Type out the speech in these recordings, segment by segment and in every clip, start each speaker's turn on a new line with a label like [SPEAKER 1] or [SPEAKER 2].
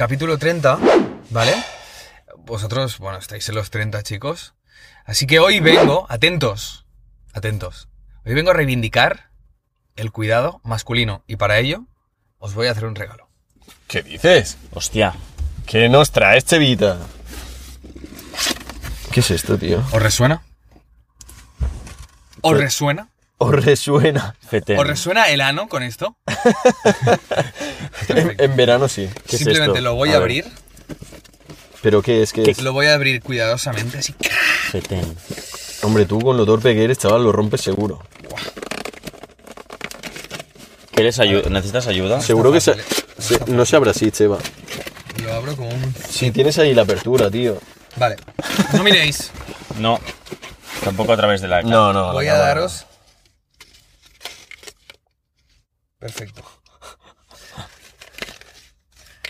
[SPEAKER 1] capítulo 30, ¿vale? Vosotros, bueno, estáis en los 30, chicos. Así que hoy vengo, atentos, atentos. Hoy vengo a reivindicar el cuidado masculino y para ello os voy a hacer un regalo.
[SPEAKER 2] ¿Qué dices?
[SPEAKER 3] Hostia.
[SPEAKER 2] ¿Qué nos traes, Chevita? ¿Qué es esto, tío?
[SPEAKER 1] ¿Os resuena?
[SPEAKER 3] Pues
[SPEAKER 1] ¿Os resuena?
[SPEAKER 2] ¿Os resuena?
[SPEAKER 3] Feten.
[SPEAKER 1] ¿Os resuena el ano con esto?
[SPEAKER 2] En, en verano sí.
[SPEAKER 3] ¿Qué es
[SPEAKER 1] Simplemente
[SPEAKER 3] esto?
[SPEAKER 1] lo voy
[SPEAKER 3] A
[SPEAKER 1] a
[SPEAKER 3] ver.
[SPEAKER 1] abrir,
[SPEAKER 2] ¿Pero qué es? que es?
[SPEAKER 1] lo voy a abrir cuidadosamente, así que...
[SPEAKER 3] Feten.
[SPEAKER 2] Hombre, tú con lo torpe que eres, chaval, lo rompes seguro.
[SPEAKER 3] ¿Quieres ayuda? ¿Necesitas ayuda?
[SPEAKER 2] Seguro que se,
[SPEAKER 1] fácil,
[SPEAKER 2] se- no se abra así, Cheva.
[SPEAKER 1] Lo abro como un...
[SPEAKER 2] Si tienes ahí la apertura, tío.
[SPEAKER 1] Vale, no miréis,
[SPEAKER 3] No. Tampoco a través de la...
[SPEAKER 2] No, no. la
[SPEAKER 1] voy a
[SPEAKER 2] cámara.
[SPEAKER 1] daros... Perfecto.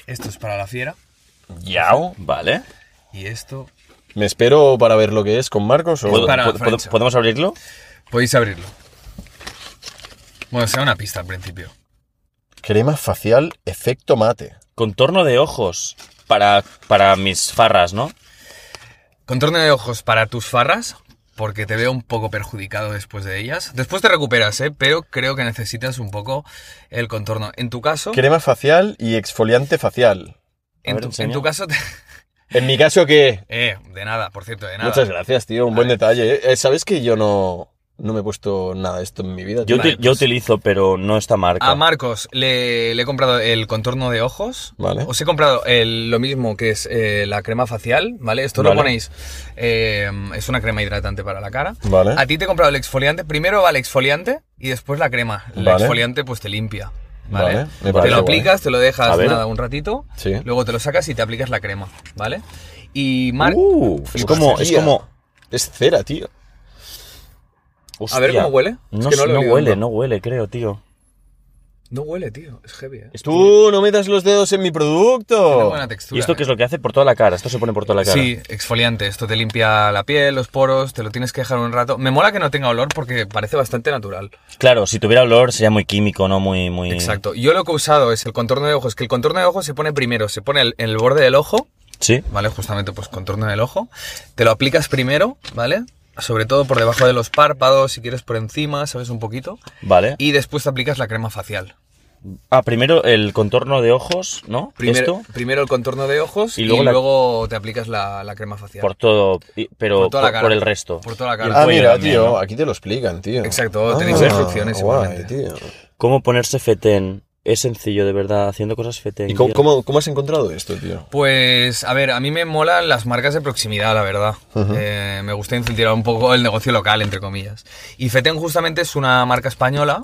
[SPEAKER 1] Esto es para la fiera
[SPEAKER 3] Yao. Vale.
[SPEAKER 1] y esto...
[SPEAKER 2] ¿Me espero para ver lo que es con Marcos o...?
[SPEAKER 3] ¿Puedo-
[SPEAKER 1] para
[SPEAKER 3] puedo-
[SPEAKER 1] Francia.
[SPEAKER 3] ¿Podemos abrirlo?
[SPEAKER 1] Podéis abrirlo. Bueno, será una pista al principio.
[SPEAKER 2] Crema facial efecto mate.
[SPEAKER 3] Contorno de ojos. Para, para mis farras, ¿no?
[SPEAKER 1] Contorno de ojos para tus farras, porque te veo un poco perjudicado después de ellas. Después te recuperas, ¿eh? pero creo que necesitas un poco el contorno. En tu caso,
[SPEAKER 2] Crema facial y exfoliante facial.
[SPEAKER 1] en,
[SPEAKER 3] ver,
[SPEAKER 1] tu,
[SPEAKER 3] enseña.
[SPEAKER 1] en tu caso, te-
[SPEAKER 2] En mi caso, ¿qué?
[SPEAKER 1] eh, de nada, por cierto, de nada.
[SPEAKER 2] Muchas gracias, tío. Un buen detalle. ¿eh? Eh, ¿Sabes que yo no, no me he puesto nada de esto en mi vida?
[SPEAKER 3] Yo,
[SPEAKER 2] tío?
[SPEAKER 1] Vale,
[SPEAKER 3] util- yo
[SPEAKER 1] pues.
[SPEAKER 3] utilizo, pero no esta marca.
[SPEAKER 1] A Marcos le, le he comprado el contorno de ojos.
[SPEAKER 2] Vale.
[SPEAKER 1] Os he comprado el- lo mismo que es eh, la crema facial, ¿vale? Esto lo
[SPEAKER 3] Vale.
[SPEAKER 1] ponéis. eh, es una crema hidratante para la cara.
[SPEAKER 2] Vale.
[SPEAKER 1] A ti te he comprado el exfoliante. Primero va el exfoliante y después la crema. El
[SPEAKER 2] Vale.
[SPEAKER 1] exfoliante pues te limpia.
[SPEAKER 2] Vale,
[SPEAKER 1] ¿Vale?
[SPEAKER 2] me
[SPEAKER 1] te
[SPEAKER 2] parece
[SPEAKER 1] lo
[SPEAKER 2] guay.
[SPEAKER 1] aplicas, te lo
[SPEAKER 3] A
[SPEAKER 1] dejas
[SPEAKER 3] ver.
[SPEAKER 1] nada un ratito.
[SPEAKER 2] Sí.
[SPEAKER 1] Luego te lo sacas y te aplicas la crema, ¿vale? Y Marcos.
[SPEAKER 3] Uh, es como... Es
[SPEAKER 2] Hostia.
[SPEAKER 3] como...
[SPEAKER 2] Es cera, tío.
[SPEAKER 1] A ver
[SPEAKER 3] Hostia.
[SPEAKER 1] cómo huele. Es
[SPEAKER 3] No,
[SPEAKER 1] que no
[SPEAKER 3] sé,
[SPEAKER 1] lo he
[SPEAKER 3] no
[SPEAKER 1] olido
[SPEAKER 3] huele,
[SPEAKER 1] nunca.
[SPEAKER 3] no huele, creo, tío.
[SPEAKER 1] No huele, tío. Es heavy, ¿eh?
[SPEAKER 2] Tú no metas los dedos en mi
[SPEAKER 1] Tiene
[SPEAKER 2] producto.
[SPEAKER 1] buena textura.
[SPEAKER 3] ¿Y esto
[SPEAKER 1] ¿eh?
[SPEAKER 3] qué es lo que hace? Por toda la cara. Esto se pone por toda la cara.
[SPEAKER 1] Sí, exfoliante. Esto te limpia la piel, los poros, te lo tienes que dejar un rato. Me mola que no tenga olor porque parece bastante natural.
[SPEAKER 3] Claro, si tuviera olor sería muy químico, ¿no? Muy, muy...
[SPEAKER 1] Exacto. Yo lo que he usado es el contorno de ojos, que el contorno de ojos se pone primero, se pone el- en el borde del ojo,
[SPEAKER 3] Sí.
[SPEAKER 1] ¿vale? Justamente pues contorno del ojo. Te lo aplicas primero, ¿vale? Sobre todo por debajo de los párpados, si quieres por encima, ¿sabes? Un poquito.
[SPEAKER 3] Vale.
[SPEAKER 1] Y después te aplicas la crema facial.
[SPEAKER 3] Ah, primero el contorno de ojos, ¿no?
[SPEAKER 1] Primero,
[SPEAKER 3] Esto.
[SPEAKER 1] primero el contorno de ojos y
[SPEAKER 3] Y
[SPEAKER 1] luego,
[SPEAKER 3] luego la-
[SPEAKER 1] te aplicas la, la crema facial.
[SPEAKER 3] Por todo, y- pero
[SPEAKER 1] Por
[SPEAKER 3] por,
[SPEAKER 1] toda la cara.
[SPEAKER 3] por el resto.
[SPEAKER 1] Por toda la
[SPEAKER 3] Y
[SPEAKER 1] cara.
[SPEAKER 3] el
[SPEAKER 2] Ah,
[SPEAKER 3] cuello
[SPEAKER 2] mira,
[SPEAKER 3] también,
[SPEAKER 2] tío.
[SPEAKER 3] ¿no?
[SPEAKER 2] Aquí te lo explican, tío. Ah,
[SPEAKER 1] Exacto, tenéis instrucciones,
[SPEAKER 2] guay,
[SPEAKER 1] seguramente.
[SPEAKER 2] tío.
[SPEAKER 3] ¿Cómo ponerse fetén? Es sencillo, de verdad, haciendo cosas fetén.
[SPEAKER 2] ¿Y cómo,
[SPEAKER 3] tío.
[SPEAKER 2] cómo- cómo has encontrado esto, tío?
[SPEAKER 1] Pues, a ver, a mí me molan las marcas de proximidad, la verdad. Eh, me gusta incentivar un poco el negocio local, entre comillas. Y Feten justamente es una marca española.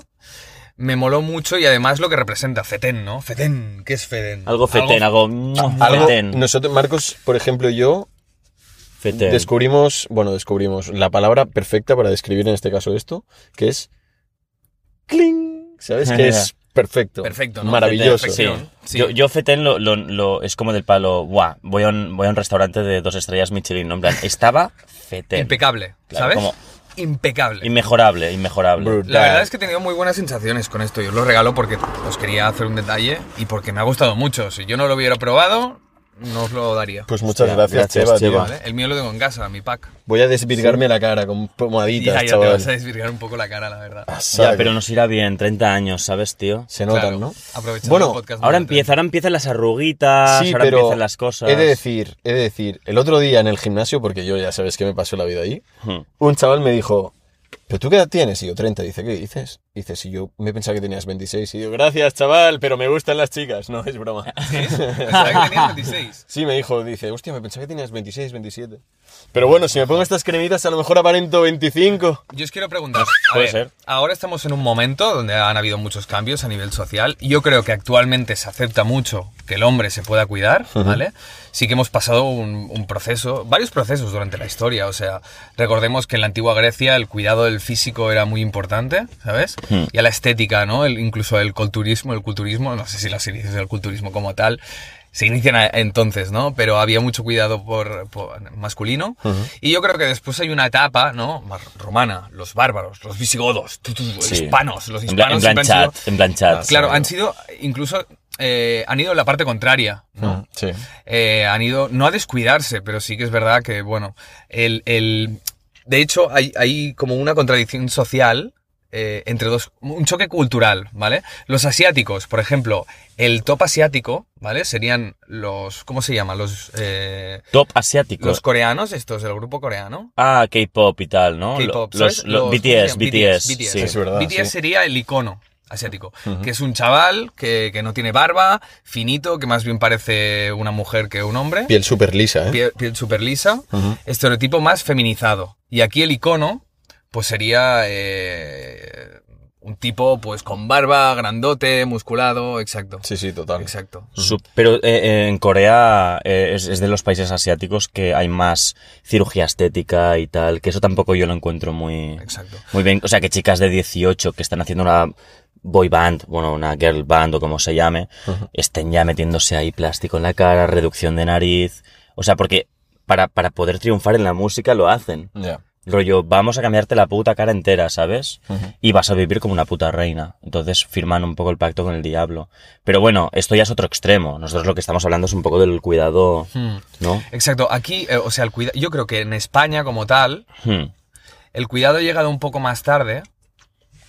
[SPEAKER 1] Me moló mucho y además lo que representa Feten, ¿no? Feten, ¿qué es Feten?
[SPEAKER 3] Algo fetén, algo...
[SPEAKER 2] Algo,
[SPEAKER 3] fetén.
[SPEAKER 2] nosotros, Marcos, por ejemplo, y yo
[SPEAKER 3] fetén.
[SPEAKER 2] descubrimos, bueno, descubrimos la palabra perfecta para describir en este caso esto, que es cling. ¿Sabes? que es perfecto.
[SPEAKER 1] Perfecto, ¿no?
[SPEAKER 2] Maravilloso.
[SPEAKER 3] Sí.
[SPEAKER 1] Perfección. Sí.
[SPEAKER 3] Yo, yo fetén lo, lo- lo- es como del palo, guau, voy a, un, voy a un restaurante de dos estrellas Michelin, ¿no? En plan, estaba fetén.
[SPEAKER 1] Impecable,
[SPEAKER 3] Claro,
[SPEAKER 1] ¿sabes?
[SPEAKER 3] como-
[SPEAKER 1] Impecable.
[SPEAKER 3] Inmejorable, inmejorable.
[SPEAKER 2] Brutal.
[SPEAKER 1] La verdad es que he tenido muy buenas sensaciones con esto. Yo os lo regalo porque os quería hacer un detalle y porque me ha gustado mucho. Si yo no lo hubiera probado, no os lo daría.
[SPEAKER 2] Pues muchas
[SPEAKER 3] Hostia,
[SPEAKER 2] gracias,
[SPEAKER 3] gracias,
[SPEAKER 2] Cheva,
[SPEAKER 3] Cheva.
[SPEAKER 2] tío.
[SPEAKER 1] ¿Vale? El mío lo tengo en casa, mi pack.
[SPEAKER 2] Voy a desvirgarme la cara con pomaditas,
[SPEAKER 1] Ya, ya te
[SPEAKER 2] chaval.
[SPEAKER 1] vas a desvirgar un poco la cara, la verdad.
[SPEAKER 2] A saco.
[SPEAKER 3] Ya, pero nos irá bien, 30 años, ¿sabes, tío?
[SPEAKER 2] Se notan,
[SPEAKER 1] Claro,
[SPEAKER 2] ¿no?
[SPEAKER 1] aprovechando
[SPEAKER 2] Bueno,
[SPEAKER 1] el podcast
[SPEAKER 3] Ahora
[SPEAKER 1] durante-
[SPEAKER 3] empieza, ahora empiezan las arruguitas,
[SPEAKER 2] sí,
[SPEAKER 3] ahora
[SPEAKER 2] pero
[SPEAKER 3] empiezan Ah, las cosas.
[SPEAKER 2] he de decir, he de decir, el otro día en el gimnasio, porque yo ya sabes que me pasó la vida ahí,
[SPEAKER 3] Hmm.
[SPEAKER 2] un chaval me dijo, ¿pero tú qué edad tienes? Y yo, 30. Dice, ¿qué dices? Dice, si yo me pensaba que tenías 26. Y yo, gracias, chaval, pero me gustan las chicas. No, es broma.
[SPEAKER 1] Pensaba que tenías 26.
[SPEAKER 2] Sí, me dijo, dice, hostia, me pensaba que tenías 26, 27. Pero bueno, si me pongo estas cremitas, a lo mejor aparento 25.
[SPEAKER 1] Yo os quiero preguntar, a
[SPEAKER 3] Puede
[SPEAKER 1] ver,
[SPEAKER 3] ser.
[SPEAKER 1] ahora estamos en un momento donde han habido muchos cambios a nivel social. Yo creo que actualmente se acepta mucho que el hombre se pueda cuidar, ¿vale? Sí que hemos pasado un, un proceso, varios procesos durante la historia. O sea, recordemos que en la antigua Grecia el cuidado del físico era muy importante, ¿sabes?
[SPEAKER 3] Hmm.
[SPEAKER 1] Y a la estética, ¿no? El- incluso el culturismo, el culturismo, no sé si las inicios del culturismo como tal, se inician a- entonces, ¿no? Pero había mucho cuidado por, por masculino. Y yo creo que después hay una etapa, ¿no? Más Romana, los bárbaros, los visigodos, tu, tu, los
[SPEAKER 3] Sí.
[SPEAKER 1] hispanos, los
[SPEAKER 3] En
[SPEAKER 1] hispanos.
[SPEAKER 3] bla- en
[SPEAKER 1] siempre
[SPEAKER 3] plan
[SPEAKER 1] han
[SPEAKER 3] chat, en plan chat,
[SPEAKER 1] Claro,
[SPEAKER 3] seguro.
[SPEAKER 1] han sido, incluso, eh, han ido en la parte contraria, ¿no?
[SPEAKER 3] Hmm.
[SPEAKER 2] Mm, Sí.
[SPEAKER 1] eh, han ido, no a descuidarse, pero sí que es verdad que, bueno, el, el- de hecho hay, hay como una contradicción social eh, entre dos, un choque cultural, ¿vale? Los asiáticos, por ejemplo, el top asiático, ¿vale? Serían los, ¿cómo se llama? Los, eh,
[SPEAKER 3] Top asiático.
[SPEAKER 1] los coreanos, estos, el grupo coreano.
[SPEAKER 3] Ah, K-pop y tal, ¿no?
[SPEAKER 1] K-pop,
[SPEAKER 3] Lo-
[SPEAKER 1] ¿sabes?
[SPEAKER 3] los, los
[SPEAKER 1] ¿cómo se
[SPEAKER 3] BTS,
[SPEAKER 1] llaman?
[SPEAKER 3] BTS,
[SPEAKER 1] BTS,
[SPEAKER 3] sí.
[SPEAKER 2] Es verdad,
[SPEAKER 1] BTS
[SPEAKER 2] sí.
[SPEAKER 1] sería el icono asiático, que es un chaval que, que no tiene barba, finito, que más bien parece una mujer que un hombre.
[SPEAKER 2] Piel súper lisa, ¿eh?
[SPEAKER 1] piel, piel súper lisa,
[SPEAKER 2] Ujú.
[SPEAKER 1] estereotipo más feminizado. Y aquí el icono, pues sería eh, un tipo pues con barba, grandote, musculado, exacto.
[SPEAKER 2] Sí, sí, total.
[SPEAKER 1] Exacto.
[SPEAKER 3] Su- Pero eh, eh, en Corea eh, es, es de los países asiáticos que hay más cirugía estética y tal, que eso tampoco yo lo encuentro muy,
[SPEAKER 1] Exacto.
[SPEAKER 3] muy bien. O sea, que chicas de 18 que están haciendo una boy band, bueno, una girl band o como se llame, estén ya metiéndose ahí plástico en la cara, reducción de nariz. O sea, porque para, para poder triunfar en la música lo hacen.
[SPEAKER 2] Ya.
[SPEAKER 3] Rollo, vamos a cambiarte la puta cara entera, ¿sabes? Y vas a vivir como una puta reina. Entonces firman un poco el pacto con el diablo. Pero bueno, esto ya es otro extremo. Nosotros lo que estamos hablando es un poco del cuidado,
[SPEAKER 1] Hmm.
[SPEAKER 3] ¿no?
[SPEAKER 1] Exacto. Aquí, eh, o sea, el cuida yo creo que en España como tal,
[SPEAKER 3] Hmm.
[SPEAKER 1] el cuidado ha llegado un poco más tarde.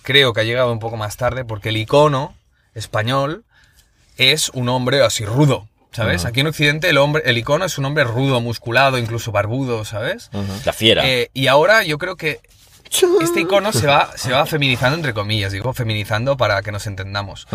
[SPEAKER 1] Creo que ha llegado un poco más tarde porque el icono español es un hombre así rudo. ¿Sabes? Aquí en Occidente el hombre, el icono es un hombre rudo, musculado, incluso barbudo, ¿sabes?
[SPEAKER 3] La fiera.
[SPEAKER 1] Eh, y ahora yo creo que este icono se va, se va feminizando, entre comillas, digo, feminizando para que nos entendamos.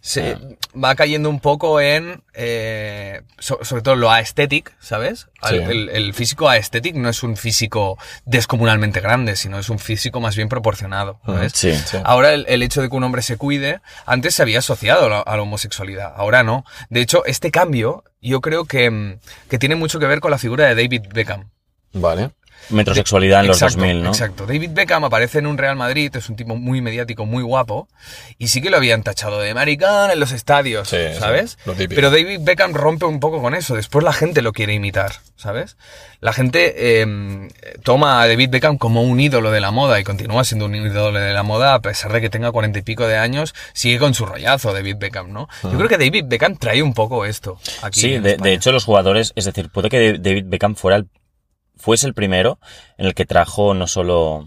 [SPEAKER 1] Se va cayendo un poco en, eh, so- sobre todo lo aesthetic, ¿sabes? Al-
[SPEAKER 2] Sí.
[SPEAKER 1] el, el físico aesthetic no es un físico descomunalmente grande, sino es un físico más bien proporcionado, ¿sabes?
[SPEAKER 3] Sí. Ah,
[SPEAKER 2] Sí.
[SPEAKER 1] Ahora el, el hecho de que un hombre se cuide, antes se había asociado a la, a la homosexualidad, ahora no. De hecho, este cambio yo creo que, mm, que tiene mucho que ver con la figura de David Beckham.
[SPEAKER 2] Vale.
[SPEAKER 3] Metrosexualidad en los
[SPEAKER 1] Exacto,
[SPEAKER 3] 2000, ¿no?
[SPEAKER 1] Exacto. David Beckham aparece en un Real Madrid, es un tipo muy mediático, muy guapo, y sí que lo habían tachado de maricón en los estadios,
[SPEAKER 2] Sí, sí,
[SPEAKER 1] ¿sabes?
[SPEAKER 2] lo típico.
[SPEAKER 1] Pero David Beckham rompe un poco con eso, después la gente lo quiere imitar, ¿sabes? La gente eh, toma a David Beckham como un ídolo de la moda y continúa siendo un ídolo de la moda a pesar de que tenga cuarenta y pico de años, sigue con su rollazo David Beckham, ¿no? Yo creo que David Beckham trae un poco esto aquí.
[SPEAKER 3] Sí,
[SPEAKER 1] en
[SPEAKER 3] de,
[SPEAKER 1] España.
[SPEAKER 3] de hecho los jugadores, es decir, puede que David Beckham fuera el, fuese el primero en el que trajo no solo...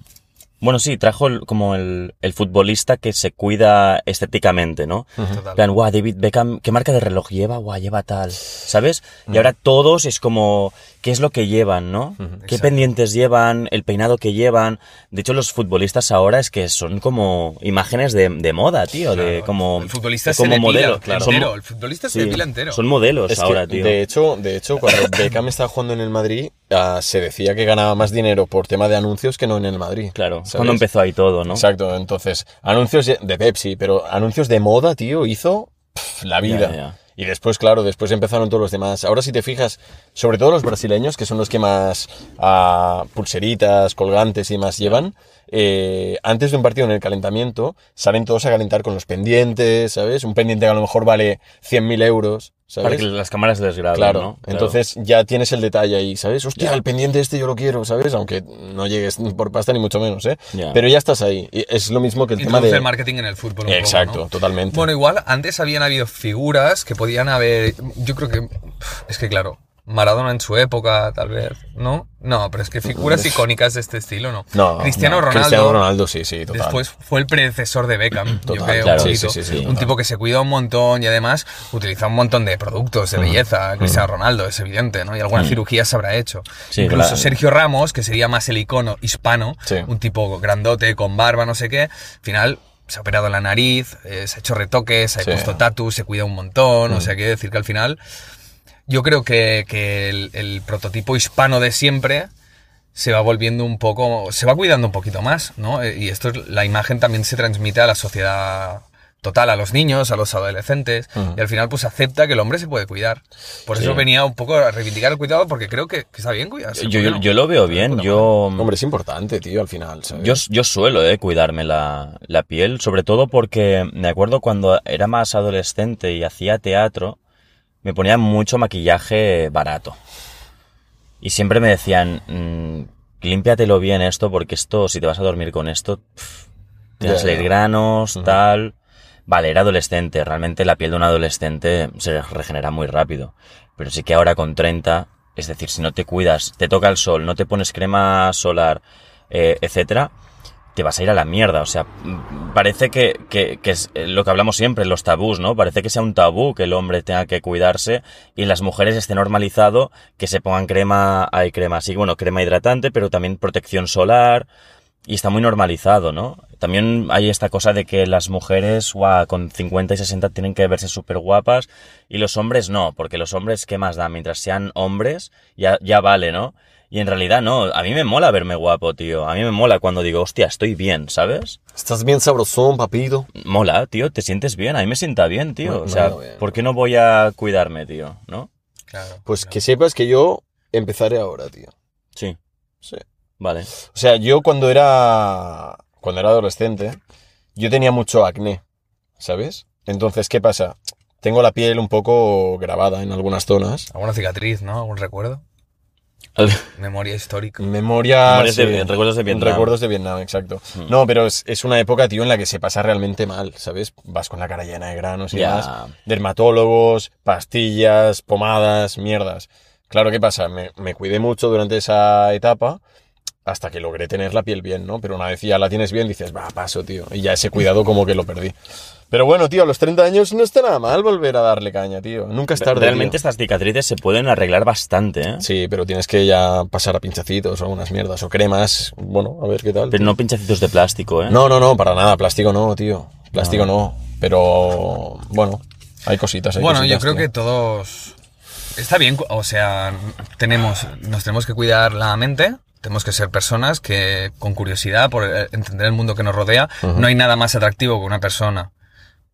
[SPEAKER 3] Bueno, sí, trajo el- como el, el futbolista que se cuida estéticamente, ¿no?
[SPEAKER 1] Total.
[SPEAKER 3] En plan, guau, David Beckham, ¿qué marca de reloj lleva? Guau, lleva tal, ¿sabes? Y ahora todos es como, ¿qué es lo que llevan, no? ¿Qué
[SPEAKER 1] Exacto.
[SPEAKER 3] pendientes llevan? ¿El peinado que llevan? De hecho, los futbolistas ahora es que son como imágenes de, de moda, tío, de
[SPEAKER 1] Claro,
[SPEAKER 3] como...
[SPEAKER 1] el futbolista
[SPEAKER 3] de
[SPEAKER 1] se depila
[SPEAKER 3] modelos, Son-
[SPEAKER 1] entero, el futbolista se
[SPEAKER 3] sí,
[SPEAKER 1] depila entero.
[SPEAKER 3] Son modelos
[SPEAKER 2] Es que,
[SPEAKER 3] pues ahora, tío.
[SPEAKER 2] de hecho, de hecho, cuando Beckham estaba jugando en el Madrid, ah, se decía que ganaba más dinero por tema de anuncios que no en el Madrid.
[SPEAKER 3] Claro,
[SPEAKER 2] ¿sabes?
[SPEAKER 3] cuando empezó ahí todo, ¿no?
[SPEAKER 2] Exacto, entonces, anuncios de- de Pepsi, pero anuncios de moda, tío, hizo pf, la vida.
[SPEAKER 3] Ya, ya.
[SPEAKER 2] Y después, claro, después empezaron todos los demás. Ahora si te fijas, sobre todo los brasileños, que son los que más ah, pulseritas, colgantes y más llevan, eh, antes de un partido en el calentamiento, salen todos a calentar con los pendientes, ¿sabes? Un pendiente que a lo mejor vale 100.000 euros, ¿sabes?
[SPEAKER 3] Para que las cámaras les graben,
[SPEAKER 2] Claro,
[SPEAKER 3] ¿no? Claro.
[SPEAKER 2] entonces ya tienes el detalle ahí, ¿sabes? Hostia, el pendiente este yo lo quiero, ¿sabes? Aunque no llegues por pasta ni mucho menos, ¿eh?
[SPEAKER 3] Ya.
[SPEAKER 2] Pero ya estás ahí. Y es lo mismo que el tema
[SPEAKER 1] Introduce
[SPEAKER 2] de...
[SPEAKER 1] el marketing en el fútbol. un poco,
[SPEAKER 2] Exacto,
[SPEAKER 1] ¿no?
[SPEAKER 2] totalmente.
[SPEAKER 1] Bueno, igual antes habían habido figuras que podían haber. Yo creo que. Es que claro, Maradona en su época, tal vez, ¿no? No, pero es que figuras icónicas de este estilo, ¿no?
[SPEAKER 2] no,
[SPEAKER 1] Cristiano
[SPEAKER 2] no.
[SPEAKER 1] Ronaldo.
[SPEAKER 2] Cristiano Ronaldo, sí, sí, total.
[SPEAKER 1] Después fue el predecesor de Beckham, yo
[SPEAKER 2] Total,
[SPEAKER 1] creo,
[SPEAKER 3] claro,
[SPEAKER 1] un
[SPEAKER 3] sí,
[SPEAKER 1] poquito.
[SPEAKER 2] sí, sí, sí,
[SPEAKER 1] un
[SPEAKER 2] total.
[SPEAKER 1] tipo que se cuida un montón y además utiliza un montón de productos
[SPEAKER 2] Mm,
[SPEAKER 1] de belleza. Cristiano Ronaldo, es evidente, ¿no? Y alguna cirugía se habrá hecho.
[SPEAKER 3] Sí,
[SPEAKER 1] Incluso
[SPEAKER 3] claro.
[SPEAKER 1] Sergio Ramos, que sería más el icono hispano,
[SPEAKER 2] Sí.
[SPEAKER 1] un tipo grandote, con barba, no sé qué, al final se ha operado la nariz, eh, se ha hecho retoques, se ha
[SPEAKER 2] Sí. Mm.
[SPEAKER 1] puesto tatu, se cuida un montón, o sea, quiere decir que al final yo creo que, que el, el prototipo hispano de siempre se va volviendo un poco, se va cuidando un poquito más, ¿no? Eh, Y esto, es- la imagen también se transmite a la sociedad total, a los niños, a los adolescentes, y al final pues acepta que el hombre se puede cuidar. Por eso
[SPEAKER 3] Sí.
[SPEAKER 1] venía un poco a reivindicar el cuidado, porque creo que, que está bien cuidarse.
[SPEAKER 3] yo,
[SPEAKER 1] ¿por qué
[SPEAKER 3] yo,
[SPEAKER 1] no?
[SPEAKER 3] yo lo veo bien, yo...
[SPEAKER 2] Hombre, es importante, tío, al final, ¿sabes?
[SPEAKER 3] Yo, yo suelo eh, cuidarme la, la piel, sobre todo porque me acuerdo cuando era más adolescente y hacía teatro, me ponía mucho maquillaje barato. Y siempre me decían, mm, límpiatelo bien esto, porque esto, si te vas a dormir con esto, pff, te
[SPEAKER 2] Ya,
[SPEAKER 3] vas a salir
[SPEAKER 2] ya.
[SPEAKER 3] granos,
[SPEAKER 2] Ujú.
[SPEAKER 3] tal. Vale, era adolescente, realmente la piel de un adolescente se regenera muy rápido. Pero sí que ahora con 30, es decir, si no te cuidas, te toca el sol, no te pones crema solar, eh, etcétera, te vas a ir a la mierda. O sea, mm, parece que, que- que es eh, lo que hablamos siempre, los tabús, ¿no? Parece que sea un tabú que el hombre tenga que cuidarse y las mujeres esté normalizado que se pongan crema, hay crema así, bueno, crema hidratante, pero también protección solar. Y está muy normalizado, ¿no? También hay esta cosa de que las mujeres guau, con 50 y 60 tienen que verse súper guapas y los hombres no, porque los hombres, ¿qué más da? Mientras sean hombres, ya, ya vale, ¿no? Y en realidad no, a mí me mola verme guapo, tío. A mí me mola cuando digo, hostia, estoy bien, ¿sabes?
[SPEAKER 2] Estás bien sabrosón, papito.
[SPEAKER 3] Mola, tío, te sientes bien, a mí me sienta bien, tío.
[SPEAKER 2] Bueno,
[SPEAKER 3] o sea,
[SPEAKER 2] bueno, bien.
[SPEAKER 3] ¿por qué no voy a cuidarme, tío? ¿No?
[SPEAKER 1] Claro.
[SPEAKER 2] Pues que sepas que yo empezaré ahora, tío.
[SPEAKER 3] Sí,
[SPEAKER 2] Sí.
[SPEAKER 3] vale.
[SPEAKER 2] O sea, yo cuando era cuando era adolescente, yo tenía mucho acné, ¿sabes? Entonces, ¿qué pasa? Tengo la piel un poco grabada en algunas zonas.
[SPEAKER 1] ¿Alguna cicatriz, no? ¿Algún recuerdo? Memoria histórica.
[SPEAKER 2] Memoria...
[SPEAKER 3] Memorias de- recuerdos de Vietnam.
[SPEAKER 2] eh, Recuerdos de Vietnam, exacto.
[SPEAKER 3] Hmm.
[SPEAKER 2] No, pero es, es una época, tío, en la que se pasa realmente mal, ¿sabes? Vas con la cara llena de granos y
[SPEAKER 3] Ya.
[SPEAKER 2] demás. Dermatólogos, pastillas, pomadas, mierdas. Claro, ¿qué pasa? Me, me cuidé mucho durante esa etapa hasta que logré tener la piel bien, ¿no? Pero una vez ya la tienes bien, dices, va, paso, tío. Y ya ese cuidado como que lo perdí. Pero bueno, tío, a los 30 años no está nada mal volver a darle caña, tío. Nunca es tarde.
[SPEAKER 3] Realmente
[SPEAKER 2] tío.
[SPEAKER 3] estas cicatrices se pueden arreglar bastante, ¿eh?
[SPEAKER 2] Sí, pero tienes que ya pasar a pinchacitos o algunas mierdas o cremas. Bueno, a ver qué tal.
[SPEAKER 3] Pero no pinchacitos de plástico, ¿eh?
[SPEAKER 2] No, no, no, para nada. Plástico no, tío.
[SPEAKER 1] Ah.
[SPEAKER 2] Plástico no. Pero bueno, hay cositas. Hay
[SPEAKER 1] Bueno, yo
[SPEAKER 2] cositas,
[SPEAKER 1] creo que
[SPEAKER 2] tío.
[SPEAKER 1] todos... Está bien, cu- o sea, tenemos, nos tenemos que cuidar la mente, tenemos que ser personas que con curiosidad por eh, entender el mundo que nos rodea, no hay nada más atractivo que una persona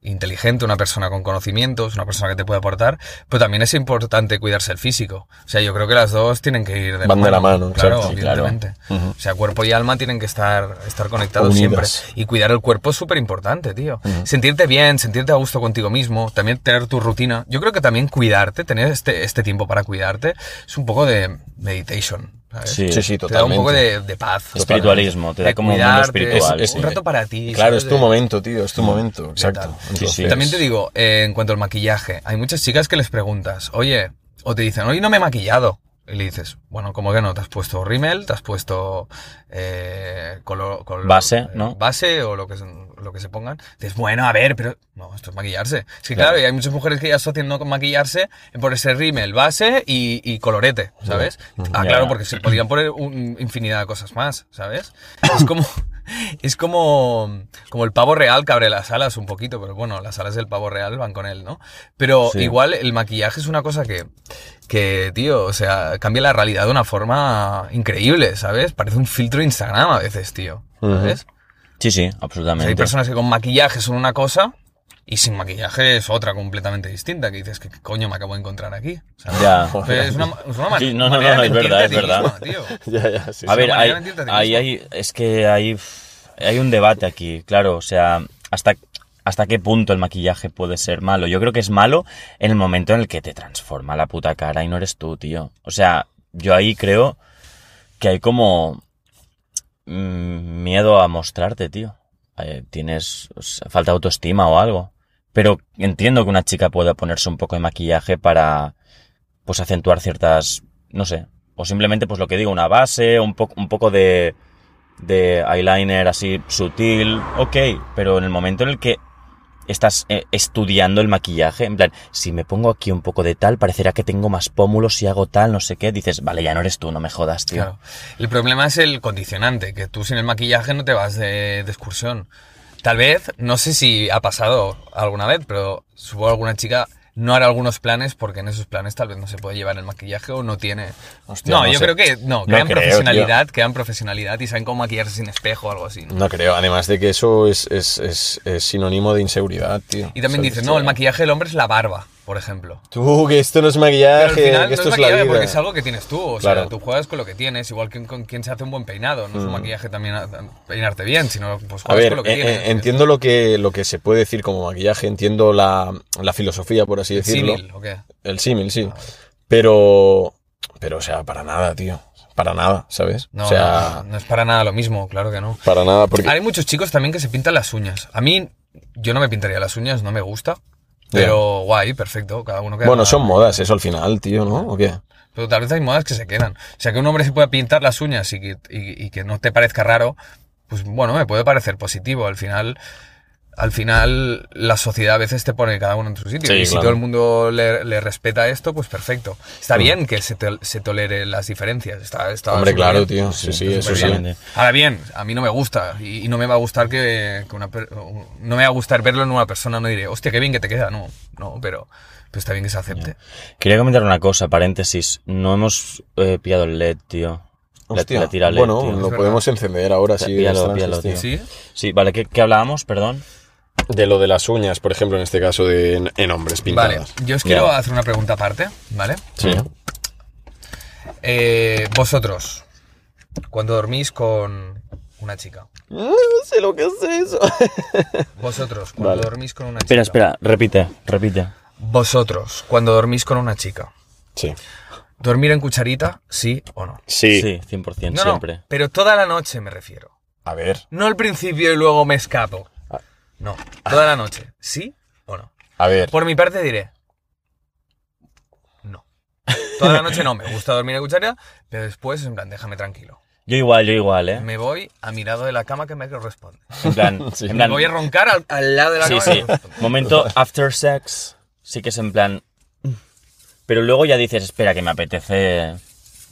[SPEAKER 1] inteligente, una persona con conocimientos, una persona que te puede aportar, pero también es importante cuidarse el físico. O sea, yo creo que las dos tienen que ir de
[SPEAKER 2] Van de la mano,
[SPEAKER 1] claro,
[SPEAKER 2] exacto, sí, claro.
[SPEAKER 1] evidentemente. O sea, cuerpo y alma tienen que estar, estar conectados
[SPEAKER 2] Unidas.
[SPEAKER 1] siempre. Y cuidar el cuerpo es súper importante, tío. Sentirte bien, sentirte a gusto contigo mismo, también tener tu rutina. Yo creo que también cuidarte, tener este, este tiempo para cuidarte, es un poco de meditation. ¿sabes?
[SPEAKER 3] Sí.
[SPEAKER 2] Sí, sí,
[SPEAKER 1] Te da un
[SPEAKER 2] totalmente.
[SPEAKER 1] poco de, de paz.
[SPEAKER 3] Espiritualismo, te da
[SPEAKER 1] De
[SPEAKER 3] como un mundo
[SPEAKER 1] cuidarte,
[SPEAKER 3] espiritual.
[SPEAKER 2] Es- es-
[SPEAKER 1] un rato para ti.
[SPEAKER 2] Claro,
[SPEAKER 1] ¿sabes?
[SPEAKER 2] es tu
[SPEAKER 1] De- Mm.
[SPEAKER 2] momento, tío. Es tu momento. Exacto.
[SPEAKER 1] Sí,
[SPEAKER 2] Entonces,
[SPEAKER 3] sí.
[SPEAKER 1] También te digo, eh, en cuanto al maquillaje, hay muchas chicas que les preguntas, oye, o te dicen, hoy no me he maquillado. Y le dices, bueno, ¿cómo que no? ¿Te has puesto rímel? ¿Te has puesto eh, color, color-
[SPEAKER 3] Base,
[SPEAKER 1] eh,
[SPEAKER 3] ¿no?
[SPEAKER 1] Base o lo que, se- lo que se pongan. Dices, bueno, a ver, pero... No, esto es maquillarse. Es que claro, y hay muchas mujeres que ya asocian no con maquillarse en ponerse rímel, base y, y colorete, ¿sabes? Ah,
[SPEAKER 3] Ya.
[SPEAKER 1] claro, porque se podrían poner un- infinidad de cosas más, ¿sabes? Es como, es como, como el pavo real que abre las alas un poquito, pero bueno, las alas del pavo real van con él, ¿no? Pero
[SPEAKER 3] Sí.
[SPEAKER 1] igual el maquillaje es una cosa que, que, tío, o sea, cambia la realidad de una forma increíble, ¿sabes? Parece un filtro de Instagram a veces, tío, ¿sabes?
[SPEAKER 3] Sí, sí,
[SPEAKER 1] O sea, hay
[SPEAKER 3] absolutamente.
[SPEAKER 1] personas que con maquillaje son una cosa y sin maquillaje es otra completamente distinta, que dices, ¿qué coño me acabo de encontrar aquí? ¿Sabes?
[SPEAKER 3] Ya.
[SPEAKER 1] O sea, es una, es una manera
[SPEAKER 3] Sí, no, no,
[SPEAKER 1] manera
[SPEAKER 3] no,
[SPEAKER 1] de
[SPEAKER 3] es verdad,
[SPEAKER 1] mentirte a
[SPEAKER 3] es
[SPEAKER 1] ti mismo, tío.
[SPEAKER 2] Ya, ya, sí,
[SPEAKER 3] A
[SPEAKER 2] sí.
[SPEAKER 3] ver,
[SPEAKER 1] una
[SPEAKER 3] hay,
[SPEAKER 1] manera de mentirte a ti
[SPEAKER 3] hay,
[SPEAKER 1] mismo.
[SPEAKER 3] hay- es que hay, hay un debate aquí, claro, o sea, hasta, hasta qué punto el maquillaje puede ser malo. Yo creo que es malo en el momento en el que te transforma la puta cara y no eres tú, tío. O sea, yo ahí creo que hay como mm, miedo a mostrarte, tío. Eh, tienes o sea, falta de autoestima o algo. Pero entiendo que una chica pueda ponerse un poco de maquillaje para, pues, acentuar ciertas, no sé, o simplemente, pues, lo que digo, una base, un, poco un poco de, de eyeliner así sutil, ok, pero en el momento en el que estás eh, estudiando el maquillaje, en plan, si me pongo aquí un poco de tal, parecerá que tengo más pómulos, si hago tal, no sé qué, dices, vale, ya no eres tú, no me jodas, tío.
[SPEAKER 1] Claro. El problema es el condicionante, que tú sin el maquillaje no te vas de, de excursión. Tal vez, no sé si ha pasado alguna vez, pero supongo alguna chica no hará algunos planes porque en esos planes tal vez no se puede llevar el maquillaje o no tiene...
[SPEAKER 2] Hostia,
[SPEAKER 1] no,
[SPEAKER 2] no
[SPEAKER 1] yo
[SPEAKER 2] sé.
[SPEAKER 1] creo que no,
[SPEAKER 2] No
[SPEAKER 1] crean
[SPEAKER 2] creo,
[SPEAKER 1] profesionalidad, crean profesionalidad y saben cómo maquillarse sin espejo o algo así. ¿no?
[SPEAKER 2] No creo. Además de que eso es, es- es- es sinónimo de inseguridad, tío.
[SPEAKER 1] Y también
[SPEAKER 2] ¿Sabes?
[SPEAKER 1] dicen, no, el maquillaje del hombre es la barba. por ejemplo.
[SPEAKER 2] Tú, que esto no es
[SPEAKER 1] Pero
[SPEAKER 2] maquillaje,
[SPEAKER 1] al final
[SPEAKER 2] que esto
[SPEAKER 1] no es
[SPEAKER 2] es, la
[SPEAKER 1] maquillaje
[SPEAKER 2] vida.
[SPEAKER 1] porque es algo que tienes tú. O
[SPEAKER 2] Claro. Mm.
[SPEAKER 1] sea, tú juegas con lo que tienes, igual que con quien se hace un buen peinado. No es un maquillaje también a- a peinarte bien, sino pues
[SPEAKER 2] A
[SPEAKER 1] juegas
[SPEAKER 2] ver,
[SPEAKER 1] con lo que
[SPEAKER 2] eh,
[SPEAKER 1] tienes.
[SPEAKER 2] eh, entiendo lo que, lo que se puede decir como maquillaje, entiendo la, la filosofía, por así decirlo.
[SPEAKER 1] eh, Símil, Ah, ¿o qué?
[SPEAKER 2] El símil, sí. Pero, pero, o sea, para nada, tío. Para nada, ¿sabes?
[SPEAKER 1] No,
[SPEAKER 2] o sea,
[SPEAKER 1] no, no es para nada lo mismo, claro que no.
[SPEAKER 2] para nada, porque...
[SPEAKER 1] Hay muchos chicos también que se pintan las uñas. A mí, yo no me pintaría las uñas, no me gusta. Pero guay, perfecto, cada uno que
[SPEAKER 2] Bueno,
[SPEAKER 1] haga-
[SPEAKER 2] son modas eso al final, tío, ¿no? ¿O qué?
[SPEAKER 1] Pero tal vez hay modas que se quedan. O sea, que un hombre se pueda pintar las uñas y que, y- y que no te parezca raro, pues bueno, me puede parecer positivo. Al final, al final la sociedad a veces te pone cada uno en su sitio.
[SPEAKER 2] Sí,
[SPEAKER 1] y si
[SPEAKER 2] claro. Mm.
[SPEAKER 1] todo el mundo le, le respeta esto, pues perfecto. Está bien que se, tol- se tolere las diferencias. Está, está
[SPEAKER 2] Hombre,
[SPEAKER 1] súper
[SPEAKER 2] claro,
[SPEAKER 1] bien.
[SPEAKER 2] tío. Sí, sí, eso sí.
[SPEAKER 3] superviviente.
[SPEAKER 1] Ahora bien, a mí no me gusta y, y no me va a gustar que, que una per- no me va a gustar verlo en una persona, no diré, hostia, qué bien que te queda, no, no, pero, pero está bien que se acepte.
[SPEAKER 3] Quería comentar una cosa, paréntesis. No hemos eh, pillado el LED, tío. La-
[SPEAKER 2] Hostia,
[SPEAKER 3] la tira LED,
[SPEAKER 2] bueno,
[SPEAKER 3] tío.
[SPEAKER 2] lo
[SPEAKER 1] verdad.
[SPEAKER 2] podemos encender ahora, sí.
[SPEAKER 3] Píalo,
[SPEAKER 2] los trances,
[SPEAKER 3] píalo, tío.
[SPEAKER 1] ¿Sí?
[SPEAKER 3] Sí, vale, ¿qué, qué hablábamos? Perdón.
[SPEAKER 2] De lo de las uñas, por ejemplo, en este caso, de en, en hombres
[SPEAKER 1] Vale,
[SPEAKER 2] pintadas.
[SPEAKER 1] yo os quiero
[SPEAKER 3] Ya.
[SPEAKER 1] hacer una pregunta aparte, ¿vale?
[SPEAKER 2] Sí.
[SPEAKER 1] Eh, vosotros, cuando dormís con una chica,
[SPEAKER 3] Ah,
[SPEAKER 2] No sé lo que es eso.
[SPEAKER 1] vosotros, cuando
[SPEAKER 2] Vale.
[SPEAKER 1] dormís con una chica,
[SPEAKER 3] Espera, espera, repite, repite.
[SPEAKER 1] vosotros, cuando dormís con una chica,
[SPEAKER 2] sí.
[SPEAKER 1] ¿dormir en cucharita, sí o no?
[SPEAKER 2] Sí.
[SPEAKER 3] Sí, 100%
[SPEAKER 1] No,
[SPEAKER 3] siempre.
[SPEAKER 1] no, pero toda la noche me refiero.
[SPEAKER 2] A ver,
[SPEAKER 1] No al principio y luego me escapo.
[SPEAKER 3] Ah.
[SPEAKER 1] No, toda la noche, ¿sí o no?
[SPEAKER 2] a ver.
[SPEAKER 1] Por mi parte diré. No. Toda la noche no, me gusta dormir en cucharita, pero después, en plan, déjame tranquilo.
[SPEAKER 3] Yo igual, yo igual, ¿eh?
[SPEAKER 1] Me voy a mi lado de la cama que me corresponde.
[SPEAKER 3] En plan,
[SPEAKER 2] Sí.
[SPEAKER 3] en
[SPEAKER 1] Me
[SPEAKER 3] plan
[SPEAKER 1] voy a roncar al, al lado de la
[SPEAKER 3] sí,
[SPEAKER 1] cama.
[SPEAKER 3] sí.
[SPEAKER 1] que me corresponde.
[SPEAKER 3] Momento after sex, sí que es en plan... Pero luego ya dices, espera, que me apetece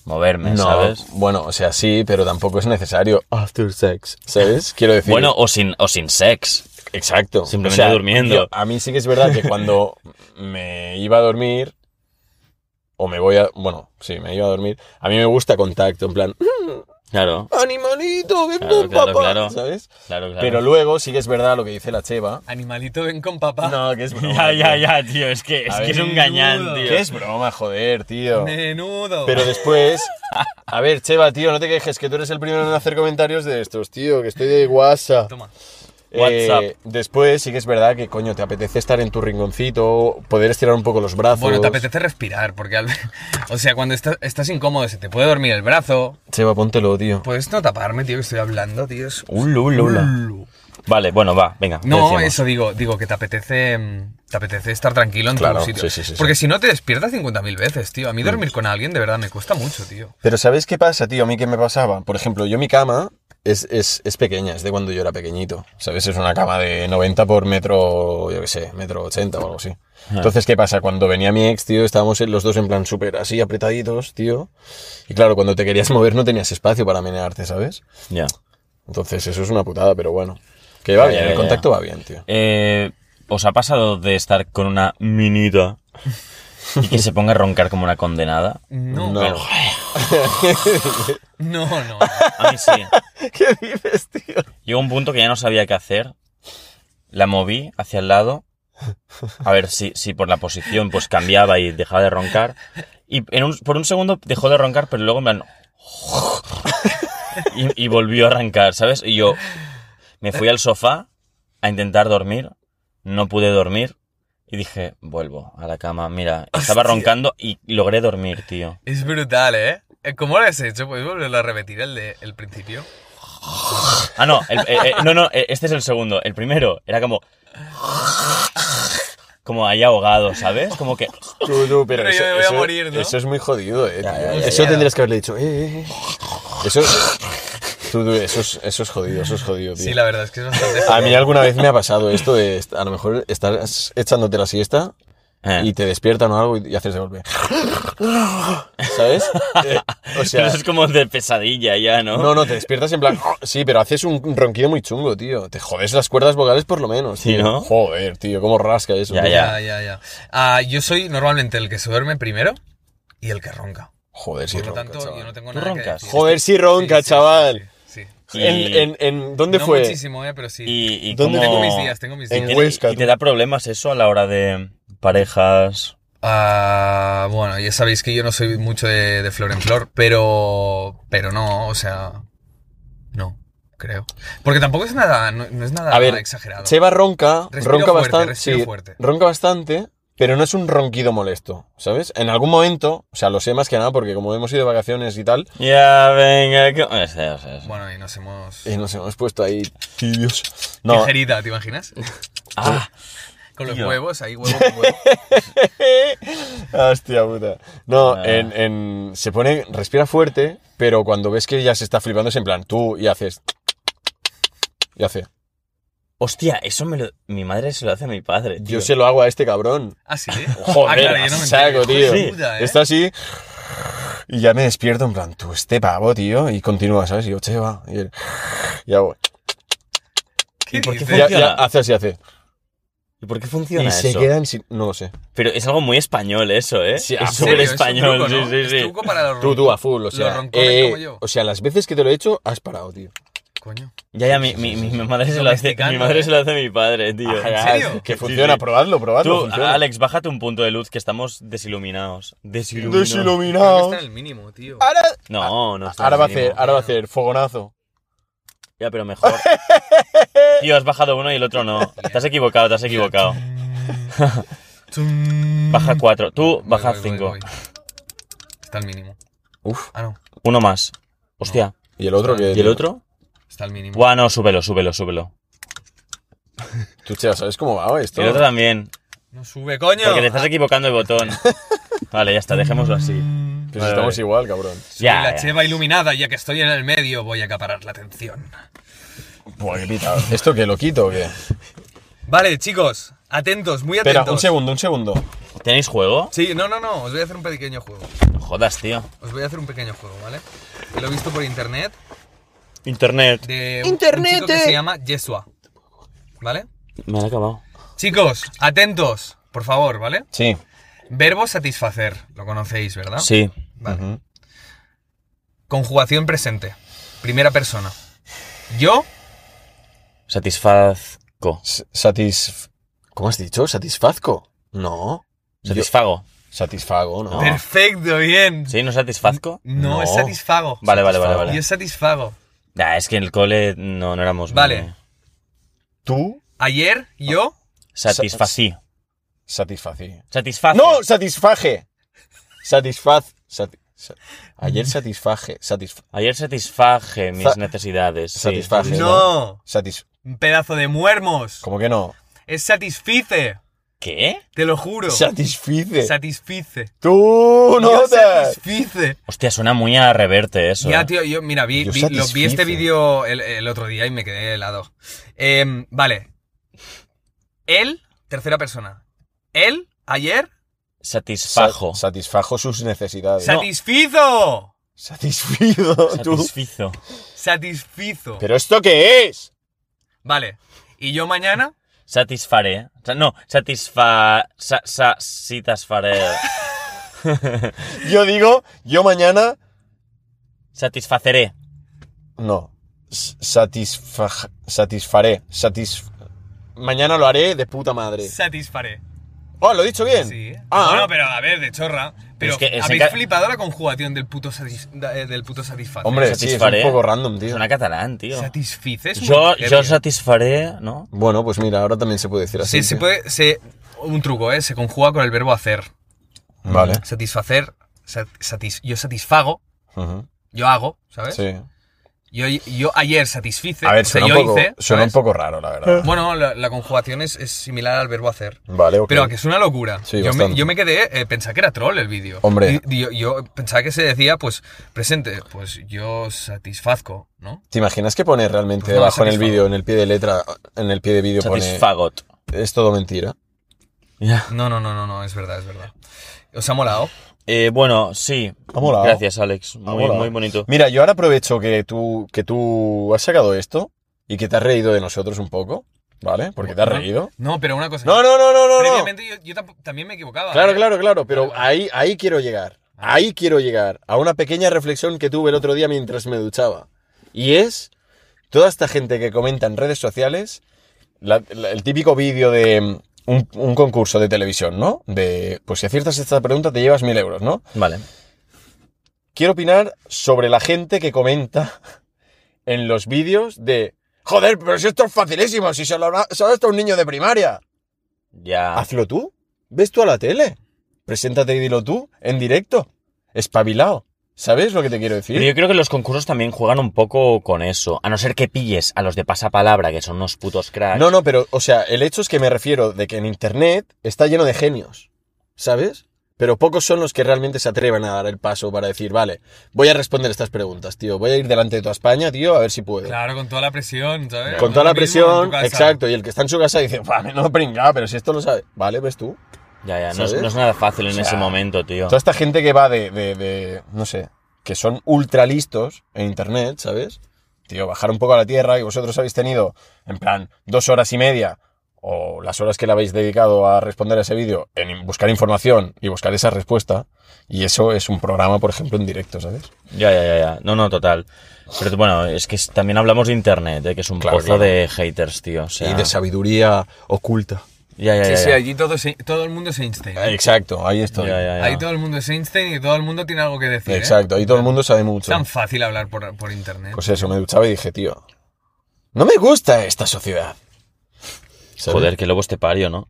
[SPEAKER 3] moverme,
[SPEAKER 2] No,
[SPEAKER 3] ¿sabes?
[SPEAKER 2] bueno, o sea, sí, pero tampoco es necesario after sex, ¿sabes? Quiero decir...
[SPEAKER 3] Bueno, o sin, o sin sex.
[SPEAKER 2] Exacto.
[SPEAKER 3] Simplemente durmiendo.
[SPEAKER 2] yo- a mí sí que es verdad que cuando me iba a dormir, o me voy a... Bueno, sí, me iba a dormir. A mí me gusta contacto, en plan,
[SPEAKER 3] Claro,
[SPEAKER 2] animalito, ven
[SPEAKER 3] Claro,
[SPEAKER 2] con
[SPEAKER 3] claro,
[SPEAKER 2] papá,
[SPEAKER 3] claro.
[SPEAKER 2] ¿sabes?
[SPEAKER 3] claro, claro.
[SPEAKER 2] Pero luego sí que es verdad lo que dice la Cheva.
[SPEAKER 1] Animalito, ven con papá.
[SPEAKER 2] No, que es broma.
[SPEAKER 3] Ya,
[SPEAKER 2] tío.
[SPEAKER 3] ya, ya, tío, es que es,
[SPEAKER 2] A
[SPEAKER 3] que
[SPEAKER 2] ver,
[SPEAKER 3] es un gañán, tío.
[SPEAKER 2] Que es broma, joder, tío.
[SPEAKER 1] Menudo.
[SPEAKER 2] Pero después... A ver, Cheva, tío, no te quejes, que tú eres el primero en hacer comentarios de estos, tío, que estoy de WhatsApp.
[SPEAKER 1] Toma.
[SPEAKER 2] Eh, después sí que es verdad que, coño, te apetece estar en tu rinconcito, poder estirar un poco los brazos.
[SPEAKER 1] Bueno, te apetece respirar, porque al... O sea, cuando estás, estás incómodo, se te puede dormir el brazo.
[SPEAKER 2] Cheva, póntelo, tío.
[SPEAKER 1] Puedes no taparme, tío, que estoy hablando, tío. es-
[SPEAKER 3] Ulu, ulu, ulu.
[SPEAKER 1] Ulu.
[SPEAKER 3] Vale, bueno, va, venga.
[SPEAKER 1] No,
[SPEAKER 3] decíamos.
[SPEAKER 1] eso digo, digo que te apetece, mm, te apetece estar tranquilo en
[SPEAKER 2] Claro,
[SPEAKER 1] tu sitio.
[SPEAKER 2] sí, sí, sí, sí.
[SPEAKER 1] Porque si no te despiertas 50.000 veces, tío. A mí dormir con alguien de verdad me cuesta mucho, tío.
[SPEAKER 2] Pero ¿sabes qué pasa, tío? A mí qué me pasaba. Por ejemplo, yo mi cama es, es, es pequeña, es de cuando yo era pequeñito. ¿Sabes? Es una cama de 90 por metro, yo qué sé, metro 80 o algo así.
[SPEAKER 3] Ah.
[SPEAKER 2] Entonces, ¿qué pasa? Cuando venía mi ex, tío, estábamos en- los dos en plan súper así, apretaditos, tío. Y claro, cuando te querías mover no tenías espacio para menearte, ¿sabes?
[SPEAKER 3] Ya.
[SPEAKER 2] Entonces, eso es una putada, pero bueno. Que va
[SPEAKER 3] Ya,
[SPEAKER 2] bien,
[SPEAKER 3] ya,
[SPEAKER 2] el
[SPEAKER 3] ya.
[SPEAKER 2] contacto va bien, tío.
[SPEAKER 3] Eh, ¿Os ha pasado de estar con una minita y que se ponga a roncar como una condenada?
[SPEAKER 1] No,
[SPEAKER 2] No.
[SPEAKER 1] no, no.
[SPEAKER 3] A mí sí. eh.
[SPEAKER 2] ¿Qué dices, tío?
[SPEAKER 3] Llegó un punto que ya no sabía qué hacer. La moví hacia el lado. A ver si, si por la posición pues cambiaba y dejaba de roncar. Y en un- por un segundo dejó de roncar, pero luego en plan... Y, y volvió a arrancar, ¿sabes? Y yo me fui al sofá a intentar dormir. No pude dormir. Y dije, vuelvo a la cama. Mira, estaba roncando y logré dormir, tío.
[SPEAKER 1] Es brutal, ¿eh? Eh, ¿Cómo lo has hecho? ¿Puedes volverlo a repetir el de el principio?
[SPEAKER 3] Ah, no, el- eh, eh, no, no, eh, este es el segundo. El primero era como. Como ahí ahogado, ¿sabes? Como que.
[SPEAKER 2] Tú, tú, pero,
[SPEAKER 1] Pero yo
[SPEAKER 2] eso,
[SPEAKER 1] me voy a
[SPEAKER 2] eso-
[SPEAKER 1] morir, ¿no?
[SPEAKER 2] eso es muy jodido, eh. tío.
[SPEAKER 3] ya, ya,
[SPEAKER 2] eso
[SPEAKER 1] ya.
[SPEAKER 2] tendrías que haberle dicho, eh, eh, eh. Eso, tú, tú, eso, es, eso es jodido, eso es jodido, tío.
[SPEAKER 1] Sí, la verdad es que es bastante.
[SPEAKER 2] A mí alguna vez me ha pasado esto de, est- a lo mejor estás echándote la siesta
[SPEAKER 3] Eh.
[SPEAKER 2] y te despiertan o algo y, y haces de golpe. ¿Sabes? Eh, o
[SPEAKER 3] Pero
[SPEAKER 2] sea,
[SPEAKER 3] eso es como de pesadilla ya, ¿no?
[SPEAKER 2] no, no, te despiertas en plan, sí, pero haces un ronquido muy chungo, tío. Te jodes las cuerdas vocales por lo menos,
[SPEAKER 3] Sí,
[SPEAKER 2] tío.
[SPEAKER 3] ¿no?
[SPEAKER 2] Joder, tío, cómo rasca eso.
[SPEAKER 3] Ya,
[SPEAKER 2] tío.
[SPEAKER 1] Ya, ya, ya. Ah, yo soy normalmente el que se duerme primero y el que ronca.
[SPEAKER 2] Joder, sí,
[SPEAKER 1] Por lo
[SPEAKER 2] ronca,
[SPEAKER 1] tanto,
[SPEAKER 2] chaval.
[SPEAKER 1] yo no tengo
[SPEAKER 3] ¿Tú
[SPEAKER 1] nada que
[SPEAKER 3] roncas?
[SPEAKER 1] decir.
[SPEAKER 2] Joder, sí ronca,
[SPEAKER 1] Sí, sí,
[SPEAKER 2] chaval.
[SPEAKER 1] Sí. sí.
[SPEAKER 3] Y-
[SPEAKER 2] En, en, en- ¿Dónde
[SPEAKER 1] no
[SPEAKER 2] fue?
[SPEAKER 1] muchísimo, ¿eh? Pero sí.
[SPEAKER 3] Y, y
[SPEAKER 2] ¿Dónde
[SPEAKER 3] como-
[SPEAKER 1] Tengo mis días, tengo mis
[SPEAKER 2] en
[SPEAKER 1] días.
[SPEAKER 3] ¿Y-
[SPEAKER 2] Huesca,
[SPEAKER 3] ¿Y te
[SPEAKER 2] tú?
[SPEAKER 3] da problemas eso a la hora de parejas?
[SPEAKER 1] Ah, bueno, ya sabéis que yo no soy mucho de, de flor en flor, pero, pero no, o sea, no, creo. Porque tampoco es nada, no, no es nada
[SPEAKER 2] A ver,
[SPEAKER 1] exagerado.
[SPEAKER 2] Seba ronca,
[SPEAKER 1] Respiro
[SPEAKER 2] ronca
[SPEAKER 1] fuerte,
[SPEAKER 2] bastante,
[SPEAKER 1] respiro
[SPEAKER 2] sí,
[SPEAKER 1] fuerte.
[SPEAKER 2] ronca bastante, pero no es un ronquido molesto, ¿sabes? En algún momento, o sea, lo sé más que nada porque como hemos ido de vacaciones y tal,
[SPEAKER 3] Ya, venga. que- o sea, o sea, o sea.
[SPEAKER 1] Bueno, y nos hemos...
[SPEAKER 2] y nos hemos puesto ahí tibios. No,
[SPEAKER 1] Tijerita, ¿te imaginas?
[SPEAKER 3] Ah,
[SPEAKER 1] Con los
[SPEAKER 3] Oh. Tío.
[SPEAKER 1] huevos, ahí huevo con huevo.
[SPEAKER 2] hostia puta. No,
[SPEAKER 3] Ah.
[SPEAKER 2] en, en- se pone, respira fuerte, pero cuando ves que ya se está flipando es en plan, tú y haces... Y hace.
[SPEAKER 3] hostia, eso me lo, mi madre se lo hace a mi padre.
[SPEAKER 2] Yo
[SPEAKER 3] tío.
[SPEAKER 2] se lo hago a este cabrón.
[SPEAKER 1] Ah, sí.
[SPEAKER 2] Joder,
[SPEAKER 1] ah, claro, yo no
[SPEAKER 2] a
[SPEAKER 1] me
[SPEAKER 2] saco,
[SPEAKER 1] entero.
[SPEAKER 2] tío.
[SPEAKER 1] Joder, puta, ¿eh?
[SPEAKER 2] Está así. Y ya me despierto en plan, tú este pavo, tío. Y continúa, ¿sabes? Y yo, che, va. Y él, ya voy.
[SPEAKER 1] ¿Qué
[SPEAKER 3] ¿Y por qué
[SPEAKER 1] dices?
[SPEAKER 2] Ya,
[SPEAKER 3] funciona?
[SPEAKER 2] ya hace así, hace.
[SPEAKER 3] ¿Y por qué
[SPEAKER 2] Y
[SPEAKER 3] funciona
[SPEAKER 2] se
[SPEAKER 3] eso?
[SPEAKER 2] quedan sin. No lo sé.
[SPEAKER 3] Pero es algo muy español eso, ¿eh?
[SPEAKER 2] Sí,
[SPEAKER 3] es
[SPEAKER 2] a
[SPEAKER 1] ¿En serio?
[SPEAKER 3] súper
[SPEAKER 1] Es un
[SPEAKER 3] español,
[SPEAKER 1] truco, ¿no?
[SPEAKER 3] sí, sí,
[SPEAKER 1] Es
[SPEAKER 3] sí.
[SPEAKER 1] truco para los
[SPEAKER 2] Tú, tú, a full. O
[SPEAKER 1] los
[SPEAKER 2] sea,
[SPEAKER 1] roncones
[SPEAKER 2] eh,
[SPEAKER 1] como yo.
[SPEAKER 2] o sea, las veces que te lo he hecho, has parado, tío.
[SPEAKER 1] Coño.
[SPEAKER 3] Ya, ya, mi, mi, mi madre se lo hace, mi
[SPEAKER 1] Domesticando,
[SPEAKER 3] madre
[SPEAKER 1] ¿eh?
[SPEAKER 3] se lo hace a mi padre, tío.
[SPEAKER 1] serio?
[SPEAKER 2] Ah, Que
[SPEAKER 3] Sí,
[SPEAKER 2] funciona,
[SPEAKER 3] sí.
[SPEAKER 2] probadlo, probadlo.
[SPEAKER 3] Tú, ah,
[SPEAKER 2] funciona.
[SPEAKER 3] Alex, bájate un punto de luz que estamos desiluminados. Desiluminados.
[SPEAKER 1] Creo que está en
[SPEAKER 2] Desiluminados.
[SPEAKER 1] el mínimo, tío.
[SPEAKER 3] Ah.
[SPEAKER 2] Ahora,
[SPEAKER 3] No, no está
[SPEAKER 2] ahora va a
[SPEAKER 3] mínimo.
[SPEAKER 2] hacer, ahora va a hacer fogonazo.
[SPEAKER 3] Ya, pero mejor. Tío, has bajado uno y el otro no. Te has equivocado, te has equivocado. Baja cuatro. Tú,
[SPEAKER 1] Voy,
[SPEAKER 3] baja
[SPEAKER 1] voy, voy,
[SPEAKER 3] cinco.
[SPEAKER 1] voy. Está al mínimo.
[SPEAKER 2] Uf.
[SPEAKER 1] Ah, no.
[SPEAKER 3] Uno más. Hostia.
[SPEAKER 2] Y el otro que.
[SPEAKER 3] ¿Y el otro?
[SPEAKER 1] Está al mínimo.
[SPEAKER 3] Buah, no, súbelo, súbelo, súbelo.
[SPEAKER 2] Tú, che, ¿sabes cómo va esto?
[SPEAKER 3] El otro también.
[SPEAKER 1] No sube, coño.
[SPEAKER 3] Porque te estás equivocando el botón. Vale, ya está, dejémoslo así.
[SPEAKER 2] Pero si
[SPEAKER 3] Vale,
[SPEAKER 2] Pues estamos
[SPEAKER 3] vale.
[SPEAKER 2] igual, cabrón.
[SPEAKER 1] Soy
[SPEAKER 3] Ya,
[SPEAKER 1] la
[SPEAKER 3] ya.
[SPEAKER 1] cheva iluminada, ya que estoy en el medio, voy a acaparar la atención.
[SPEAKER 3] Pues,
[SPEAKER 2] Buah, qué pita. ¿Esto qué lo quito o qué?
[SPEAKER 1] Vale, chicos, atentos, muy atentos.
[SPEAKER 2] Espera, un segundo, un segundo.
[SPEAKER 3] ¿Tenéis juego?
[SPEAKER 1] Sí, no, no, no, os voy a hacer un pequeño juego.
[SPEAKER 3] No jodas, tío.
[SPEAKER 1] Os voy a hacer un pequeño juego, ¿vale? Lo he visto por internet
[SPEAKER 3] Internet.
[SPEAKER 1] de un- un chico que se llama Yeshua. ¿Vale?
[SPEAKER 3] Me han acabado.
[SPEAKER 1] Chicos, atentos, por favor, ¿vale?
[SPEAKER 2] Sí.
[SPEAKER 1] Verbo satisfacer, lo conocéis,
[SPEAKER 2] Ah.
[SPEAKER 1] ¿verdad?
[SPEAKER 3] Sí.
[SPEAKER 1] Vale. Conjugación presente. Primera persona. Yo,
[SPEAKER 3] Satisfazco.
[SPEAKER 2] Satis... ¿Cómo has dicho? ¿Satisfazco? No.
[SPEAKER 3] Satisfago.
[SPEAKER 2] Yo- Satisfago, ¿no?
[SPEAKER 3] No.
[SPEAKER 1] perfecto, bien.
[SPEAKER 3] Ah. ¿Sí? ¿No satisfazco?
[SPEAKER 1] No, es
[SPEAKER 2] No.
[SPEAKER 1] satisfago.
[SPEAKER 3] Vale, vale, vale,
[SPEAKER 1] Yo
[SPEAKER 3] vale.
[SPEAKER 1] satisfago.
[SPEAKER 3] Nah, es que en el cole no, no éramos. muy-
[SPEAKER 1] Vale.
[SPEAKER 2] Tú
[SPEAKER 1] Ayer, yo,
[SPEAKER 3] Satisfací.
[SPEAKER 2] satisfací.
[SPEAKER 3] Satisface.
[SPEAKER 2] ¡No! ¡Satisfaje! Satisfaz... sati- sa- Ayer satisfaje. Satisf...
[SPEAKER 3] Ayer satisfaje mis
[SPEAKER 2] Sa-
[SPEAKER 3] necesidades. Ah, sí.
[SPEAKER 2] Satisfaje.
[SPEAKER 1] no.
[SPEAKER 2] Satis...
[SPEAKER 1] Un pedazo de muermos.
[SPEAKER 2] ¿Cómo que no?
[SPEAKER 1] Es satisfice.
[SPEAKER 3] ¿Qué?
[SPEAKER 1] Te lo juro.
[SPEAKER 2] Satisfice.
[SPEAKER 1] Satisfice. Yo
[SPEAKER 2] ¡Tú! ¡No!
[SPEAKER 1] satisfice.
[SPEAKER 3] Hostia, suena muy a reverte eso.
[SPEAKER 1] Ya,
[SPEAKER 3] eh.
[SPEAKER 1] tío, yo, mira, vi,
[SPEAKER 2] Yo
[SPEAKER 1] vi- lo- vi este
[SPEAKER 2] satisfice.
[SPEAKER 1] vídeo el, el otro día y me quedé helado. Em, vale. Él, tercera persona. Él, ayer,
[SPEAKER 3] Satisfajo.
[SPEAKER 2] Satisfajo sus necesidades.
[SPEAKER 1] satisfizo.
[SPEAKER 2] Satisfido. Tú.
[SPEAKER 3] Satisfizo.
[SPEAKER 1] Satisfizo.
[SPEAKER 2] ¿Pero esto qué es?
[SPEAKER 1] Vale. Y yo mañana,
[SPEAKER 3] Satisfaré. Sa- No, satisfa. Sa, sa, satisfaré.
[SPEAKER 2] Yo digo, yo mañana.
[SPEAKER 3] Satisfaceré.
[SPEAKER 2] No. S- Satisfaj... Satisfaré. Satis... Mañana lo haré de puta madre.
[SPEAKER 1] satisfaré.
[SPEAKER 2] Oh, lo he dicho bien.
[SPEAKER 1] Sí.
[SPEAKER 2] Ah,
[SPEAKER 1] Bueno, pero a ver, de chorra. Pero
[SPEAKER 3] es que ese
[SPEAKER 1] habéis
[SPEAKER 3] ca-
[SPEAKER 1] flipado la conjugación del puto, satis- da- eh, del puto satisface.
[SPEAKER 2] hombre, sí, es
[SPEAKER 3] Satisfaré.
[SPEAKER 2] un poco random, tío.
[SPEAKER 3] Suena catalán, tío.
[SPEAKER 1] Satisfice es
[SPEAKER 3] Yo,
[SPEAKER 1] muy heavy.
[SPEAKER 3] yo satisfaré, ¿no?
[SPEAKER 2] Bueno, pues mira, ahora también se puede decir así.
[SPEAKER 1] Sí, se
[SPEAKER 2] tío.
[SPEAKER 1] puede. Se, un truco, ¿eh? Se conjuga con el verbo hacer.
[SPEAKER 2] Vale.
[SPEAKER 1] Mm, Satisfacer. sat- satis- yo satisfago.
[SPEAKER 2] Ujú.
[SPEAKER 1] Yo hago, ¿sabes?
[SPEAKER 2] Sí.
[SPEAKER 1] Yo, yo ayer satisfice.
[SPEAKER 2] A
[SPEAKER 1] o
[SPEAKER 2] ver,
[SPEAKER 1] sea,
[SPEAKER 2] suena, un
[SPEAKER 1] yo
[SPEAKER 2] poco,
[SPEAKER 1] hice,
[SPEAKER 2] suena un
[SPEAKER 1] ¿sabes?
[SPEAKER 2] poco raro, la verdad.
[SPEAKER 1] Bueno, la, la conjugación es, es similar al verbo hacer.
[SPEAKER 2] Vale, ok.
[SPEAKER 1] Pero a que es una locura.
[SPEAKER 2] Sí,
[SPEAKER 1] yo, me,
[SPEAKER 2] bastante.
[SPEAKER 1] yo me quedé, eh, pensaba que era troll el vídeo.
[SPEAKER 2] Hombre.
[SPEAKER 1] Y- y yo, yo pensaba que se decía, pues, presente, pues yo satisfazco, ¿no?
[SPEAKER 2] ¿Te imaginas que pone realmente
[SPEAKER 1] Pues no,
[SPEAKER 2] debajo en el
[SPEAKER 1] satisfago.
[SPEAKER 2] vídeo, en el pie de letra, en el pie de vídeo pone.
[SPEAKER 3] Satisfagot.
[SPEAKER 2] Es todo mentira.
[SPEAKER 3] Ya.
[SPEAKER 1] No, no, no, no, no, es verdad, es verdad. ¿Os ha molado?
[SPEAKER 3] Eh, bueno, sí.
[SPEAKER 2] Ha molado.
[SPEAKER 3] Gracias, Alex. Muy,
[SPEAKER 2] molado.
[SPEAKER 3] muy bonito.
[SPEAKER 2] Mira, yo ahora aprovecho que tú, que tú has sacado esto y que te has reído de nosotros un poco, ¿vale? Porque te has
[SPEAKER 1] No,
[SPEAKER 2] reído.
[SPEAKER 1] No, pero una cosa.
[SPEAKER 2] No, no, no, no, no. no.
[SPEAKER 1] Previamente yo, yo tampo- también me equivocaba.
[SPEAKER 2] Claro,
[SPEAKER 1] ¿eh?
[SPEAKER 2] claro, claro, pero
[SPEAKER 1] Vale, vale.
[SPEAKER 2] ahí, ahí quiero llegar. Ahí quiero llegar a una pequeña reflexión que tuve el otro día mientras me duchaba. Y es toda esta gente que comenta en redes sociales, la- la- el típico vídeo de mm, un, un concurso de televisión, ¿no? De, pues si aciertas esta pregunta te llevas mil euros, ¿no?
[SPEAKER 3] Vale.
[SPEAKER 2] Quiero opinar sobre la gente que comenta en los vídeos de, joder, pero si esto es facilísimo, si se lo habrá- se lo ha dado un niño de primaria.
[SPEAKER 1] Ah.
[SPEAKER 3] Ya.
[SPEAKER 2] Hazlo tú. Ves tú a la tele. Preséntate y dilo tú, en directo. Espabilado. ¿Sabes lo que te quiero
[SPEAKER 3] Pero
[SPEAKER 2] decir?
[SPEAKER 3] yo creo que los concursos también juegan un poco con eso. A no ser que pilles a los de pasapalabra, que son unos putos cracks.
[SPEAKER 2] No, no, pero, o sea, el hecho es que me refiero de que en Internet está lleno de genios, ¿sabes? Pero pocos son los que realmente se atrevan a dar el paso para decir, vale, voy a responder estas preguntas, tío, voy a ir delante de toda España, tío, a ver si puedo.
[SPEAKER 1] Claro, con toda la presión, ¿sabes?
[SPEAKER 2] Con
[SPEAKER 1] No
[SPEAKER 2] toda la
[SPEAKER 1] lo mismo en
[SPEAKER 2] presión,
[SPEAKER 1] tu casa.
[SPEAKER 2] exacto, y el que está en su casa dice, vale, no, pringa, pero si esto lo sabe. Vale, ves tú.
[SPEAKER 3] Ya, ya. No, es-
[SPEAKER 2] ¿Sabes?
[SPEAKER 3] no es nada fácil en
[SPEAKER 2] O sea,
[SPEAKER 3] ese momento, tío.
[SPEAKER 2] Toda esta gente que va de, de- de, no sé, que son ultra listos en internet, ¿sabes? Tío, bajar un poco a la tierra y vosotros habéis tenido, en plan, dos horas y media o las horas que le habéis dedicado a responder a ese vídeo en in- buscar información y buscar esa respuesta. Y eso es un programa, por ejemplo, en directo, ¿sabes?
[SPEAKER 3] Ya, ya, ya, ya. No, no, total. Pero bueno, es que es- también hablamos de internet, ¿eh? que es un
[SPEAKER 2] Claro,
[SPEAKER 3] pozo
[SPEAKER 2] claro.
[SPEAKER 3] de haters, tío. O sea,
[SPEAKER 2] Y de sabiduría oculta.
[SPEAKER 3] ya, ya, ya,
[SPEAKER 1] Sí, sí,
[SPEAKER 3] ya.
[SPEAKER 1] allí todo, es- todo el mundo es Einstein. ¿eh?
[SPEAKER 2] Exacto, ahí estoy.
[SPEAKER 3] Ya, ya, ya.
[SPEAKER 1] Ahí todo el mundo es Einstein y todo el mundo tiene algo que decir. ¿eh?
[SPEAKER 2] Exacto, ahí todo el mundo sabe
[SPEAKER 1] Es
[SPEAKER 2] mucho.
[SPEAKER 1] tan fácil hablar por, por internet.
[SPEAKER 2] Pues eso, me duchaba y dije, tío, no me gusta esta sociedad. ¿Sabes?
[SPEAKER 3] Joder, qué lobos te parió, ¿no?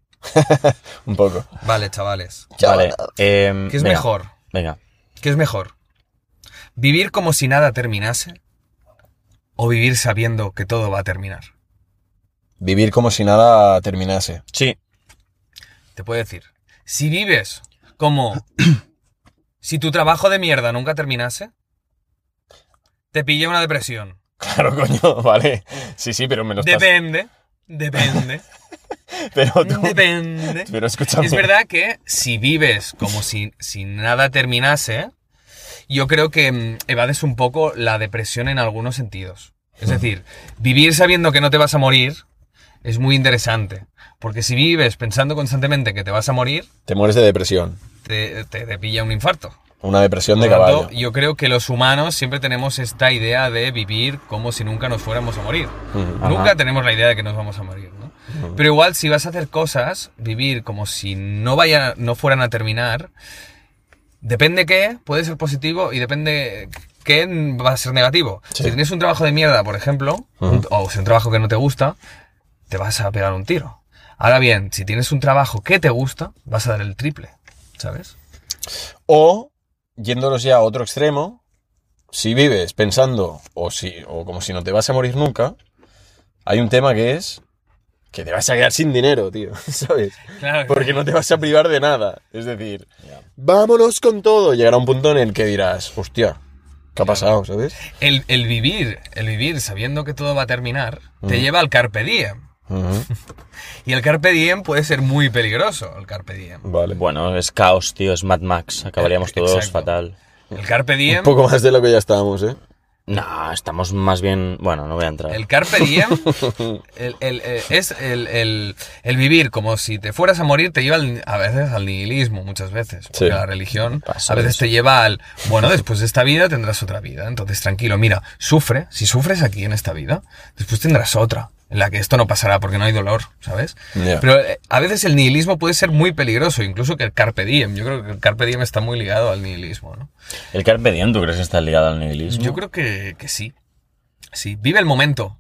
[SPEAKER 2] Un poco.
[SPEAKER 1] Vale, chavales.
[SPEAKER 3] Vale. em,
[SPEAKER 1] ¿Qué es
[SPEAKER 3] Pues, venga,
[SPEAKER 1] mejor?
[SPEAKER 3] Venga.
[SPEAKER 1] ¿Qué es mejor? ¿Vivir como si nada terminase? ¿O vivir sabiendo que todo va a terminar?
[SPEAKER 2] Vivir como si nada terminase.
[SPEAKER 3] Sí,
[SPEAKER 1] Te puedo decir. Si vives como si tu trabajo de mierda nunca terminase, te pilla una depresión.
[SPEAKER 2] Claro, coño, vale. Sí, sí, pero me lo estás...
[SPEAKER 1] Depende, depende,
[SPEAKER 2] Pero tú...
[SPEAKER 1] depende.
[SPEAKER 2] Pero escúchame.
[SPEAKER 1] Es verdad que si vives como si, si nada terminase, yo creo que mm, evades un poco la depresión en algunos sentidos. Es decir, vivir sabiendo que no te vas a morir es muy interesante. Porque si vives pensando constantemente que te vas a morir,
[SPEAKER 2] Te mueres de depresión.
[SPEAKER 1] te, te, te pilla un infarto.
[SPEAKER 2] Una depresión de
[SPEAKER 1] Por lo tanto,
[SPEAKER 2] caballo.
[SPEAKER 1] yo creo que los humanos siempre tenemos esta idea de vivir como si nunca nos fuéramos a morir.
[SPEAKER 2] Ujú.
[SPEAKER 3] Ajá.
[SPEAKER 1] Nunca tenemos la idea de que nos vamos a morir, ¿no? Pero igual si vas a hacer cosas, vivir como si no vaya, no fueran a terminar, depende qué, puede ser positivo y depende qué va a ser negativo. Si
[SPEAKER 2] Sí.
[SPEAKER 1] tienes un trabajo de mierda, por ejemplo, un- o si un trabajo que no te gusta, te vas a pegar un tiro. Ahora bien, si tienes un trabajo que te gusta, vas a dar el triple, ¿sabes?
[SPEAKER 2] O, yéndonos ya a otro extremo, si vives pensando o, si, o como si no te vas a morir nunca, hay un tema que es que te vas a quedar sin dinero, tío, ¿sabes?
[SPEAKER 1] Claro.
[SPEAKER 2] Porque no te vas a privar de nada. Es decir, vámonos con todo. Llegará un punto en el que dirás, hostia, ¿qué ha pasado, sabes?
[SPEAKER 1] El, el vivir, el vivir sabiendo que todo va a terminar, te lleva al carpe diem.
[SPEAKER 2] Ujú,
[SPEAKER 1] Y el carpe diem puede ser muy peligroso, el carpe diem.
[SPEAKER 2] Vale.
[SPEAKER 3] bueno, es caos, tío, es Mad Max. Acabaríamos todos
[SPEAKER 1] Exacto.
[SPEAKER 3] fatal.
[SPEAKER 1] El carpe diem,
[SPEAKER 2] Un poco más de lo que ya estábamos, ¿eh?
[SPEAKER 3] No, estamos más bien. Bueno, no voy a entrar.
[SPEAKER 1] el carpe diem el- el- el- es el, el- el vivir como si te fueras a morir, te lleva al- a veces al nihilismo, muchas veces. Porque
[SPEAKER 2] Sí.
[SPEAKER 1] la religión
[SPEAKER 2] Pasa
[SPEAKER 1] a veces te lleva al, bueno, después de esta vida tendrás otra vida. Entonces, tranquilo, mira, sufre, si sufres aquí en esta vida, después tendrás otra, en la que esto no pasará porque no hay dolor, ¿sabes?
[SPEAKER 2] Ya.
[SPEAKER 1] Pero eh, a veces el nihilismo puede ser muy peligroso, incluso que el carpe diem. Yo creo que el carpe diem está muy ligado al nihilismo, ¿no?
[SPEAKER 3] ¿El Carpe Diem, tú crees que está ligado al nihilismo?
[SPEAKER 1] Yo creo que, que sí. Sí, vive el momento.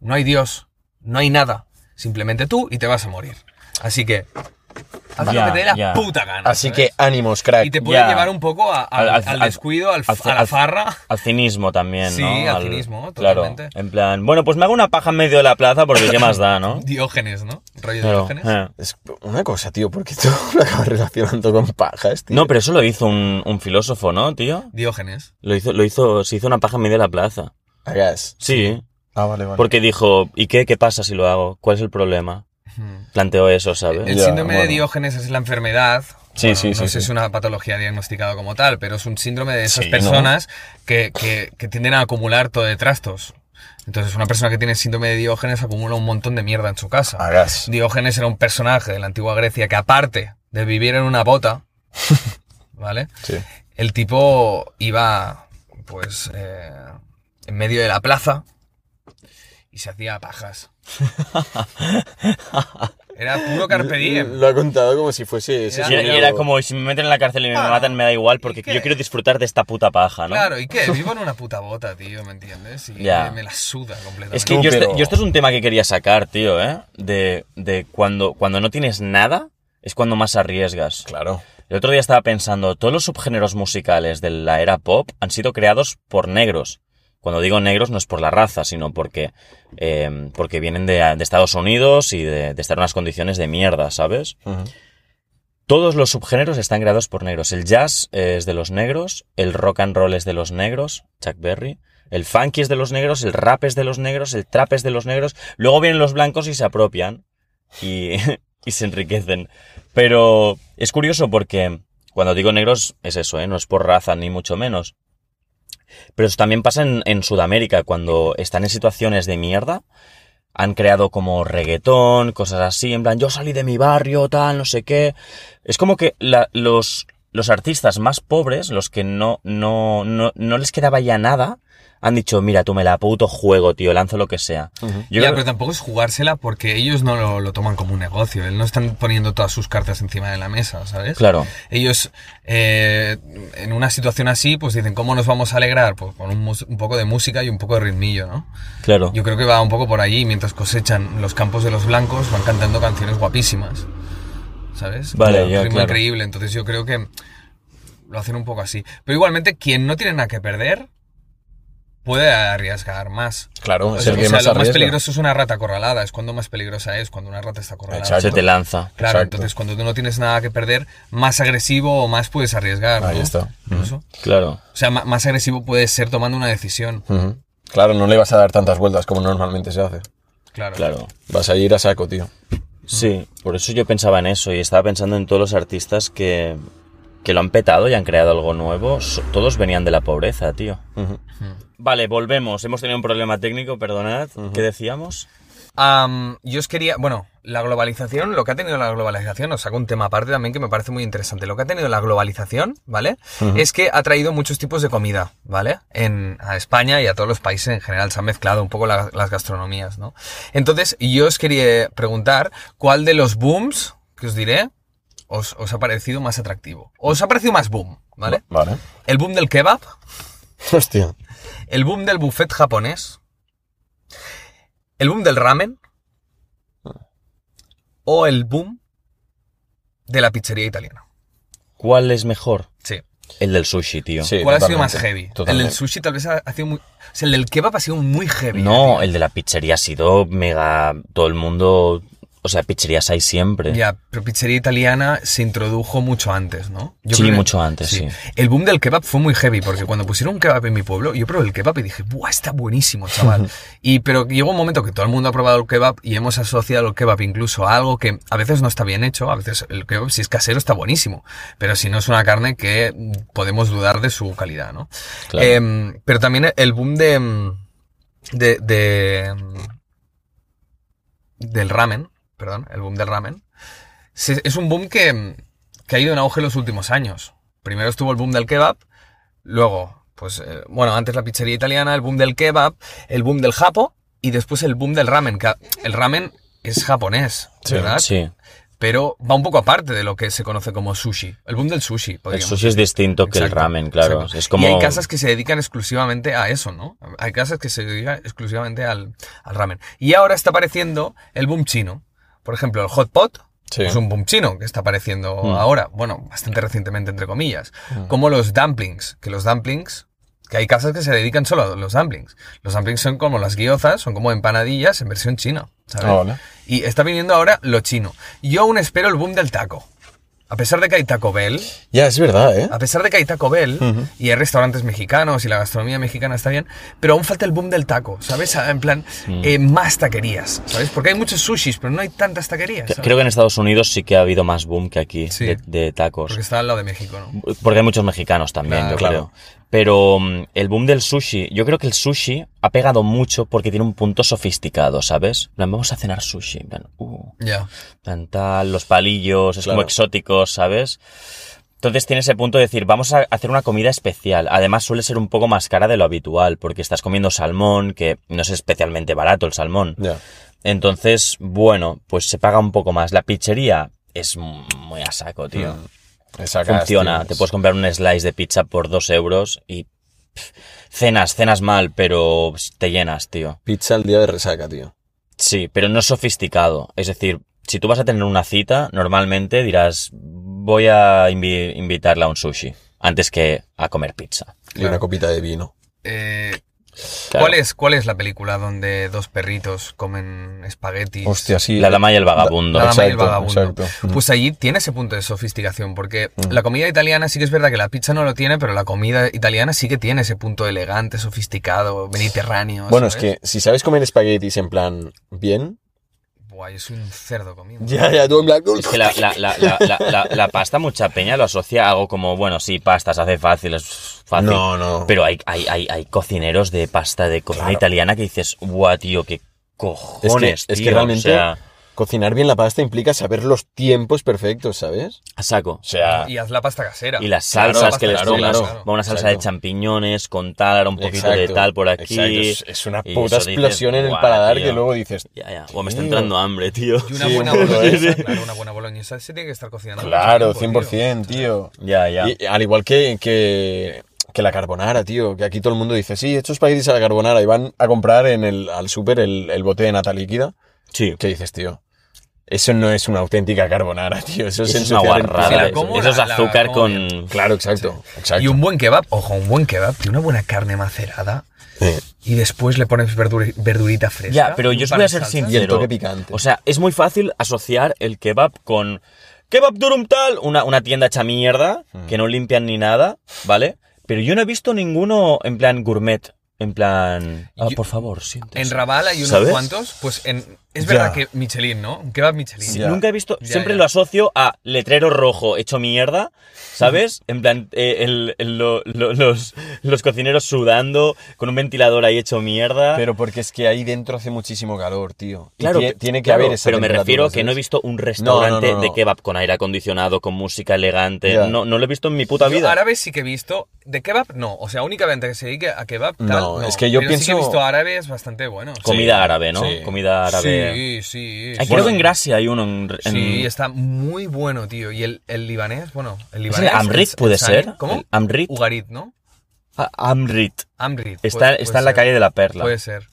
[SPEAKER 1] No hay Dios, no hay nada. Simplemente tú y te vas a morir. Así que, haz lo
[SPEAKER 3] Ya,
[SPEAKER 1] que te dé la
[SPEAKER 3] ya.
[SPEAKER 1] puta gana.
[SPEAKER 2] Así
[SPEAKER 1] ¿sabes?
[SPEAKER 2] que ánimos, crack.
[SPEAKER 1] Y te puede
[SPEAKER 3] ya.
[SPEAKER 1] llevar un poco a- al,
[SPEAKER 3] Al- al-
[SPEAKER 1] al
[SPEAKER 3] al-
[SPEAKER 1] descuido, al,
[SPEAKER 3] al-
[SPEAKER 1] a la
[SPEAKER 3] al-
[SPEAKER 1] farra.
[SPEAKER 3] Al cinismo también,
[SPEAKER 1] Sí,
[SPEAKER 3] ¿no?
[SPEAKER 1] al cinismo, totalmente.
[SPEAKER 3] Claro, en plan, bueno, pues me hago una paja en medio de la plaza porque qué más da, ¿no?
[SPEAKER 1] Diógenes, ¿no? Rollo
[SPEAKER 3] Claro,
[SPEAKER 1] Diógenes.
[SPEAKER 3] eh.
[SPEAKER 2] Es una cosa, tío, porque tú lo acabas relacionando con pajas, tío.
[SPEAKER 3] No, pero eso lo hizo un, un filósofo, ¿no, tío?
[SPEAKER 1] Diógenes.
[SPEAKER 3] Lo hizo, lo hizo, se hizo una paja en medio de la plaza.
[SPEAKER 2] Hagas.
[SPEAKER 3] Sí,
[SPEAKER 2] Ah, vale, vale.
[SPEAKER 3] porque dijo, ¿y qué? ¿Qué pasa si lo hago? ¿Cuál es el problema? Planteó eso, ¿sabes?
[SPEAKER 1] El
[SPEAKER 2] Ya,
[SPEAKER 1] síndrome de
[SPEAKER 2] bueno.
[SPEAKER 1] Diógenes es la enfermedad.
[SPEAKER 2] Sí, sí,
[SPEAKER 1] no
[SPEAKER 2] sí,
[SPEAKER 1] sé si
[SPEAKER 2] sí.
[SPEAKER 1] es una patología diagnosticada como tal, pero es un síndrome de esas
[SPEAKER 2] Sí, ¿no?
[SPEAKER 1] personas que, que- que tienden a acumular todo de trastos. Entonces, una persona que tiene síndrome de Diógenes acumula un montón de mierda en su casa.
[SPEAKER 2] Hagas.
[SPEAKER 1] Diógenes era un personaje de la antigua Grecia que, aparte de vivir en una bota, ¿vale?
[SPEAKER 2] Sí.
[SPEAKER 1] El tipo iba, pues, eh, en medio de la plaza y se hacía pajas. Era puro carpe diem.
[SPEAKER 2] Lo ha contado como si fuese... ese
[SPEAKER 1] Era-
[SPEAKER 3] Y era,
[SPEAKER 2] sonido-
[SPEAKER 3] y era como, si me meten en la cárcel y me
[SPEAKER 1] Ah,
[SPEAKER 3] matan, me da igual, porque
[SPEAKER 1] ¿y qué?
[SPEAKER 3] yo quiero disfrutar de esta puta paja, ¿no?
[SPEAKER 1] Claro, ¿y qué? Vivo en una puta bota, tío, ¿me entiendes? Y
[SPEAKER 3] Ya.
[SPEAKER 1] me la suda completamente.
[SPEAKER 3] Es que
[SPEAKER 2] No,
[SPEAKER 3] yo, este,
[SPEAKER 2] pero-
[SPEAKER 3] yo esto es un tema que quería sacar, tío, ¿eh? De, de cuando, cuando no tienes nada, es cuando más arriesgas.
[SPEAKER 2] Claro.
[SPEAKER 3] El otro día estaba pensando, todos los subgéneros musicales de la era pop han sido creados por negros. Cuando digo negros no es por la raza, sino porque, eh, porque vienen de, de Estados Unidos y de, de estar en unas condiciones de mierda, ¿sabes?
[SPEAKER 2] Ujú.
[SPEAKER 3] Todos los subgéneros están creados por negros. El jazz eh, es de los negros, el rock and roll es de los negros, Chuck Berry. El funky es de los negros, el rap es de los negros, el trap es de los negros. Luego vienen los blancos y se apropian y, y se enriquecen. Pero es curioso porque cuando digo negros es eso, ¿eh? no es por raza ni mucho menos. Pero eso también pasa en, en Sudamérica, cuando están en situaciones de mierda, han creado como reggaetón, cosas así, en plan, yo salí de mi barrio, tal, no sé qué. Es como que la- los, los artistas más pobres, los que no, no, no, no les quedaba ya nada, han dicho, mira, tú me la puto juego, tío, lanzo lo que sea. Yo
[SPEAKER 1] ya,
[SPEAKER 3] creo-
[SPEAKER 1] pero tampoco es jugársela porque ellos no lo, lo toman como un negocio. Él no están poniendo todas sus cartas encima de la mesa, ¿sabes?
[SPEAKER 3] Claro.
[SPEAKER 1] Ellos, eh, en una situación así, pues dicen, ¿cómo nos vamos a alegrar? Pues con un, mus- un poco de música y un poco de ritmillo, ¿no?
[SPEAKER 3] Claro.
[SPEAKER 1] Yo creo que va un poco por allí. Mientras cosechan los campos de los blancos, van cantando canciones guapísimas, ¿sabes?
[SPEAKER 3] Vale,
[SPEAKER 1] un
[SPEAKER 3] ya,
[SPEAKER 1] ritmo
[SPEAKER 3] claro.
[SPEAKER 1] increíble. Entonces yo creo que lo hacen un poco así. Pero igualmente, quien no tiene nada que perder, puede arriesgar más.
[SPEAKER 2] Claro,
[SPEAKER 1] O
[SPEAKER 2] es
[SPEAKER 1] sea,
[SPEAKER 2] el que
[SPEAKER 1] o sea,
[SPEAKER 2] más
[SPEAKER 1] lo más
[SPEAKER 2] arriesga.
[SPEAKER 1] peligroso es una rata acorralada, es cuando más peligrosa es, cuando una rata está acorralada.
[SPEAKER 2] Exacto.
[SPEAKER 3] Se te lanza.
[SPEAKER 1] Claro,
[SPEAKER 2] Exacto.
[SPEAKER 1] entonces cuando tú no tienes nada que perder, más agresivo o más puedes arriesgar.
[SPEAKER 2] Ahí
[SPEAKER 1] ¿no?
[SPEAKER 2] está.
[SPEAKER 1] Incluso.
[SPEAKER 3] Claro.
[SPEAKER 1] O sea, ma- más agresivo puedes ser tomando una decisión.
[SPEAKER 2] Ujú. Claro, no le vas a dar tantas vueltas como normalmente se hace.
[SPEAKER 1] Claro.
[SPEAKER 3] Claro.
[SPEAKER 2] Vas a ir a saco, tío.
[SPEAKER 3] Sí, por eso yo pensaba en eso y estaba pensando en todos los artistas que, que lo han petado y han creado algo nuevo. So- Todos venían de la pobreza, tío. Vale, volvemos. Hemos tenido un problema técnico, perdonad. ¿Qué decíamos?
[SPEAKER 1] Am, yo os quería, bueno, la globalización, lo que ha tenido la globalización, os saco un tema aparte también que me parece muy interesante. Lo que ha tenido la globalización, ¿vale? Es que ha traído muchos tipos de comida, ¿vale? En, a España y a todos los países en general se han mezclado un poco la- las gastronomías, ¿no? Entonces, yo os quería preguntar cuál de los booms, que os diré, os, os ha parecido más atractivo. Os ha parecido más boom, ¿vale?
[SPEAKER 2] Vale.
[SPEAKER 1] El boom del kebab,
[SPEAKER 2] Hostia.
[SPEAKER 1] el boom del buffet japonés, el boom del ramen o el boom de la pizzería italiana.
[SPEAKER 3] ¿Cuál es mejor?
[SPEAKER 1] Sí.
[SPEAKER 3] El del sushi, tío.
[SPEAKER 2] Sí,
[SPEAKER 1] ¿Cuál ha sido
[SPEAKER 2] totalmente,
[SPEAKER 1] más heavy? El
[SPEAKER 2] totalmente.
[SPEAKER 1] del sushi tal vez ha, ha sido muy... O sea, el del kebab ha sido muy heavy. eh,
[SPEAKER 3] No, eh. el de la pizzería ha sido mega. Todo el mundo. O sea, pizzerías hay siempre.
[SPEAKER 1] Ya, pero pizzería italiana se introdujo mucho antes, ¿no?
[SPEAKER 3] Sí,
[SPEAKER 1] creo que-
[SPEAKER 3] mucho antes, sí.
[SPEAKER 1] El boom del kebab fue muy heavy, porque cuando pusieron un kebab en mi pueblo, yo probé el kebab y dije, ¡buah, está buenísimo, chaval! y, pero llegó un momento que todo el mundo ha probado el kebab y hemos asociado el kebab incluso a algo que a veces no está bien hecho, a veces el kebab, si es casero, está buenísimo, pero si no es una carne que mm, podemos dudar de su calidad, ¿no?
[SPEAKER 3] Claro.
[SPEAKER 1] Em, pero también el boom de... mm, de, de del ramen, perdón, el boom del ramen, se- es un boom que, que ha ido en auge en los últimos años. Primero estuvo el boom del kebab, luego, pues, eh, bueno, antes la pizzería italiana, el boom del kebab, el boom del japo y después el boom del ramen, que el ramen es japonés,
[SPEAKER 2] Sí,
[SPEAKER 1] ¿verdad?
[SPEAKER 3] Sí.
[SPEAKER 1] Pero va un poco aparte de lo que se conoce como sushi, el boom del sushi.
[SPEAKER 3] El
[SPEAKER 1] podríamos
[SPEAKER 3] sushi es distinto que el
[SPEAKER 1] Exacto,
[SPEAKER 3] ramen, claro.
[SPEAKER 1] exacto.
[SPEAKER 3] Es como.
[SPEAKER 1] Y hay casas que se dedican exclusivamente a eso, ¿no? Hay casas que se dedican exclusivamente al, al ramen. Y ahora está apareciendo el boom chino. Por ejemplo, el hot pot
[SPEAKER 2] Sí.
[SPEAKER 1] es un boom chino que está apareciendo
[SPEAKER 3] Mm.
[SPEAKER 1] ahora. Bueno, bastante recientemente, entre comillas. Como los dumplings, que los dumplings... Que hay casas que se dedican solo a los dumplings. Los dumplings son como las guiozas, son como empanadillas en versión china. ¿sabes?
[SPEAKER 2] Ah, vale.
[SPEAKER 1] Y está viniendo ahora lo chino. Yo aún espero el boom del taco. A pesar de que hay Taco Bell,
[SPEAKER 2] Ya, es verdad, ¿eh?
[SPEAKER 1] a pesar de que hay Taco Bell y hay restaurantes mexicanos y la gastronomía mexicana está bien, pero aún falta el boom del taco, ¿sabes? En plan, eh, más taquerías, ¿sabes? Porque hay muchos sushis, pero no hay tantas taquerías. ¿sabes?
[SPEAKER 3] Creo que en Estados Unidos sí que ha habido más boom que aquí
[SPEAKER 1] Sí.
[SPEAKER 3] de, de tacos.
[SPEAKER 1] Porque está al lado de México, ¿no?
[SPEAKER 3] Porque hay muchos mexicanos también,
[SPEAKER 1] Claro,
[SPEAKER 3] yo
[SPEAKER 2] claro.
[SPEAKER 3] creo. Pero mm, el boom del sushi, yo creo que el sushi ha pegado mucho porque tiene un punto sofisticado, ¿sabes? En plan, vamos a cenar sushi. en plan, uh,
[SPEAKER 1] Ya.
[SPEAKER 3] tan, tal, los palillos, es
[SPEAKER 2] Claro.
[SPEAKER 3] como exótico, ¿sabes? Entonces tiene ese punto de decir, vamos a hacer una comida especial. Además suele ser un poco más cara de lo habitual, porque estás comiendo salmón, que no es especialmente barato el salmón.
[SPEAKER 2] Ya.
[SPEAKER 3] Entonces, bueno, pues se paga un poco más. La pizzería es muy a saco, tío.
[SPEAKER 2] Mm. Esa
[SPEAKER 3] Funciona.
[SPEAKER 2] castigo.
[SPEAKER 3] Te puedes comprar un slice de pizza por dos euros y pff, cenas, cenas mal, pero te llenas, tío.
[SPEAKER 2] Pizza el día de resaca, tío.
[SPEAKER 3] Sí, pero no es sofisticado. Es decir, si tú vas a tener una cita, normalmente dirás, voy a invi- invitarla a un sushi antes que a comer pizza.
[SPEAKER 2] Y
[SPEAKER 1] Claro.
[SPEAKER 2] una copita de vino.
[SPEAKER 1] Eh,
[SPEAKER 3] Claro.
[SPEAKER 1] ¿cuál, es, ¿Cuál es la película donde dos perritos comen espaguetis?
[SPEAKER 2] Hostia, sí. eh,
[SPEAKER 3] La dama y el vagabundo.
[SPEAKER 1] La dama y el
[SPEAKER 2] Exacto,
[SPEAKER 1] vagabundo.
[SPEAKER 2] exacto.
[SPEAKER 1] Pues allí tiene ese punto de sofisticación, porque la comida italiana sí que es verdad que la pizza no lo tiene, pero la comida italiana sí que tiene ese punto elegante, sofisticado, mediterráneo.
[SPEAKER 2] Bueno, es
[SPEAKER 1] ¿sabes?
[SPEAKER 2] que si sabes comer espaguetis en plan bien,
[SPEAKER 1] Buah, yo soy un cerdo comiendo.
[SPEAKER 2] ya, ya, tú en blanco.
[SPEAKER 3] Es que la, la- la- la- la- la- la pasta mucha peña lo asocia a algo como, bueno, sí, pasta se hace fácil, es fácil.
[SPEAKER 2] No, no.
[SPEAKER 3] Pero hay, hay, hay, hay cocineros de pasta de cocina
[SPEAKER 2] Claro.
[SPEAKER 3] italiana que dices, guau, tío, qué
[SPEAKER 2] es que,
[SPEAKER 3] cojones,
[SPEAKER 2] es que
[SPEAKER 3] tío".
[SPEAKER 2] realmente
[SPEAKER 3] O sea,
[SPEAKER 2] cocinar bien la pasta implica saber los tiempos perfectos, ¿sabes?
[SPEAKER 3] a saco.
[SPEAKER 2] O sea,
[SPEAKER 1] Y haz la pasta casera.
[SPEAKER 3] Y las
[SPEAKER 1] Claro,
[SPEAKER 3] salsas
[SPEAKER 1] la pasta
[SPEAKER 3] que les
[SPEAKER 1] casera,
[SPEAKER 3] pongas.
[SPEAKER 1] claro.
[SPEAKER 3] va una salsa
[SPEAKER 2] Exacto.
[SPEAKER 3] de champiñones con tal, ahora un poquito de
[SPEAKER 2] exacto,
[SPEAKER 3] tal por aquí.
[SPEAKER 2] exacto. Es, es una
[SPEAKER 3] Y
[SPEAKER 2] puta
[SPEAKER 3] eso dices,
[SPEAKER 2] explosión en el
[SPEAKER 3] "Guau,
[SPEAKER 2] paladar
[SPEAKER 3] tío".
[SPEAKER 2] que luego dices,
[SPEAKER 3] Ya, ya. Guau, me está
[SPEAKER 2] Tío.
[SPEAKER 3] entrando hambre, tío.
[SPEAKER 1] Y una
[SPEAKER 2] Sí,
[SPEAKER 1] buena
[SPEAKER 2] un poco
[SPEAKER 1] boloñesa.
[SPEAKER 2] eso.
[SPEAKER 1] Claro, una buena boloñesa se tiene que estar cocinando. mucho
[SPEAKER 2] claro,
[SPEAKER 1] tiempo,
[SPEAKER 2] 100%, tío.
[SPEAKER 3] Ya, ya.
[SPEAKER 2] Y, al igual que, que, que la carbonara, tío, que aquí todo el mundo dice, sí, estos paquetes a la carbonara y van a comprar en el, al súper el, el bote de nata líquida.
[SPEAKER 3] Sí.
[SPEAKER 2] ¿Qué dices, tío? Eso no es una auténtica carbonara, tío. Eso es
[SPEAKER 3] Eso es una
[SPEAKER 2] ensuciar el
[SPEAKER 1] Si
[SPEAKER 3] guarrada.
[SPEAKER 1] la
[SPEAKER 2] plato.
[SPEAKER 1] como,
[SPEAKER 3] Eso es
[SPEAKER 1] la- la
[SPEAKER 3] azúcar
[SPEAKER 1] como
[SPEAKER 3] con...
[SPEAKER 2] Claro, exacto.
[SPEAKER 1] tío.
[SPEAKER 2] exacto.
[SPEAKER 1] Y un buen kebab, ojo, un buen kebab, tío, una buena carne macerada.
[SPEAKER 2] Eh,
[SPEAKER 1] Y después le pones verdur- verdurita fresca.
[SPEAKER 3] Ya, pero
[SPEAKER 1] y un
[SPEAKER 3] yo os
[SPEAKER 1] par
[SPEAKER 3] voy a
[SPEAKER 1] de
[SPEAKER 3] ser
[SPEAKER 1] salsas.
[SPEAKER 3] sincero.
[SPEAKER 2] Y el toque picante.
[SPEAKER 3] O sea, es muy fácil asociar el kebab con kebab durum tal, una, una tienda hecha mierda,
[SPEAKER 2] Mm.
[SPEAKER 3] que no limpian ni nada, ¿vale? Pero yo no he visto ninguno en plan gourmet, en plan... "Ah,
[SPEAKER 1] Yo-
[SPEAKER 3] por favor, siéntese.
[SPEAKER 1] En Raval hay unos
[SPEAKER 3] ¿Sabes?
[SPEAKER 1] cuantos, pues en, es
[SPEAKER 2] Ya.
[SPEAKER 1] verdad que Michelin, ¿no? Un kebab Michelin.
[SPEAKER 2] Ya.
[SPEAKER 3] Nunca he visto,
[SPEAKER 1] Ya,
[SPEAKER 3] siempre
[SPEAKER 1] ya.
[SPEAKER 3] lo asocio a letrero rojo hecho mierda, ¿sabes? En plan, eh, el- el- lo- lo- los, los cocineros sudando con un ventilador ahí hecho mierda.
[SPEAKER 2] Pero porque es que ahí dentro hace muchísimo calor, tío. Y
[SPEAKER 3] Claro,
[SPEAKER 2] tie-
[SPEAKER 3] pe-
[SPEAKER 2] tiene que
[SPEAKER 3] claro,
[SPEAKER 2] haber esa
[SPEAKER 3] Pero me
[SPEAKER 2] temperatura,
[SPEAKER 3] refiero que no he
[SPEAKER 2] ¿sabes?
[SPEAKER 3] visto un restaurante
[SPEAKER 2] no, no.
[SPEAKER 3] de kebab con aire acondicionado, con música elegante.
[SPEAKER 2] Ya.
[SPEAKER 3] No, no lo he visto en mi puta
[SPEAKER 1] Yo
[SPEAKER 3] vida.
[SPEAKER 1] árabes sí que he visto. De kebab, no. O sea, únicamente que se dedique a kebab, tal.
[SPEAKER 2] No, es que yo
[SPEAKER 1] Pero Sí que he
[SPEAKER 2] pienso-
[SPEAKER 1] visto árabes bastante buenos.
[SPEAKER 3] Comida árabe, ¿no?
[SPEAKER 2] sí.
[SPEAKER 3] Comida árabe.
[SPEAKER 1] Sí, sí.
[SPEAKER 3] Ay,
[SPEAKER 1] sí.
[SPEAKER 3] creo que
[SPEAKER 1] Bueno,
[SPEAKER 3] en Gracia hay uno. En, en-
[SPEAKER 1] Sí, está muy bueno, tío. ¿Y el, el libanés? Bueno, el
[SPEAKER 3] ¿Es el
[SPEAKER 1] libanés.
[SPEAKER 3] Amrit,
[SPEAKER 1] el-
[SPEAKER 3] puede
[SPEAKER 1] el
[SPEAKER 3] ser?
[SPEAKER 1] Sani, ¿Cómo?
[SPEAKER 3] El Amrit.
[SPEAKER 1] Ugarit, ¿no?
[SPEAKER 3] Ah, Amrit.
[SPEAKER 1] Amrit.
[SPEAKER 3] Está,
[SPEAKER 1] puede-
[SPEAKER 3] está
[SPEAKER 1] puede
[SPEAKER 3] en la
[SPEAKER 1] ser.
[SPEAKER 3] calle de la Perla.
[SPEAKER 1] Puede ser.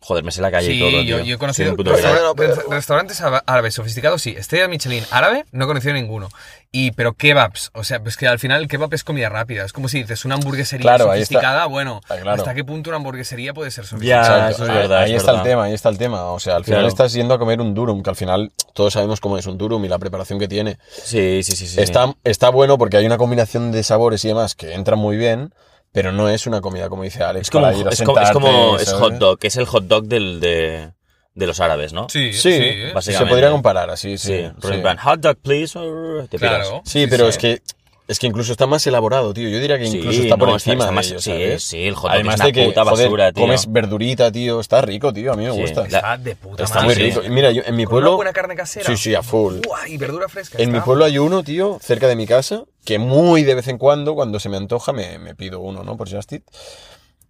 [SPEAKER 3] Joder, me sé la calle
[SPEAKER 1] sí,
[SPEAKER 3] y todo.
[SPEAKER 1] yo,
[SPEAKER 3] tío.
[SPEAKER 1] yo he
[SPEAKER 3] Soy
[SPEAKER 1] conocido
[SPEAKER 3] un puto
[SPEAKER 1] resta-
[SPEAKER 3] crack.
[SPEAKER 1] resta- restaurantes ára- árabes sofisticados, sí. Estrella Michelin árabe, no he conocido ninguno. Y, pero kebabs, o sea, pues que al final el kebab es comida rápida. Es como si dices una hamburguesería
[SPEAKER 2] Claro, ahí está.
[SPEAKER 1] sofisticada, bueno,
[SPEAKER 2] Ah, claro.
[SPEAKER 1] ¿hasta qué punto una hamburguesería puede ser
[SPEAKER 3] Ah,
[SPEAKER 1] sofisticada?
[SPEAKER 2] Exacto.
[SPEAKER 3] eso es
[SPEAKER 2] Ahí-
[SPEAKER 3] verdad,
[SPEAKER 2] Ahí
[SPEAKER 3] es
[SPEAKER 2] está el
[SPEAKER 3] verdad.
[SPEAKER 2] tema, ahí está el tema. O sea, al final
[SPEAKER 3] Claro.
[SPEAKER 2] estás yendo a comer un durum, que al final todos sabemos cómo es un durum y la preparación que tiene.
[SPEAKER 3] Sí, sí, sí. sí
[SPEAKER 2] Está, está bueno porque hay una combinación de sabores y demás que entra muy bien, pero no es una comida como dice Alex.
[SPEAKER 3] Es como,
[SPEAKER 2] para ir a
[SPEAKER 3] es como, es
[SPEAKER 2] sentarte, ¿eh?
[SPEAKER 3] como- es
[SPEAKER 2] ¿sabes?
[SPEAKER 3] hot dog, es el hot dog del, de, de los árabes, ¿no?
[SPEAKER 1] Sí,
[SPEAKER 2] Sí,
[SPEAKER 1] sí.
[SPEAKER 2] sí,
[SPEAKER 1] ¿eh?
[SPEAKER 2] se
[SPEAKER 3] básicamente.
[SPEAKER 2] podría comparar así,
[SPEAKER 3] Sí,
[SPEAKER 2] sí.
[SPEAKER 3] rollo en plan, hot dog, please. or- Te piras.
[SPEAKER 1] Claro.
[SPEAKER 2] Sí, pero es que es que incluso está más elaborado, tío. Yo diría que incluso
[SPEAKER 3] Sí,
[SPEAKER 2] está por
[SPEAKER 3] no, está-
[SPEAKER 2] encima
[SPEAKER 3] está
[SPEAKER 2] de
[SPEAKER 3] más-
[SPEAKER 2] ello,
[SPEAKER 3] sí,
[SPEAKER 2] ¿sabes?
[SPEAKER 3] sí, el hot dog
[SPEAKER 2] Además
[SPEAKER 3] es una
[SPEAKER 2] de que,
[SPEAKER 3] puta
[SPEAKER 2] joder,
[SPEAKER 3] basura, tío.
[SPEAKER 2] comes verdurita, tío. Está rico, tío. A mí me
[SPEAKER 3] Sí,
[SPEAKER 2] gusta.
[SPEAKER 3] la-
[SPEAKER 1] Está de puta
[SPEAKER 2] Está
[SPEAKER 1] madre.
[SPEAKER 2] muy
[SPEAKER 3] sí.
[SPEAKER 2] rico. Y mira, yo en mi
[SPEAKER 1] Con una
[SPEAKER 2] pueblo...
[SPEAKER 1] buena carne casera.
[SPEAKER 2] Sí, sí, a full.
[SPEAKER 1] Buah, y verdura fresca.
[SPEAKER 2] En mi
[SPEAKER 1] está.
[SPEAKER 2] pueblo hay uno, tío, cerca de mi casa, que muy de vez en cuando, cuando se me antoja, me, me pido uno, ¿no? Por Justit.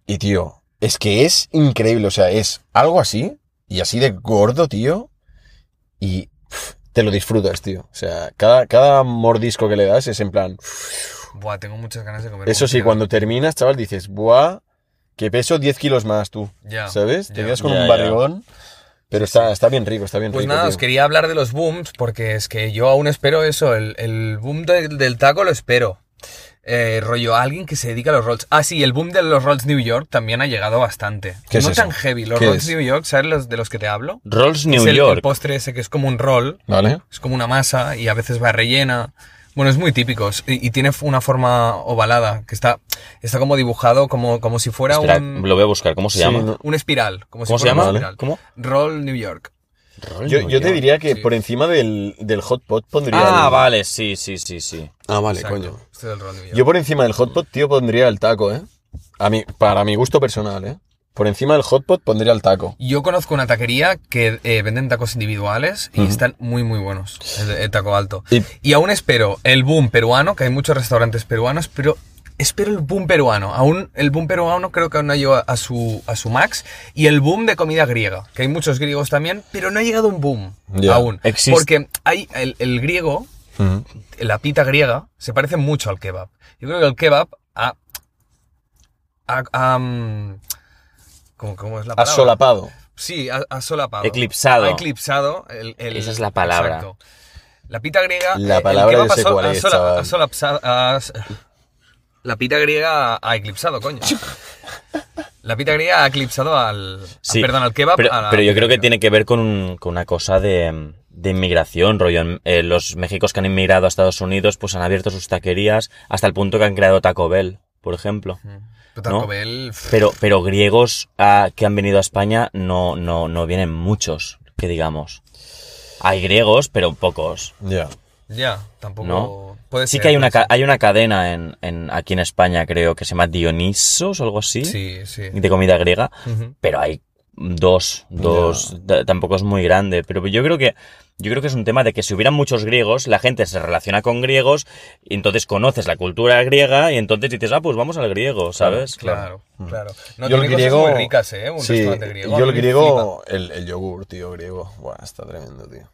[SPEAKER 2] Y, tío, es que es increíble. O sea, es algo así, y así de gordo, tío, y pf, te lo disfrutas, tío. O sea, cada, cada mordisco que le das es en plan...
[SPEAKER 1] Buah, tengo muchas ganas de comer.
[SPEAKER 2] Eso sí,
[SPEAKER 1] hostia.
[SPEAKER 2] cuando terminas, chaval, dices, ¡buah! Que peso 10 kilos más tú,
[SPEAKER 1] Ya,
[SPEAKER 2] ¿sabes?
[SPEAKER 1] ya.
[SPEAKER 2] Te quedas con
[SPEAKER 3] Ya,
[SPEAKER 2] un
[SPEAKER 3] ya.
[SPEAKER 2] barrigón, pero está, está bien rico, está bien
[SPEAKER 1] Pues
[SPEAKER 2] rico,
[SPEAKER 1] nada,
[SPEAKER 2] tío.
[SPEAKER 1] os quería hablar de los booms, porque es que yo aún espero eso, el, el boom de- del taco lo espero. Eh, rollo, alguien que se dedica a los rolls. Ah, sí, el boom de los rolls New York también ha llegado bastante.
[SPEAKER 2] ¿Qué es
[SPEAKER 1] no
[SPEAKER 2] eso?
[SPEAKER 1] tan heavy, los
[SPEAKER 2] ¿Qué
[SPEAKER 1] rolls
[SPEAKER 2] es?
[SPEAKER 1] New York, ¿sabes los de los que te hablo?
[SPEAKER 3] Rolls
[SPEAKER 1] Es
[SPEAKER 3] New
[SPEAKER 1] el, el
[SPEAKER 3] York.
[SPEAKER 1] postre ese que es como un roll,
[SPEAKER 2] ¿Vale?
[SPEAKER 1] es como una masa y a veces va rellena. Bueno, es muy típico es- y, y tiene una forma ovalada, que está, está como dibujado como, como si fuera
[SPEAKER 3] Espera,
[SPEAKER 1] un,
[SPEAKER 3] lo voy a buscar. ¿Cómo se
[SPEAKER 2] Sí,
[SPEAKER 3] llama?
[SPEAKER 2] no-
[SPEAKER 1] un espiral. Como
[SPEAKER 3] ¿Cómo
[SPEAKER 1] si
[SPEAKER 3] se
[SPEAKER 1] fuera
[SPEAKER 3] llama?
[SPEAKER 1] una
[SPEAKER 3] Vale.
[SPEAKER 1] espiral.
[SPEAKER 3] ¿Cómo?
[SPEAKER 1] Roll New York.
[SPEAKER 3] Rolls
[SPEAKER 2] Yo,
[SPEAKER 3] New
[SPEAKER 2] yo te
[SPEAKER 3] York.
[SPEAKER 2] diría que
[SPEAKER 1] Sí.
[SPEAKER 2] por encima del, del hot pot pondría...
[SPEAKER 3] Ah,
[SPEAKER 2] el-
[SPEAKER 3] vale, sí, sí, sí, sí.
[SPEAKER 2] Ah, vale,
[SPEAKER 1] Exacto,
[SPEAKER 2] coño.
[SPEAKER 1] este es el Roll New York.
[SPEAKER 2] Yo por encima del hot pot, tío, pondría el taco, ¿eh? A mí, para mi gusto personal, ¿eh? Por encima del hot pot pondría el taco.
[SPEAKER 1] Yo conozco una taquería que eh, venden tacos individuales y están muy, muy buenos. El, el taco alto.
[SPEAKER 2] Y-
[SPEAKER 1] Y aún espero el boom peruano, que hay muchos restaurantes peruanos, pero espero el boom peruano. Aún el boom peruano creo que aún no llegó a su, a su max. Y el boom de comida griega, que hay muchos griegos también, pero no ha llegado un boom
[SPEAKER 2] Ya.
[SPEAKER 1] aún.
[SPEAKER 3] Existe-
[SPEAKER 1] Porque hay el, el griego,
[SPEAKER 2] Ujú.
[SPEAKER 1] la pita griega, se parece mucho al kebab. Yo creo que el kebab ha... ha- ha, mm, ¿cómo, cómo es la palabra?
[SPEAKER 2] Asolapado.
[SPEAKER 1] Sí, ha, ha solapado.
[SPEAKER 3] Eclipsado.
[SPEAKER 1] Ha eclipsado el, el-
[SPEAKER 3] Esa es la palabra.
[SPEAKER 1] Exacto. La pita griega.
[SPEAKER 2] La
[SPEAKER 1] eh, el
[SPEAKER 2] palabra
[SPEAKER 1] kebab
[SPEAKER 2] yo sé
[SPEAKER 1] ha sol-
[SPEAKER 2] cuál
[SPEAKER 1] ha
[SPEAKER 2] es,
[SPEAKER 1] sola-
[SPEAKER 2] chaval.
[SPEAKER 1] ha solapsa- ha s- la pita griega ha eclipsado, coño. La pita griega ha eclipsado al.
[SPEAKER 3] Sí,
[SPEAKER 1] Perdón, al kebab.
[SPEAKER 3] Pero,
[SPEAKER 1] a la
[SPEAKER 3] pero yo
[SPEAKER 1] pita
[SPEAKER 3] creo que
[SPEAKER 1] griega.
[SPEAKER 3] tiene que ver con, un- con una cosa de, de inmigración, rollo. en- eh, los méxicos que han inmigrado a Estados Unidos, pues han abierto sus taquerías hasta el punto que han creado Taco Bell, por ejemplo.
[SPEAKER 1] Pero Taco
[SPEAKER 3] ¿no?
[SPEAKER 1] Bell, pff,
[SPEAKER 3] Pero, pero griegos ah, que han venido a España no, no, no vienen muchos, que digamos. Hay griegos, pero pocos.
[SPEAKER 2] Ya.
[SPEAKER 1] Ya, tampoco.
[SPEAKER 3] No.
[SPEAKER 1] Puede
[SPEAKER 3] Sí
[SPEAKER 1] ser,
[SPEAKER 3] que hay una,
[SPEAKER 1] puede
[SPEAKER 3] ca- hay una cadena en, en- aquí en España, creo, que se llama Dionisos o algo así,
[SPEAKER 1] ser. Sí, sí.
[SPEAKER 3] de comida griega,
[SPEAKER 2] Mm.
[SPEAKER 1] Ujú.
[SPEAKER 3] pero hay dos, dos, t- tampoco es muy grande, pero yo creo que yo creo que es un tema de que si hubieran muchos griegos, la gente se relaciona con griegos, y entonces conoces la cultura griega y entonces dices, ah, pues vamos al griego, ¿sabes?
[SPEAKER 1] Claro, claro. No,
[SPEAKER 2] Mm. yo
[SPEAKER 1] tiene
[SPEAKER 2] el
[SPEAKER 1] cosas
[SPEAKER 2] griego.
[SPEAKER 1] muy ricas, ¿eh? Un
[SPEAKER 2] sí,
[SPEAKER 1] restaurante griego.
[SPEAKER 2] Yo
[SPEAKER 1] a
[SPEAKER 2] el
[SPEAKER 1] mí me
[SPEAKER 2] griego, el, el yogur, tío, griego. Buah, está tremendo, tío.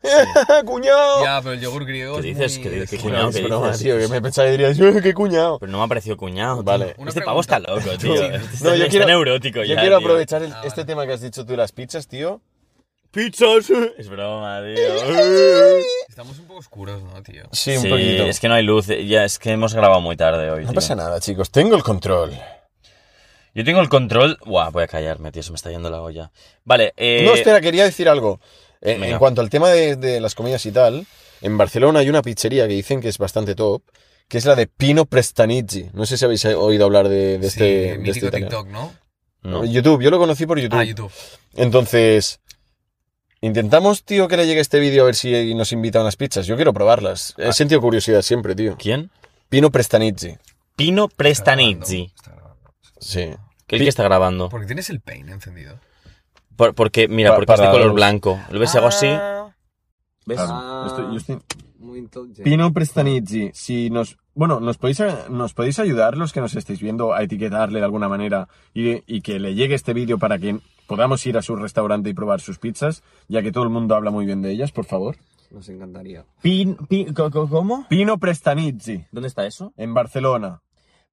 [SPEAKER 1] flipa.
[SPEAKER 2] ¡Cuñado!
[SPEAKER 1] Ya, pero el yogur griego.
[SPEAKER 3] ¿Qué
[SPEAKER 1] es
[SPEAKER 3] dices?
[SPEAKER 1] muy
[SPEAKER 3] ¿Qué dices? ¿Qué
[SPEAKER 1] descuidado.
[SPEAKER 3] cuñado?
[SPEAKER 2] Es
[SPEAKER 3] ¿qué
[SPEAKER 2] broma,
[SPEAKER 3] dices?
[SPEAKER 2] tío, que me pensaba y dirías, "Uy, qué cuñado!
[SPEAKER 3] Pero no me ha parecido cuñado. tío.
[SPEAKER 2] Vale.
[SPEAKER 1] Una
[SPEAKER 3] Este pavo
[SPEAKER 1] pregunta.
[SPEAKER 3] está loco, tío.
[SPEAKER 1] Sí.
[SPEAKER 3] Este
[SPEAKER 2] No, yo
[SPEAKER 3] está
[SPEAKER 2] quiero,
[SPEAKER 3] neurótico
[SPEAKER 2] yo
[SPEAKER 3] ya,
[SPEAKER 2] quiero
[SPEAKER 3] tío.
[SPEAKER 2] aprovechar el-
[SPEAKER 1] Ah,
[SPEAKER 2] este
[SPEAKER 1] vale.
[SPEAKER 2] tema que has dicho tú de las pizzas, tío.
[SPEAKER 3] ¡Pizzas! Es broma, tío.
[SPEAKER 1] Estamos un poco oscuros, ¿no, tío?
[SPEAKER 2] Sí, un
[SPEAKER 3] Sí,
[SPEAKER 2] poquito.
[SPEAKER 3] es que no hay luz. eh, Ya, es que hemos grabado muy tarde hoy,
[SPEAKER 2] No
[SPEAKER 3] tío.
[SPEAKER 2] pasa nada, chicos. Tengo el control.
[SPEAKER 3] Yo tengo el control... Buah, voy a callarme, tío. Se me está yendo la olla. Vale, eh...
[SPEAKER 2] No, espera, quería decir algo. Eh, en
[SPEAKER 3] Venga.
[SPEAKER 2] cuanto al tema de, de las comidas y tal, en Barcelona hay una pizzería que dicen que es bastante top, que es la de Pino Prestanichi. No sé si habéis eh, oído hablar de, de
[SPEAKER 1] sí,
[SPEAKER 2] este, de este
[SPEAKER 1] mítico
[SPEAKER 2] italiano.
[SPEAKER 1] TikTok, ¿no?
[SPEAKER 3] No.
[SPEAKER 2] YouTube, yo lo conocí por YouTube. Este
[SPEAKER 1] Ah, YouTube.
[SPEAKER 2] Entonces, intentamos, tío, que le llegue este vídeo a ver si nos invita a unas pizzas. Yo quiero probarlas. He sentido curiosidad siempre, tío.
[SPEAKER 3] ¿Quién?
[SPEAKER 2] Pino Prestanichi.
[SPEAKER 3] Pino
[SPEAKER 1] Está grabando,
[SPEAKER 3] Prestanizzi.
[SPEAKER 1] está grabando.
[SPEAKER 2] Sí.
[SPEAKER 3] ¿Qué el que está grabando?
[SPEAKER 1] Porque tienes el peine encendido.
[SPEAKER 3] Por- porque, mira,
[SPEAKER 2] Pa-
[SPEAKER 3] porque es de
[SPEAKER 2] para
[SPEAKER 3] color
[SPEAKER 2] los-
[SPEAKER 3] blanco. Lo ves, si hago así...
[SPEAKER 4] Ah.
[SPEAKER 3] ¿Ves?
[SPEAKER 2] Claro, yo estoy- yo estoy-
[SPEAKER 1] Ah. Muy inteligente.
[SPEAKER 2] Pino Prestanizzi, si nos... Bueno, ¿nos podéis, ¿nos podéis ayudar los que nos estáis viendo a etiquetarle de alguna manera y, y que le llegue este vídeo para que podamos ir a su restaurante y probar sus pizzas, ya que todo el mundo habla muy bien de ellas, por favor?
[SPEAKER 1] Nos encantaría.
[SPEAKER 4] Pin, pin- co- co- ¿Cómo?
[SPEAKER 2] Pino Prestanizzi,
[SPEAKER 4] ¿Dónde está eso?
[SPEAKER 2] en Barcelona.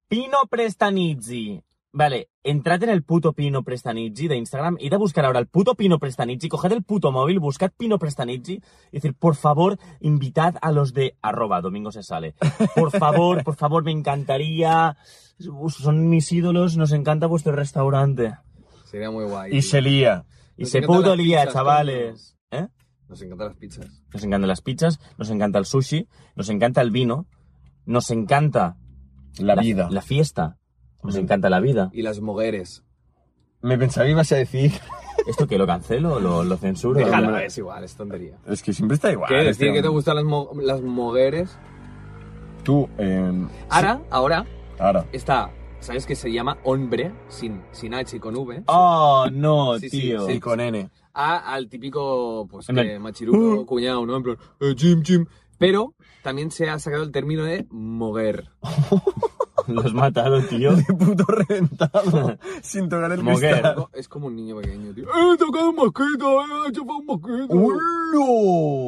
[SPEAKER 4] Pino Prestanizzi. Vale, entrad en el puto Pino Prestanizzi de Instagram, id a buscar ahora el puto Pino Prestanizzi, coged el puto móvil, buscad Pino Prestanizzi, y decir, por favor, invitad a los de arroba, domingo se sale. Por favor, por favor, me encantaría. Son mis ídolos, nos encanta vuestro restaurante.
[SPEAKER 1] Sería muy guay.
[SPEAKER 2] Y se lía.
[SPEAKER 4] Y
[SPEAKER 1] Nos
[SPEAKER 4] se
[SPEAKER 1] encantan
[SPEAKER 4] puto
[SPEAKER 1] las
[SPEAKER 4] lía,
[SPEAKER 1] pizzas,
[SPEAKER 4] chavales. ¿Eh?
[SPEAKER 1] Nos encantan las pizzas.
[SPEAKER 4] Nos encantan las pizzas, nos encanta el sushi, nos encanta el vino, nos encanta
[SPEAKER 2] La vida.
[SPEAKER 4] La fiesta. Nos
[SPEAKER 2] Ujú.
[SPEAKER 4] encanta la vida.
[SPEAKER 1] Y las mujeres.
[SPEAKER 2] Me pensaba que ibas a decir...
[SPEAKER 4] ¿Esto que lo cancelo? ¿Lo, lo censuro?
[SPEAKER 2] Déjala,
[SPEAKER 1] es igual, es tontería.
[SPEAKER 2] Es que siempre está igual.
[SPEAKER 1] ¿Qué? ¿Decir
[SPEAKER 2] este
[SPEAKER 1] que te
[SPEAKER 2] hombre.
[SPEAKER 1] gustan las, mo- las mujeres?
[SPEAKER 2] Tú, eh,
[SPEAKER 1] Ahora, ahora,
[SPEAKER 2] ahora.
[SPEAKER 1] está... ¿Sabes que se llama hombre? Sin, sin H y con V.
[SPEAKER 2] Ah,
[SPEAKER 4] Oh, no,
[SPEAKER 1] Sí, sí,
[SPEAKER 4] tío.
[SPEAKER 1] sí.
[SPEAKER 2] con N.
[SPEAKER 1] a- al típico pues
[SPEAKER 4] En
[SPEAKER 1] que
[SPEAKER 4] plan,
[SPEAKER 2] "Uh".
[SPEAKER 1] machiruco, cuñado, ¿no? En plan, eh, Jim, Jim. Pero también se ha sacado el término de moguer.
[SPEAKER 4] Los has matado, tío.
[SPEAKER 2] De puto reventado. sin tocar el
[SPEAKER 4] Moguer.
[SPEAKER 2] cristal.
[SPEAKER 1] Es como un niño pequeño, tío. Uh, ¡Eh, he tocado un mosquito! ¡Eh, he chupado un mosquito!
[SPEAKER 2] Uh.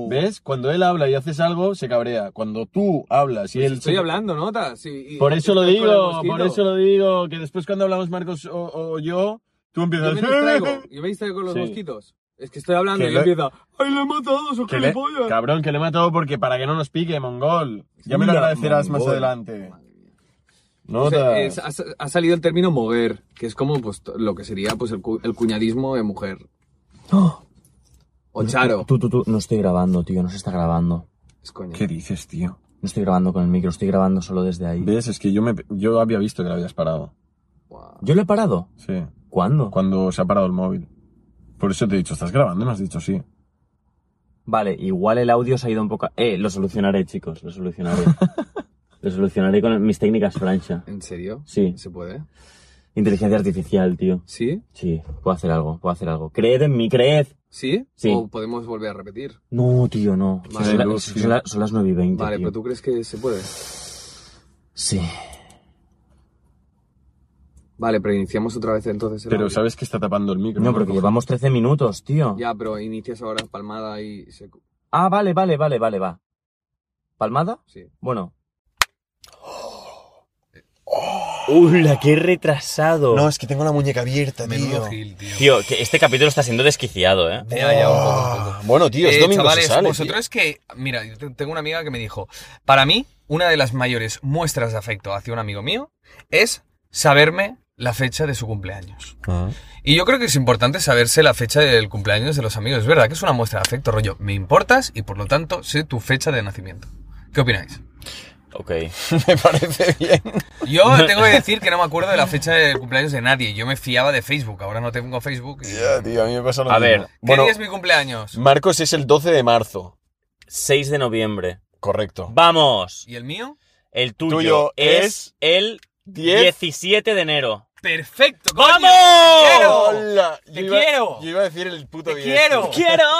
[SPEAKER 2] ¿Ves? Cuando él habla y haces algo, se cabrea. Cuando tú hablas y él...
[SPEAKER 1] Estoy
[SPEAKER 2] se-
[SPEAKER 1] hablando, ¿no? Sí, y-
[SPEAKER 2] Por eso lo
[SPEAKER 1] estás con el
[SPEAKER 2] digo,
[SPEAKER 1] mosquito.
[SPEAKER 2] por eso lo digo. Que después cuando hablamos Marcos o, o yo, tú
[SPEAKER 1] Yo
[SPEAKER 2] empiezas...
[SPEAKER 1] me distraigo, yo me distraigo con los
[SPEAKER 2] Sí.
[SPEAKER 1] mosquitos. Es que estoy hablando
[SPEAKER 2] Que
[SPEAKER 1] y
[SPEAKER 2] lo-
[SPEAKER 1] empieza. ¡Ay, le he matado, soy
[SPEAKER 2] Que le-
[SPEAKER 1] gilipollas!
[SPEAKER 2] Cabrón, que le he matado porque para que no nos pique, mongol. Ya me lo
[SPEAKER 4] Mira,
[SPEAKER 2] agradecerás más
[SPEAKER 4] mongol.
[SPEAKER 2] adelante. No,
[SPEAKER 1] O sea,
[SPEAKER 2] te-
[SPEAKER 1] es- ha, ha salido el término moguer, que es como pues, to- lo que sería pues, el, cu- el cuñadismo de mujer. O Oh, charo.
[SPEAKER 4] Tú, tú, tú. No estoy grabando, tío. No se está grabando.
[SPEAKER 1] Es coña.
[SPEAKER 2] ¿Qué dices, tío?
[SPEAKER 4] No estoy grabando con el micro. Estoy grabando solo desde ahí.
[SPEAKER 2] ¿Ves? Es que yo, me, yo había visto que lo habías parado.
[SPEAKER 1] Guau.
[SPEAKER 4] ¿Yo lo he parado?
[SPEAKER 2] Sí.
[SPEAKER 4] ¿Cuándo?
[SPEAKER 2] Cuando se ha parado el móvil. Por eso te he dicho, ¿estás grabando? Y me has dicho sí.
[SPEAKER 4] Vale, igual el audio se ha ido un poco... a- Eh, lo solucionaré, chicos. Lo solucionaré. lo solucionaré con mis técnicas plancha.
[SPEAKER 1] ¿En serio?
[SPEAKER 4] Sí.
[SPEAKER 1] ¿Se puede?
[SPEAKER 4] Inteligencia artificial, tío.
[SPEAKER 1] ¿Sí?
[SPEAKER 4] Sí, puedo hacer algo, puedo hacer algo. Creed en mí, creed.
[SPEAKER 1] ¿Sí?
[SPEAKER 4] Sí.
[SPEAKER 1] ¿O podemos volver a repetir?
[SPEAKER 4] No, tío, no.
[SPEAKER 1] Vale,
[SPEAKER 4] son, la-
[SPEAKER 2] luz,
[SPEAKER 4] son
[SPEAKER 2] tío.
[SPEAKER 4] la- son las 9 y 20.
[SPEAKER 1] Vale,
[SPEAKER 4] tío.
[SPEAKER 1] pero ¿tú crees que se puede?
[SPEAKER 4] Sí.
[SPEAKER 5] Vale, pero iniciamos otra vez entonces. el
[SPEAKER 2] Pero
[SPEAKER 5] audio.
[SPEAKER 2] sabes que está tapando el micro.
[SPEAKER 4] No, porque llevamos 13 minutos, tío.
[SPEAKER 5] Ya, pero inicias ahora palmada y se...
[SPEAKER 4] Ah, vale, vale, vale, vale, va. ¿Palmada?
[SPEAKER 5] Sí.
[SPEAKER 4] Bueno.
[SPEAKER 3] ¡Hola, qué retrasado!
[SPEAKER 2] No, es que tengo la muñeca abierta,
[SPEAKER 1] Menudo
[SPEAKER 2] tío.
[SPEAKER 1] Gil, tío.
[SPEAKER 3] Tío, que este capítulo está siendo desquiciado, ¿eh?
[SPEAKER 1] Ya, ya, un poco, un poco.
[SPEAKER 2] Ah, Bueno, tío, es
[SPEAKER 1] Eh,
[SPEAKER 2] domingo
[SPEAKER 1] chavales,
[SPEAKER 2] se sale. tío.
[SPEAKER 1] vosotros que. Mira, yo te- tengo una amiga que me dijo: Para mí, una de las mayores muestras de afecto hacia un amigo mío es saberme la fecha de su cumpleaños.
[SPEAKER 2] Ah.
[SPEAKER 1] Y yo creo que es importante saberse la fecha del cumpleaños de los amigos. Es verdad que es una muestra de afecto, rollo. Me importas y por lo tanto sé tu fecha de nacimiento. ¿Qué opináis?
[SPEAKER 3] Ok.
[SPEAKER 2] Me parece bien.
[SPEAKER 1] Yo tengo que decir que no me acuerdo de la fecha del cumpleaños de nadie. Yo me fiaba de Facebook. Ahora no tengo Facebook. y-
[SPEAKER 2] Ya, tío, a mí me pasa lo
[SPEAKER 3] A
[SPEAKER 2] mismo.
[SPEAKER 3] ver,
[SPEAKER 1] ¿Qué
[SPEAKER 2] bueno,
[SPEAKER 1] día es mi cumpleaños?
[SPEAKER 2] Marcos es el 12 de marzo.
[SPEAKER 3] 6 de noviembre.
[SPEAKER 2] Correcto.
[SPEAKER 3] ¡Vamos!
[SPEAKER 1] ¿Y el mío?
[SPEAKER 3] El tuyo,
[SPEAKER 2] Tuyo
[SPEAKER 3] es el
[SPEAKER 2] 10.
[SPEAKER 3] 17 de enero.
[SPEAKER 1] ¡Perfecto! coño!
[SPEAKER 3] ¡Vamos!
[SPEAKER 1] ¡Quiero!
[SPEAKER 2] Hola, yo
[SPEAKER 1] ¡Te
[SPEAKER 2] iba-
[SPEAKER 1] quiero!
[SPEAKER 2] Yo iba a decir el puto
[SPEAKER 1] ¡Te
[SPEAKER 2] 10.
[SPEAKER 1] quiero!
[SPEAKER 2] tío.
[SPEAKER 3] ¡Quiero!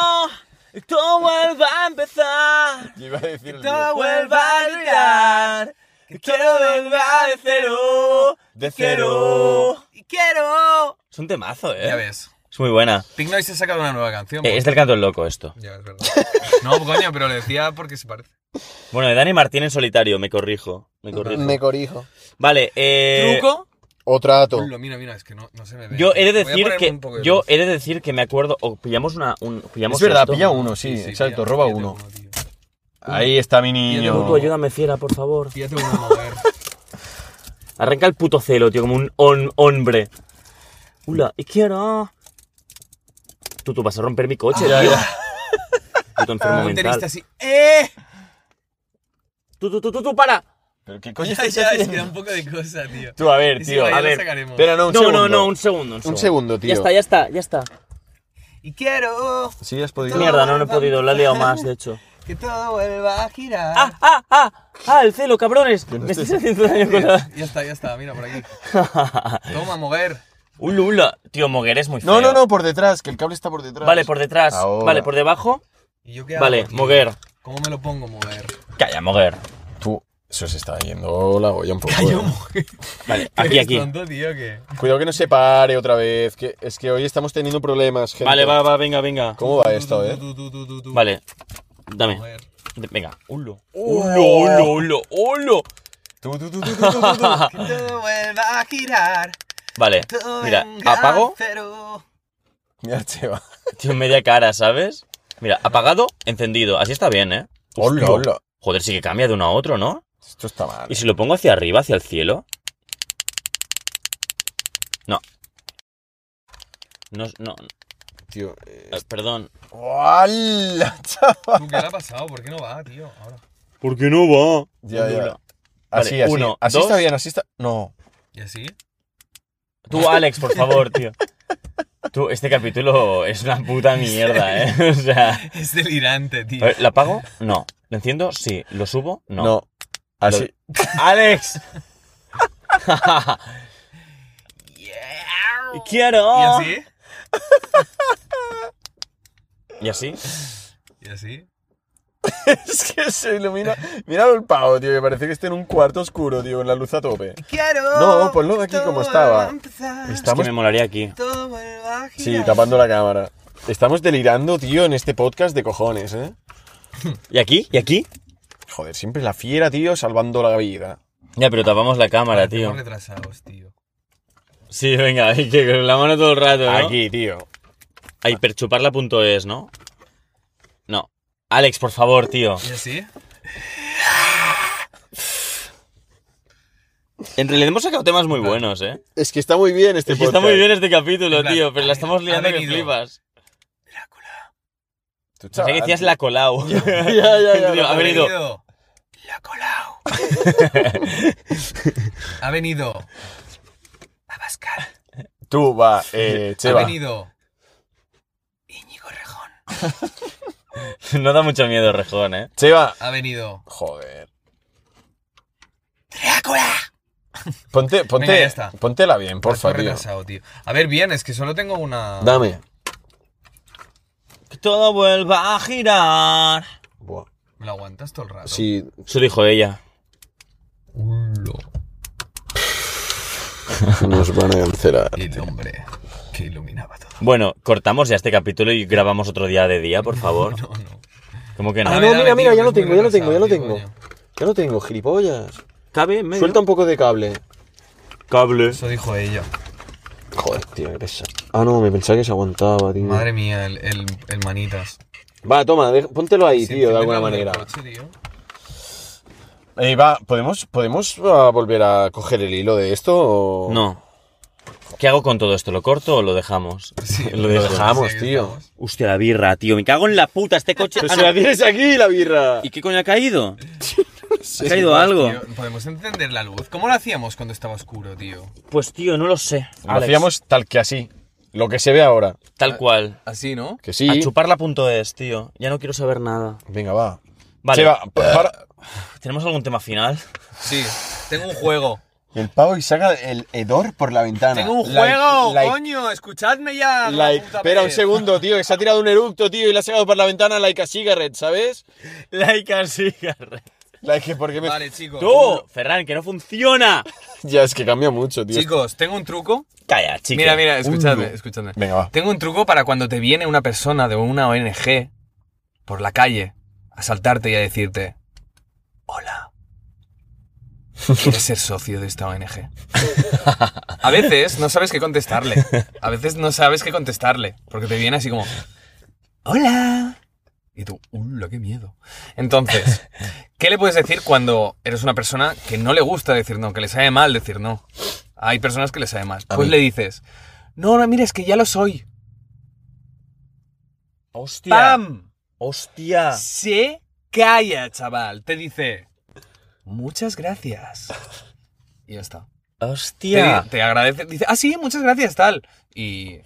[SPEAKER 3] ¡Todo vuelva a empezar!
[SPEAKER 2] Yo iba a decir el 10.
[SPEAKER 1] Todo
[SPEAKER 3] ¡Vuelva a olvidar! ¡Quiero volver de cero!
[SPEAKER 2] De cero.
[SPEAKER 1] ¡Y quiero!
[SPEAKER 3] Es un temazo, ¿eh?
[SPEAKER 1] Ya ves.
[SPEAKER 3] Es muy buena.
[SPEAKER 1] Pink Noise ha sacado una nueva canción. pues.
[SPEAKER 3] Eh, es del canto del loco esto.
[SPEAKER 1] Ya, es verdad. No, coño, pero le decía porque se parece.
[SPEAKER 3] Bueno, de Dani Martín en solitario, me corrijo. Me corrijo.
[SPEAKER 2] Me corrijo.
[SPEAKER 3] Vale, eh.
[SPEAKER 1] ¿Truco?
[SPEAKER 2] O trato.
[SPEAKER 1] Ponlo, mira, mira, es que no, no se me ve.
[SPEAKER 3] Yo he de
[SPEAKER 1] Voy a
[SPEAKER 3] decir
[SPEAKER 1] ponerle
[SPEAKER 3] que.
[SPEAKER 1] un poco de
[SPEAKER 3] Yo
[SPEAKER 1] luz.
[SPEAKER 3] he de decir que me acuerdo. O pillamos una. un- pillamos
[SPEAKER 2] Es verdad,
[SPEAKER 3] esto.
[SPEAKER 2] pilla uno, sí, exacto,
[SPEAKER 1] píllate
[SPEAKER 2] roba uno.
[SPEAKER 1] tío.
[SPEAKER 2] Ahí está mi
[SPEAKER 1] Yo-
[SPEAKER 3] Tú,
[SPEAKER 2] niño.
[SPEAKER 3] ayúdame, fiera, por favor.
[SPEAKER 1] Píllate uno a mover.
[SPEAKER 3] Arranca el puto celo, tío, como un on- hombre. Hola, y quiero. Tú, tú vas a romper mi coche,
[SPEAKER 2] Ya,
[SPEAKER 3] tío.
[SPEAKER 2] ya.
[SPEAKER 3] Puto enfermo
[SPEAKER 1] Ah, Un baterista
[SPEAKER 3] mental.
[SPEAKER 1] así. ¡Eh!
[SPEAKER 3] Tú, tú, tú, tú, tú, para.
[SPEAKER 2] ¿Pero qué coño
[SPEAKER 1] Ya,
[SPEAKER 2] estás
[SPEAKER 1] ya, es que
[SPEAKER 2] haciendo?
[SPEAKER 1] da un poco de cosa, tío.
[SPEAKER 2] Tú, a ver,
[SPEAKER 1] Ese
[SPEAKER 2] tío.
[SPEAKER 1] baile
[SPEAKER 2] A
[SPEAKER 1] lo
[SPEAKER 2] ver.
[SPEAKER 1] sacaremos.
[SPEAKER 2] Espera, no, un
[SPEAKER 3] no,
[SPEAKER 2] segundo.
[SPEAKER 3] no, no, un segundo, un segundo.
[SPEAKER 2] Un segundo, tío.
[SPEAKER 3] Ya está, ya está, ya está.
[SPEAKER 1] Y quiero
[SPEAKER 2] Sí, has podido.
[SPEAKER 3] Mierda, no, no he podido, la he liado más, de hecho.
[SPEAKER 1] que todo vuelva a girar.
[SPEAKER 3] ¡Ah, ah, ah! ¡Ah, el celo, cabrones! Me estáis haciendo daño con la...
[SPEAKER 1] Ya está, ya está, mira por aquí. Toma, mover.
[SPEAKER 3] Hula, hula. Tío, Moguer es muy feo.
[SPEAKER 2] No, no, no, por detrás, que el cable está por detrás.
[SPEAKER 3] Vale, por detrás.
[SPEAKER 2] Ahora.
[SPEAKER 3] Vale, por debajo.
[SPEAKER 1] ¿Y yo qué hago,
[SPEAKER 3] Vale,
[SPEAKER 1] tío?
[SPEAKER 3] Moguer.
[SPEAKER 1] ¿Cómo me lo pongo, mover?
[SPEAKER 3] Calla, Moguer.
[SPEAKER 2] Tú, eso se está yendo la olla un poco.
[SPEAKER 1] Calla,
[SPEAKER 2] eh.
[SPEAKER 1] mover.
[SPEAKER 3] Vale, aquí,
[SPEAKER 1] ¿Eres
[SPEAKER 3] aquí.
[SPEAKER 1] tonto, tío, que...
[SPEAKER 2] Cuidado que no se pare otra vez, que es que hoy estamos teniendo problemas, gente.
[SPEAKER 3] Vale, va, va, venga, venga.
[SPEAKER 2] ¿Cómo va esto, eh?
[SPEAKER 1] Tú, tú, tú, tú, tú.
[SPEAKER 3] Vale, dame.
[SPEAKER 1] Mover.
[SPEAKER 3] De- Venga, ulo. Ulo, ulo, ulo, ulo.
[SPEAKER 2] Tú, tú, tú, tú, tú, tú,
[SPEAKER 1] Que
[SPEAKER 2] tú.
[SPEAKER 1] todo vuelva a girar.
[SPEAKER 3] Vale,
[SPEAKER 1] todo
[SPEAKER 3] mira,
[SPEAKER 1] venga
[SPEAKER 3] apago.
[SPEAKER 1] cero.
[SPEAKER 2] Mira, se va.
[SPEAKER 3] Tío, media cara, ¿sabes? Mira, apagado, encendido. Así está bien, ¿eh?
[SPEAKER 2] Hola, hola.
[SPEAKER 3] Joder, sí que cambia de uno a otro, ¿no?
[SPEAKER 2] Esto está mal.
[SPEAKER 3] ¿Y si lo pongo hacia arriba, hacia el cielo? No. No, no,
[SPEAKER 2] Tío,
[SPEAKER 3] eh, perdón.
[SPEAKER 2] ¡Hola, chaval!
[SPEAKER 1] Tú, ¿Qué le ha pasado? ¿Por qué no va, tío? Ahora.
[SPEAKER 3] ¿Por qué no va?
[SPEAKER 2] Ya, ya.
[SPEAKER 3] Vale,
[SPEAKER 2] Así, así.
[SPEAKER 3] uno,
[SPEAKER 2] así
[SPEAKER 3] dos.
[SPEAKER 2] está bien, así está. No.
[SPEAKER 1] ¿Y así?
[SPEAKER 3] Tú, Alex, por favor, tío. Tú, este capítulo es una puta mierda, ¿eh? O sea...
[SPEAKER 1] Es delirante, tío.
[SPEAKER 3] A ver, ¿La apago? No. ¿Lo enciendo? Sí. ¿Lo subo? No.
[SPEAKER 2] Así.
[SPEAKER 3] ¡Alex!
[SPEAKER 1] Yeah.
[SPEAKER 3] ¡Quiero!
[SPEAKER 1] ¿Y así?
[SPEAKER 3] ¿Y así?
[SPEAKER 1] ¿Y así?
[SPEAKER 2] es que se ilumina. Mira el pavo, tío, que parece que está en un cuarto oscuro, tío, con la luz a tope.
[SPEAKER 1] Quiero.
[SPEAKER 2] No, ponlo de aquí
[SPEAKER 1] todo
[SPEAKER 2] como estaba.
[SPEAKER 1] va a empezar,
[SPEAKER 3] Es que
[SPEAKER 2] Estamos.
[SPEAKER 3] me molaría aquí.
[SPEAKER 1] todo vuelva a
[SPEAKER 2] Sí,
[SPEAKER 1] girar.
[SPEAKER 2] tapando la cámara. Estamos delirando, tío, en este podcast de cojones, ¿eh?
[SPEAKER 3] ¿Y aquí? ¿Y aquí?
[SPEAKER 2] Joder, siempre la fiera, tío, salvando la vida.
[SPEAKER 3] Ya, pero tapamos la cámara, tío.
[SPEAKER 1] Estamos retrasados, tío.
[SPEAKER 3] Sí, venga, hay que con la mano todo el rato, ¿no?
[SPEAKER 2] Aquí, tío.
[SPEAKER 3] Ahí, perchuparla.es, ¿no? No. Alex, por favor, tío.
[SPEAKER 1] ¿Y así?
[SPEAKER 3] En realidad hemos sacado temas muy buenos, ¿eh?
[SPEAKER 2] Es que está muy bien este
[SPEAKER 3] Es que
[SPEAKER 2] podcast.
[SPEAKER 3] está muy bien este capítulo,
[SPEAKER 1] En plan,
[SPEAKER 3] tío, pero la estamos
[SPEAKER 1] ha
[SPEAKER 3] liando que
[SPEAKER 1] venido.
[SPEAKER 3] flipas.
[SPEAKER 2] Tú,
[SPEAKER 3] Pensé
[SPEAKER 2] chaval.
[SPEAKER 3] que decías la colau.
[SPEAKER 2] Ya, ya, ya.
[SPEAKER 3] Tío,
[SPEAKER 2] no,
[SPEAKER 3] a
[SPEAKER 1] Ha
[SPEAKER 3] ver, venido.
[SPEAKER 1] venido. La Colau. ha venido. Abascal.
[SPEAKER 2] Tú, va, eh,
[SPEAKER 1] Ha
[SPEAKER 2] Cheva.
[SPEAKER 1] venido. Íñigo Rejón.
[SPEAKER 3] no da mucho miedo, Rejón, ¿eh?
[SPEAKER 2] Cheva.
[SPEAKER 1] Ha venido.
[SPEAKER 2] Joder.
[SPEAKER 1] ¡Drácula!
[SPEAKER 2] Ponte, ponte,
[SPEAKER 1] Venga, ya está.
[SPEAKER 2] Póntela bien, porfa,
[SPEAKER 1] Estoy
[SPEAKER 2] tío.
[SPEAKER 1] retrasado, tío. A ver, bien, es que solo tengo una.
[SPEAKER 2] Dame.
[SPEAKER 3] Que todo vuelva a girar.
[SPEAKER 2] Buah.
[SPEAKER 1] ¿Me la aguantas todo el rato?
[SPEAKER 2] Sí.
[SPEAKER 3] Eso dijo ella.
[SPEAKER 1] Ulo.
[SPEAKER 2] Nos van a cancelar.
[SPEAKER 1] Y el hombre que iluminaba todo.
[SPEAKER 3] Bueno, cortamos ya este capítulo y grabamos otro día de día, por favor.
[SPEAKER 1] No, Oh, no.
[SPEAKER 3] ¿Cómo que no?
[SPEAKER 2] Ah,
[SPEAKER 1] A
[SPEAKER 2] no,
[SPEAKER 1] ver, a
[SPEAKER 2] mira,
[SPEAKER 1] ver,
[SPEAKER 2] mira,
[SPEAKER 1] tío,
[SPEAKER 2] ya
[SPEAKER 1] que
[SPEAKER 2] lo
[SPEAKER 1] es muy
[SPEAKER 2] tengo, ya lo
[SPEAKER 1] cansado,
[SPEAKER 2] tengo, ya lo
[SPEAKER 1] tío,
[SPEAKER 2] tengo.
[SPEAKER 1] coño.
[SPEAKER 2] Ya lo tengo, gilipollas.
[SPEAKER 3] Cabe en medio.
[SPEAKER 2] Suelta un poco de cable.
[SPEAKER 3] cable.
[SPEAKER 1] Eso dijo ella.
[SPEAKER 2] Joder, tío, qué pesa. Ah, no, me pensaba que se aguantaba, tío.
[SPEAKER 1] Madre mía, el, el, el manitas.
[SPEAKER 2] Va, toma, de- póntelo ahí,
[SPEAKER 1] Si
[SPEAKER 2] tío, de
[SPEAKER 1] enciende
[SPEAKER 2] alguna
[SPEAKER 1] la luz del
[SPEAKER 2] manera.
[SPEAKER 1] coche, tío.
[SPEAKER 2] Eh, va, ¿podemos, podemos ah, volver a coger el hilo de esto? o-
[SPEAKER 3] No. ¿Qué hago con todo esto? ¿Lo corto o lo dejamos?
[SPEAKER 1] Sí,
[SPEAKER 3] lo
[SPEAKER 2] Lo
[SPEAKER 3] dejo.
[SPEAKER 2] dejamos,
[SPEAKER 1] Sí, que
[SPEAKER 2] tío.
[SPEAKER 1] estamos.
[SPEAKER 3] Hostia, la birra, tío. Me cago en la puta este coche.
[SPEAKER 2] Pero
[SPEAKER 3] Ah,
[SPEAKER 2] si la
[SPEAKER 3] no.
[SPEAKER 2] tienes aquí, la birra.
[SPEAKER 3] ¿Y qué coño ha caído? ¿Ha caído algo?
[SPEAKER 1] Tío, Podemos encender la luz. ¿Cómo lo hacíamos cuando estaba oscuro, tío?
[SPEAKER 3] Pues tío, no lo sé.
[SPEAKER 2] Lo
[SPEAKER 3] Alex.
[SPEAKER 2] hacíamos tal que así. Lo que se ve ahora.
[SPEAKER 3] tal cual.
[SPEAKER 1] Así, ¿no?
[SPEAKER 2] Que sí.
[SPEAKER 3] A chuparla.es, tío. Ya no quiero saber nada.
[SPEAKER 2] Venga, va.
[SPEAKER 3] Vale.
[SPEAKER 2] Seba, para-
[SPEAKER 3] ¿Tenemos algún tema final?
[SPEAKER 1] Sí. Tengo un juego.
[SPEAKER 2] El pavo y saca el hedor por la ventana.
[SPEAKER 1] Tengo un
[SPEAKER 2] Like-
[SPEAKER 1] juego,
[SPEAKER 2] like-
[SPEAKER 1] coño. Escuchadme ya.
[SPEAKER 2] like-
[SPEAKER 1] puta
[SPEAKER 2] espera un
[SPEAKER 1] vez.
[SPEAKER 2] segundo, tío, que se ha tirado un eructo, tío, y le ha sacado por la ventana like a cigarette, ¿sabes?
[SPEAKER 3] Like a cigarette.
[SPEAKER 2] Like que porque me...
[SPEAKER 1] Vale, chicos.
[SPEAKER 3] ¡Tú! Ferran, que no funciona.
[SPEAKER 2] Ya, es que cambia mucho, tío.
[SPEAKER 1] Chicos, tengo un truco.
[SPEAKER 3] Calla, chica.
[SPEAKER 1] Mira, mira, escuchadme,
[SPEAKER 2] truco.
[SPEAKER 1] escuchadme.
[SPEAKER 2] Venga, va.
[SPEAKER 1] Tengo un truco para cuando te viene una persona de una ONG por la calle a saltarte y a decirte, hola, ¿quieres ser socio de esta ONG? A veces no sabes qué contestarle. A veces no sabes qué contestarle. Porque te viene así como, hola. Y tú, hola, qué miedo. Entonces, ¿qué le puedes decir cuando eres una persona que no le gusta decir no, que le sabe mal decir no? Hay personas que le sabe mal.
[SPEAKER 2] A
[SPEAKER 1] Pues
[SPEAKER 2] mí.
[SPEAKER 1] le dices, no, no, mira, es que ya lo soy.
[SPEAKER 3] Hostia.
[SPEAKER 1] ¡Pam!
[SPEAKER 3] Hostia.
[SPEAKER 1] Se calla, chaval. Te dice, muchas gracias. Y ya está. Te,
[SPEAKER 3] Hostia.
[SPEAKER 1] di- te agradece. Dice, ah, sí, muchas gracias, tal. Y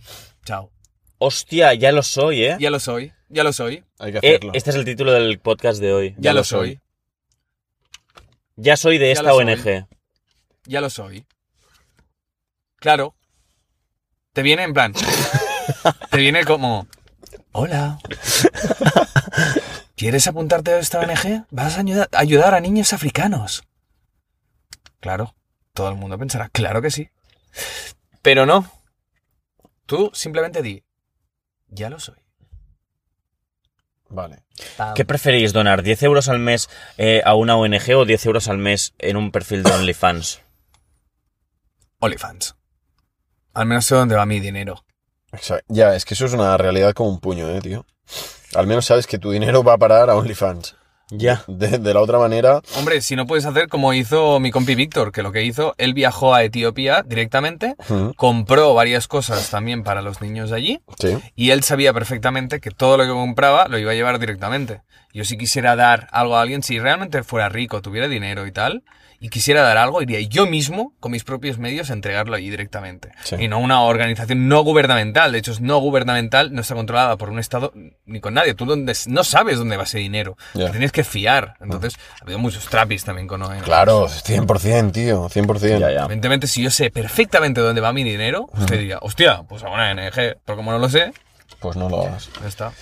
[SPEAKER 1] chao.
[SPEAKER 3] Hostia, ya lo soy, ¿eh?
[SPEAKER 1] Ya lo soy, ya lo soy,
[SPEAKER 2] Hay que
[SPEAKER 3] Eh,
[SPEAKER 2] hacerlo.
[SPEAKER 3] este es el título del podcast de hoy.
[SPEAKER 1] ya, lo, soy,
[SPEAKER 3] Ya soy de
[SPEAKER 1] Ya
[SPEAKER 3] esta
[SPEAKER 1] lo soy.
[SPEAKER 3] ONG.
[SPEAKER 1] ya lo soy. Claro. Te viene en plan. te viene como, hola. ¿Quieres apuntarte a esta ONG? ¿Vas a ayuda- ayudar a niños africanos? Claro, todo el mundo pensará, claro que sí. Pero no. Tú simplemente di, ya lo soy.
[SPEAKER 2] Vale.
[SPEAKER 1] Pam.
[SPEAKER 3] ¿Qué preferís donar? ¿10 euros al mes eh, a una ONG o 10 euros al mes en un perfil de OnlyFans?
[SPEAKER 1] OnlyFans. Al menos sé dónde va mi dinero.
[SPEAKER 2] Exacto. Ya, es que eso es una realidad como un puño, eh, tío. Al menos sabes que tu dinero va a parar a OnlyFans.
[SPEAKER 3] Ya.
[SPEAKER 2] De, de la otra manera,
[SPEAKER 1] Hombre, si no puedes hacer como hizo mi compi Víctor, que lo que hizo, él viajó a Etiopía directamente,
[SPEAKER 2] mm,
[SPEAKER 1] compró varias cosas también para los niños de allí,
[SPEAKER 2] sí.
[SPEAKER 1] y él sabía perfectamente que todo lo que compraba lo iba a llevar directamente. Yo si quisiera dar algo a alguien, si realmente fuera rico, tuviera dinero y tal, y quisiera dar algo, iría yo mismo, con mis propios medios, a entregarlo allí directamente.
[SPEAKER 2] Sí.
[SPEAKER 1] Y no una organización no gubernamental, de hecho es no gubernamental, no está controlada por un Estado ni con nadie. Tú donde, no sabes dónde va ese dinero,
[SPEAKER 2] Ya. Ah.
[SPEAKER 1] te tienes que fiar. Entonces, ha habido muchos trapis también con ONG.
[SPEAKER 2] Claro, 100%, tío, 100%.
[SPEAKER 3] Ya, ya.
[SPEAKER 1] Evidentemente, si yo sé perfectamente dónde va mi dinero, usted diría, hostia, pues a una ONG, pero como no lo sé,
[SPEAKER 2] Pues no lo hagas.
[SPEAKER 1] ya está.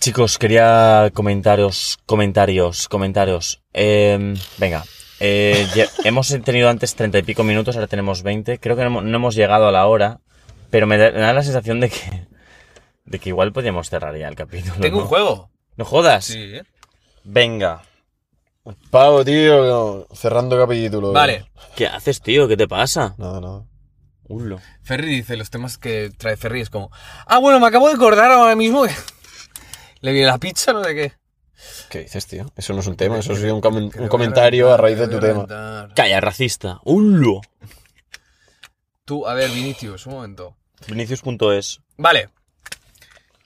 [SPEAKER 3] Chicos, quería comentaros, comentarios, comentarios. Eh, venga. Eh, ya- hemos tenido antes 30 y pico minutos, ahora tenemos 20. Creo que no, hemos- no hemos llegado a la hora, pero me da, me da la sensación de que, de que igual podríamos cerrar ya el capítulo.
[SPEAKER 1] Tengo
[SPEAKER 3] ¿no?
[SPEAKER 1] un juego.
[SPEAKER 3] ¡No jodas!
[SPEAKER 1] Sí.
[SPEAKER 3] Venga.
[SPEAKER 2] Pavo, tío, cerrando capítulo.
[SPEAKER 1] Vale.
[SPEAKER 3] ¿Qué haces, tío? ¿Qué te pasa?
[SPEAKER 2] Nada, nada.
[SPEAKER 3] Ulo.
[SPEAKER 1] Ferry dice los temas que trae Ferry es como, ah, bueno, me acabo de acordar ahora mismo que le viene la pizza, no sé qué.
[SPEAKER 2] ¿Qué dices, tío? Eso no es un tema, eso ha sido un, comen- un comentario a raíz de tu tema.
[SPEAKER 3] Calla, racista. ¡Ulo!
[SPEAKER 1] Tú, a ver, Vinicius, un momento.
[SPEAKER 3] Vinicius.es.
[SPEAKER 1] Vale.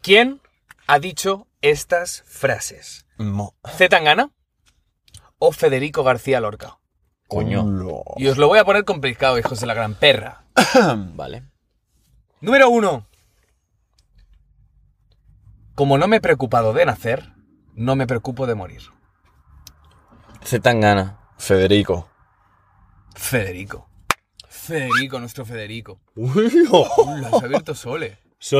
[SPEAKER 1] ¿Quién ha dicho estas frases?
[SPEAKER 2] Mo-
[SPEAKER 1] ¿Z Tangana o Federico García Lorca?
[SPEAKER 3] Coño.
[SPEAKER 2] Lo-
[SPEAKER 1] Y os lo voy a poner complicado, hijos de la gran perra.
[SPEAKER 3] Vale.
[SPEAKER 1] Número uno. Como no me he preocupado de nacer, no me preocupo de morir.
[SPEAKER 3] Zetangana.
[SPEAKER 2] Federico.
[SPEAKER 1] Federico. Federico, nuestro Federico.
[SPEAKER 3] ¡Ulo!
[SPEAKER 1] Hola, se ha abierto Sole.
[SPEAKER 2] Tú,
[SPEAKER 1] Se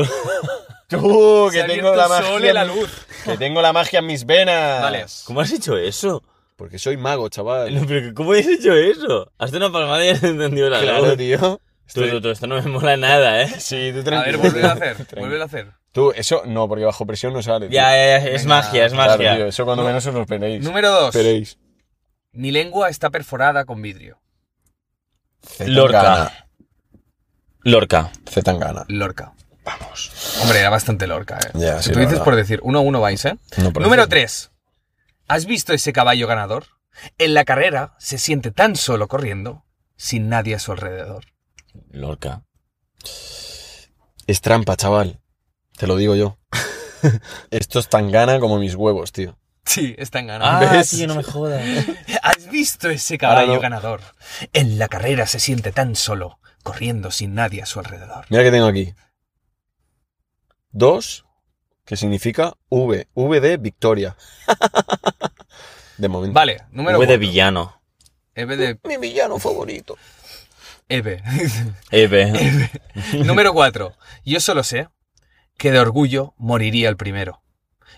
[SPEAKER 1] ha abierto Sole la luz.
[SPEAKER 2] Que tengo la magia en mis venas.
[SPEAKER 1] Vale.
[SPEAKER 3] ¿Cómo has hecho eso?
[SPEAKER 2] Porque soy mago,
[SPEAKER 3] No,
[SPEAKER 2] chaval.
[SPEAKER 3] pero que ¿Cómo has hecho eso? Has dado una palmada y has encendido la
[SPEAKER 2] Claro,
[SPEAKER 3] luz.
[SPEAKER 2] tío.
[SPEAKER 3] Tú, tú, tú, esto no me mola nada, ¿eh?
[SPEAKER 2] Sí, tú
[SPEAKER 1] A
[SPEAKER 2] tranquilo.
[SPEAKER 1] ver, vuelve a hacer,
[SPEAKER 2] Tranquilo.
[SPEAKER 1] vuelve a hacer.
[SPEAKER 2] Tú, eso no, porque bajo presión no sale. tío.
[SPEAKER 3] Ya, ya, ya, es
[SPEAKER 1] Venga,
[SPEAKER 3] magia, es
[SPEAKER 2] Claro,
[SPEAKER 3] magia.
[SPEAKER 2] tío, eso cuando menos os lo esperéis.
[SPEAKER 1] Número 2.
[SPEAKER 2] Esperéis.
[SPEAKER 1] Mi lengua está perforada con vidrio.
[SPEAKER 3] Lorca. Lorca.
[SPEAKER 2] Zetangana.
[SPEAKER 1] Lorca. Vamos. Hombre, era bastante Lorca, ¿eh?
[SPEAKER 2] Ya, sí,
[SPEAKER 1] Tú
[SPEAKER 2] la
[SPEAKER 1] dices
[SPEAKER 2] verdad.
[SPEAKER 1] por decir, uno a uno vais, ¿eh?
[SPEAKER 2] No, por
[SPEAKER 1] Número
[SPEAKER 2] eso.
[SPEAKER 1] 3. ¿Has visto ese caballo ganador? En la carrera se siente tan solo corriendo, sin nadie a su alrededor.
[SPEAKER 3] Lorca.
[SPEAKER 2] Es trampa, chaval. Te lo digo yo. Esto es tan gana como mis huevos, tío.
[SPEAKER 1] Sí, están
[SPEAKER 3] Ah,
[SPEAKER 1] ganando.
[SPEAKER 3] tío, no me jodas.
[SPEAKER 1] ¿Has visto ese caballo
[SPEAKER 2] Ahora no.
[SPEAKER 1] ganador? En la carrera se siente tan solo, corriendo sin nadie a su alrededor.
[SPEAKER 2] Mira que tengo aquí. Dos, que significa V. V de victoria. De momento.
[SPEAKER 1] Vale, número
[SPEAKER 3] V de
[SPEAKER 1] cuatro.
[SPEAKER 3] villano.
[SPEAKER 1] Eve de...
[SPEAKER 2] Mi villano favorito.
[SPEAKER 1] Eve.
[SPEAKER 3] Eh, Eve.
[SPEAKER 1] número 4. Yo solo sé que de orgullo moriría el primero.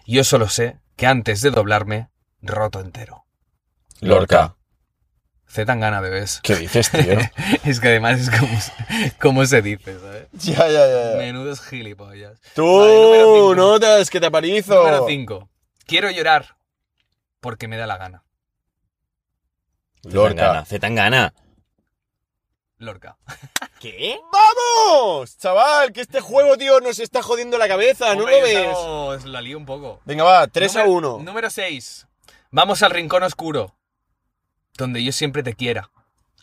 [SPEAKER 1] Yo solo sé que antes de doblarme, roto entero.
[SPEAKER 3] Lorca.
[SPEAKER 1] Z tan gana bebés.
[SPEAKER 2] ¿Qué dices, tío?
[SPEAKER 1] Es que además es como, se- como se dice, ¿sabes?
[SPEAKER 2] ya, ya, ya. ya.
[SPEAKER 1] Menudos gilipollas. Vale,
[SPEAKER 2] Tú,
[SPEAKER 1] número cinco.
[SPEAKER 2] notas que te aparizo.
[SPEAKER 1] Número 5. Quiero llorar porque me da la gana.
[SPEAKER 2] Lorca.
[SPEAKER 3] Zetangana.
[SPEAKER 1] Lorca.
[SPEAKER 3] ¿Qué?
[SPEAKER 2] ¡Vamos! Chaval, que este juego, tío, nos está jodiendo la cabeza, Ah, ¿no
[SPEAKER 1] Hombre,
[SPEAKER 2] lo
[SPEAKER 1] yo
[SPEAKER 2] ves?
[SPEAKER 1] estamos- la lío un poco.
[SPEAKER 2] Venga, va, 3 a
[SPEAKER 1] Número-
[SPEAKER 2] 1.
[SPEAKER 1] Número 6. Vamos al rincón oscuro. Donde yo siempre te quiera.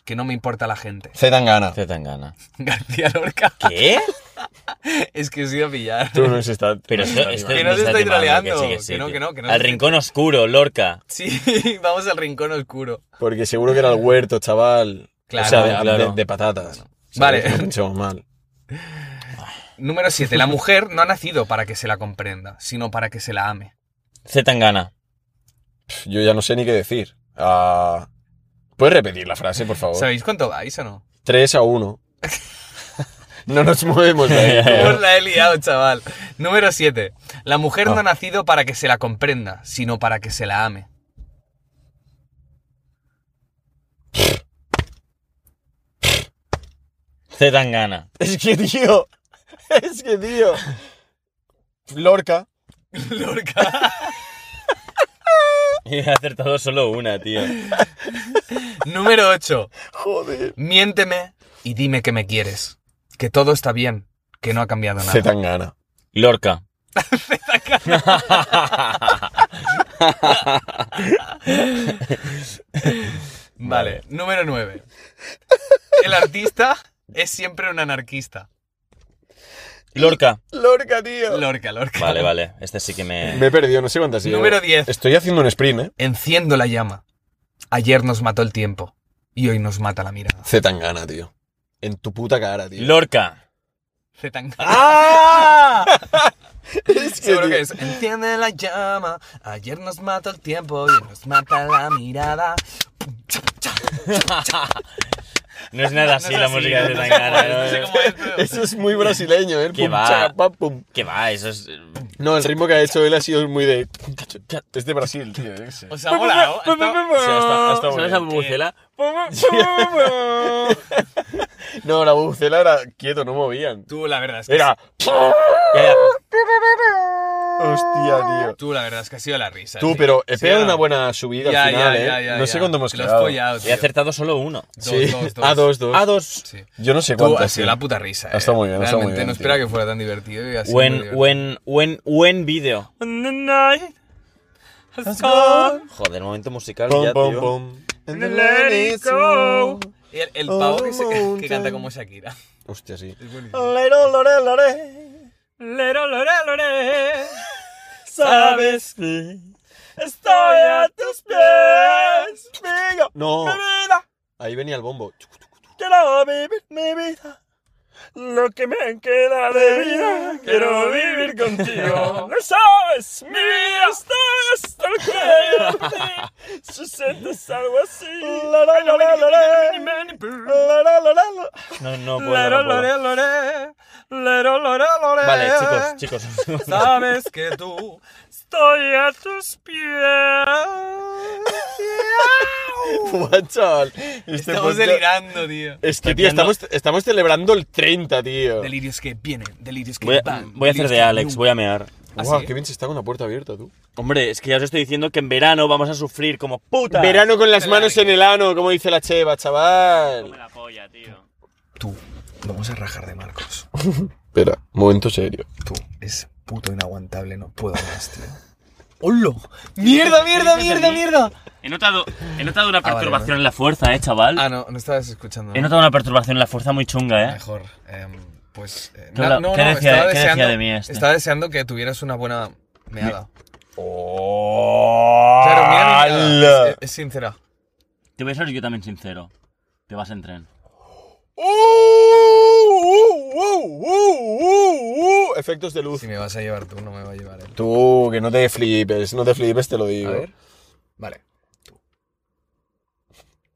[SPEAKER 1] Que no me importa la gente.
[SPEAKER 2] Zetangana.
[SPEAKER 3] Zetangana.
[SPEAKER 1] García Lorca.
[SPEAKER 3] ¿Qué?
[SPEAKER 1] Es que he sido a pillar.
[SPEAKER 2] Tú nos estás.
[SPEAKER 3] Pero este- esto, esto
[SPEAKER 1] Que
[SPEAKER 3] me
[SPEAKER 1] no se
[SPEAKER 3] está
[SPEAKER 1] estoy
[SPEAKER 3] timando,
[SPEAKER 1] troleando,
[SPEAKER 3] sí, sí,
[SPEAKER 1] que no,
[SPEAKER 3] tío.
[SPEAKER 1] que no, que no
[SPEAKER 3] Al
[SPEAKER 1] se-
[SPEAKER 3] rincón oscuro, Lorca.
[SPEAKER 1] Sí, vamos al rincón oscuro.
[SPEAKER 2] Porque seguro que era el huerto, chaval.
[SPEAKER 1] Claro,
[SPEAKER 2] o sea, de,
[SPEAKER 3] claro.
[SPEAKER 2] de- de patatas.
[SPEAKER 1] Vale.
[SPEAKER 2] ¿Sabes? No pensemos mal.
[SPEAKER 1] Número 7. La mujer no ha nacido para que se la comprenda, sino para que se la ame.
[SPEAKER 3] Zetangana.
[SPEAKER 2] Pff, Yo ya no sé ni qué decir. Ah, ¿Puedes repetir la frase, por favor?
[SPEAKER 1] ¿Sabéis cuánto vais o no?
[SPEAKER 2] 3 a 1. no nos movemos de ahí.
[SPEAKER 1] Os
[SPEAKER 2] tío.
[SPEAKER 1] la he liado, chaval. Número 7. La mujer no ha
[SPEAKER 2] Ah.
[SPEAKER 1] nacido para que se la comprenda, sino para que se la ame.
[SPEAKER 3] Zetangana.
[SPEAKER 2] es que, tío. Es que, tío. Lorca.
[SPEAKER 1] Lorca.
[SPEAKER 3] He acertado solo una, tío.
[SPEAKER 1] Número 8.
[SPEAKER 2] Joder.
[SPEAKER 1] Miénteme y dime que me quieres. Que todo está bien, que no ha cambiado nada.
[SPEAKER 2] Zetangana.
[SPEAKER 3] Lorca.
[SPEAKER 1] Vale, número 9. El artista es siempre un anarquista.
[SPEAKER 3] Lorca.
[SPEAKER 2] Lorca, tío.
[SPEAKER 1] Lorca, Lorca.
[SPEAKER 3] Vale, vale. Este sí que me.
[SPEAKER 2] Me he perdido, no sé cuántas. llevo.
[SPEAKER 1] Número 10.
[SPEAKER 2] Estoy haciendo un sprint, ¿eh?
[SPEAKER 1] Enciendo la llama. Ayer nos mató el tiempo y hoy nos mata la mirada.
[SPEAKER 2] Zetangana, tío. En tu puta cara, tío.
[SPEAKER 3] Lorca.
[SPEAKER 1] Zetangana.
[SPEAKER 3] ¡Ah!
[SPEAKER 2] Es
[SPEAKER 1] Seguro
[SPEAKER 2] tío,
[SPEAKER 1] que es. Enciende la llama. Ayer nos mató el tiempo y hoy nos mata la mirada.
[SPEAKER 3] No es nada así
[SPEAKER 1] No es
[SPEAKER 3] la
[SPEAKER 1] así,
[SPEAKER 3] música de
[SPEAKER 1] no sé cómo
[SPEAKER 3] Zetangana.
[SPEAKER 1] es, no sé
[SPEAKER 3] ¿no?
[SPEAKER 1] cómo es, pero-
[SPEAKER 2] Eso es muy brasileño, ¿eh?
[SPEAKER 3] ¿Qué
[SPEAKER 2] Pum,
[SPEAKER 3] va?
[SPEAKER 2] chaca, pam, pum.
[SPEAKER 3] ¿Qué va? Eso es.
[SPEAKER 2] No, el ritmo que ha hecho él ha sido muy de. Es de Brasil, tío. yo qué sé.
[SPEAKER 1] Os ha molado.
[SPEAKER 3] Pues
[SPEAKER 1] Esto-
[SPEAKER 3] ¿Sabes la bubucela?
[SPEAKER 2] No, la bucela era quieto, no movían.
[SPEAKER 1] Tú, la verdad es que.
[SPEAKER 2] Era.
[SPEAKER 3] Ya, ya.
[SPEAKER 2] Hostia, tío.
[SPEAKER 1] Tú, la verdad es que ha sido la risa.
[SPEAKER 2] Tú,
[SPEAKER 1] tío.
[SPEAKER 2] pero he
[SPEAKER 1] Sí,
[SPEAKER 2] pegado
[SPEAKER 1] ¿o no?
[SPEAKER 2] una buena subida
[SPEAKER 1] Ya,
[SPEAKER 2] al final,
[SPEAKER 1] ya, ya,
[SPEAKER 2] ¿eh?
[SPEAKER 1] ya,
[SPEAKER 2] no
[SPEAKER 1] ya.
[SPEAKER 2] sé cuánto hemos
[SPEAKER 1] Te lo has
[SPEAKER 2] quedado.
[SPEAKER 1] follado,
[SPEAKER 3] He
[SPEAKER 1] tío.
[SPEAKER 3] acertado solo uno.
[SPEAKER 1] Dos,
[SPEAKER 2] Sí,
[SPEAKER 1] dos, dos.
[SPEAKER 2] a dos, dos.
[SPEAKER 3] A dos.
[SPEAKER 1] Sí.
[SPEAKER 2] Yo no sé
[SPEAKER 1] Tú, ha
[SPEAKER 2] cuántas.
[SPEAKER 1] sido
[SPEAKER 2] tío.
[SPEAKER 1] la puta risa.
[SPEAKER 2] Ha estado muy bien, ha
[SPEAKER 1] Realmente
[SPEAKER 2] estado muy bien,
[SPEAKER 1] no
[SPEAKER 2] tío.
[SPEAKER 1] esperaba que fuera tan divertido. Y así muy
[SPEAKER 3] Buen,
[SPEAKER 1] divertido.
[SPEAKER 3] buen, buen, buen vídeo. Joder, momento musical
[SPEAKER 2] Pum,
[SPEAKER 3] ya,
[SPEAKER 2] pum,
[SPEAKER 3] tío.
[SPEAKER 2] pum. And the let it go.
[SPEAKER 1] Y el, el pavo que, se- que
[SPEAKER 2] Mountain.
[SPEAKER 1] canta como Shakira.
[SPEAKER 2] Hostia, sí.
[SPEAKER 1] Es buenísimo.
[SPEAKER 2] Lero, lore, lore.
[SPEAKER 3] Sabes
[SPEAKER 2] Estoy a tus pies. No. Ahí venía el bombo. Quiero vivir mi vida. Lo que me queda de vida. Quiero vivir contigo. No sabes, mi vida está hasta el cuello. Si sientes algo así.
[SPEAKER 3] No, no puedo, no puedo. Vale, chicos, chicos.
[SPEAKER 1] Sabes que tú
[SPEAKER 3] Estoy a tus pies.
[SPEAKER 2] Buah, chaval. Este
[SPEAKER 1] Estamos
[SPEAKER 2] podcast-
[SPEAKER 1] delirando, tío.
[SPEAKER 2] Es que, tío,
[SPEAKER 3] Cambiando.
[SPEAKER 2] estamos, estamos celebrando el 30, tío.
[SPEAKER 1] Delirios que vienen, delirios que
[SPEAKER 3] Voy a,
[SPEAKER 1] van.
[SPEAKER 3] voy a hacer
[SPEAKER 1] delirios
[SPEAKER 3] de
[SPEAKER 1] que
[SPEAKER 3] Alex,
[SPEAKER 1] nunca-
[SPEAKER 3] voy a mear.
[SPEAKER 1] ¿Ah,
[SPEAKER 2] Guau,
[SPEAKER 1] sí?
[SPEAKER 2] qué bien se está con la puerta abierta, tú.
[SPEAKER 3] Hombre, es que ya os estoy diciendo que en verano vamos a sufrir como puta.
[SPEAKER 2] Verano con las
[SPEAKER 1] Qué
[SPEAKER 2] manos en el ano, como dice la cheva, chaval.
[SPEAKER 3] la polla, tío.
[SPEAKER 1] Tú, vamos a rajar de Marcos.
[SPEAKER 2] Espera, momento serio.
[SPEAKER 1] Tú, es puto inaguantable, no puedo más, tío. ¡Holo! ¡Mierda, mierda, mierda, mierda!
[SPEAKER 3] He notado, he notado
[SPEAKER 2] Ah,
[SPEAKER 3] una
[SPEAKER 1] vale,
[SPEAKER 3] perturbación en la fuerza, eh, chaval.
[SPEAKER 1] Ah, no, no estabas escuchando.
[SPEAKER 3] He
[SPEAKER 1] ¿no?
[SPEAKER 3] notado una perturbación en la fuerza muy chunga, eh.
[SPEAKER 1] Mejor. em, pues. eh,
[SPEAKER 3] ¿Qué habla- qué decía- qué decía de mí este?
[SPEAKER 1] Estaba deseando que tuvieras una buena meada.
[SPEAKER 2] ¡Oh!
[SPEAKER 1] Claro, mira, mi meada. Es, es sincera.
[SPEAKER 3] Te voy a ser yo también sincero. Te vas en tren.
[SPEAKER 2] Uh, Efectos de luz.
[SPEAKER 1] Si me vas a llevar tú, no me va a llevar él.
[SPEAKER 2] Tú, que no te flipes, no te flipes, te lo digo.
[SPEAKER 1] A ver. Vale. Tú.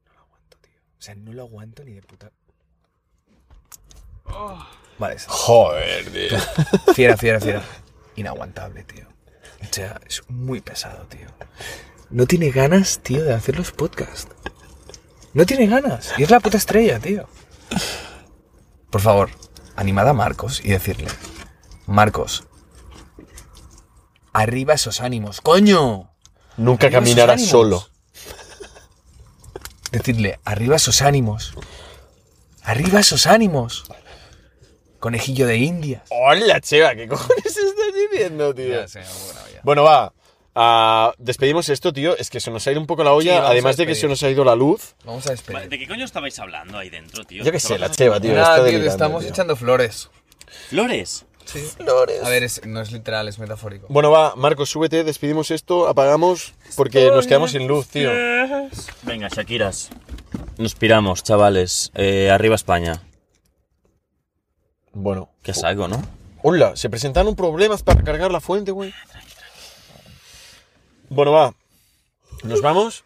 [SPEAKER 1] No lo aguanto, tío. O sea, no lo aguanto ni de puta. Vale, es-
[SPEAKER 2] Joder, tío.
[SPEAKER 1] fiera, fiera, fiera. Inaguantable, tío. O sea, es muy pesado, tío. No tiene ganas, tío, de hacer los podcasts. No tiene ganas. Y es la puta estrella, tío. Por favor, animad a Marcos y decirle: Marcos, arriba esos ánimos, coño.
[SPEAKER 2] Nunca
[SPEAKER 1] Arriba esos
[SPEAKER 2] caminarás
[SPEAKER 1] ánimos.
[SPEAKER 2] solo.
[SPEAKER 1] Decidle, arriba esos ánimos. Arriba esos ánimos. Conejillo de India.
[SPEAKER 2] Hola, cheva, ¿qué cojones estás diciendo, tío?
[SPEAKER 1] bueno, ya.
[SPEAKER 2] Bueno, va. Ah, despedimos esto, tío. Es que se nos ha ido un poco la olla,
[SPEAKER 1] Sí, vamos a
[SPEAKER 2] además de que se
[SPEAKER 1] despedir.
[SPEAKER 2] nos ha ido la luz.
[SPEAKER 1] Vamos a despedir.
[SPEAKER 3] ¿De qué coño estabais hablando ahí dentro, tío?
[SPEAKER 2] Yo qué sé, la cheva, tío.
[SPEAKER 1] Nada,
[SPEAKER 2] está
[SPEAKER 1] tío, te
[SPEAKER 2] delirando,
[SPEAKER 1] estamos
[SPEAKER 2] tío.
[SPEAKER 1] echando flores.
[SPEAKER 3] Flores.
[SPEAKER 2] Flores.
[SPEAKER 1] A ver, es- no es literal, es metafórico.
[SPEAKER 2] Bueno, va, Marcos, súbete, despedimos esto, apagamos, porque nos quedamos sin luz, tío.
[SPEAKER 3] Venga, Shakiras. Nos piramos, chavales. Eh, arriba España.
[SPEAKER 2] Bueno.
[SPEAKER 3] Que es algo, ¿no?
[SPEAKER 2] Hola, se presentaron problemas para cargar la fuente, güey. Bueno, va. ¿Nos vamos?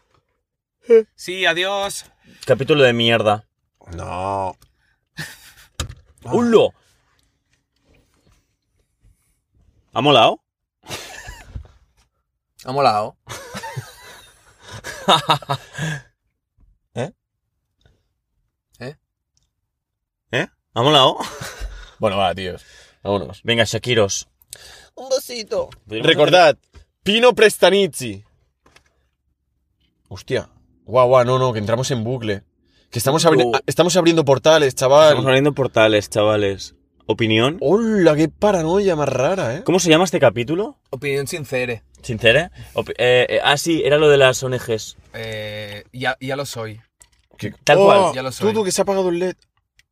[SPEAKER 1] Sí, adiós.
[SPEAKER 3] Capítulo de mierda.
[SPEAKER 2] No. Ah.
[SPEAKER 3] ¡Hulo! ¿Ha molado?
[SPEAKER 1] Ha molado.
[SPEAKER 2] ¿Eh?
[SPEAKER 1] ¿Eh?
[SPEAKER 3] ¿Eh? ¿Ha molado?
[SPEAKER 2] Bueno, va, tíos. Vámonos.
[SPEAKER 3] Venga, Shakiros.
[SPEAKER 2] Un besito.
[SPEAKER 3] Podríamos
[SPEAKER 2] Recordad, Pino Prestanizzi. Hostia. Guau, guau, no, no, que entramos en bucle. Que estamos, abri-
[SPEAKER 3] No.
[SPEAKER 2] a- estamos abriendo portales,
[SPEAKER 3] Estamos
[SPEAKER 2] chaval.
[SPEAKER 3] abriendo portales, chavales. ¿Opinión?
[SPEAKER 2] Hola, qué paranoia más rara, ¿eh?
[SPEAKER 3] ¿Cómo se llama este capítulo?
[SPEAKER 1] Opinión sincera.
[SPEAKER 3] ¿Sincera? Opi- eh, eh, ah, sí, era lo de las ONGs.
[SPEAKER 1] Eh, ya, ya lo soy.
[SPEAKER 2] Que-
[SPEAKER 3] Tal cual,
[SPEAKER 1] ya lo soy.
[SPEAKER 2] Todo que se ha apagado el LED.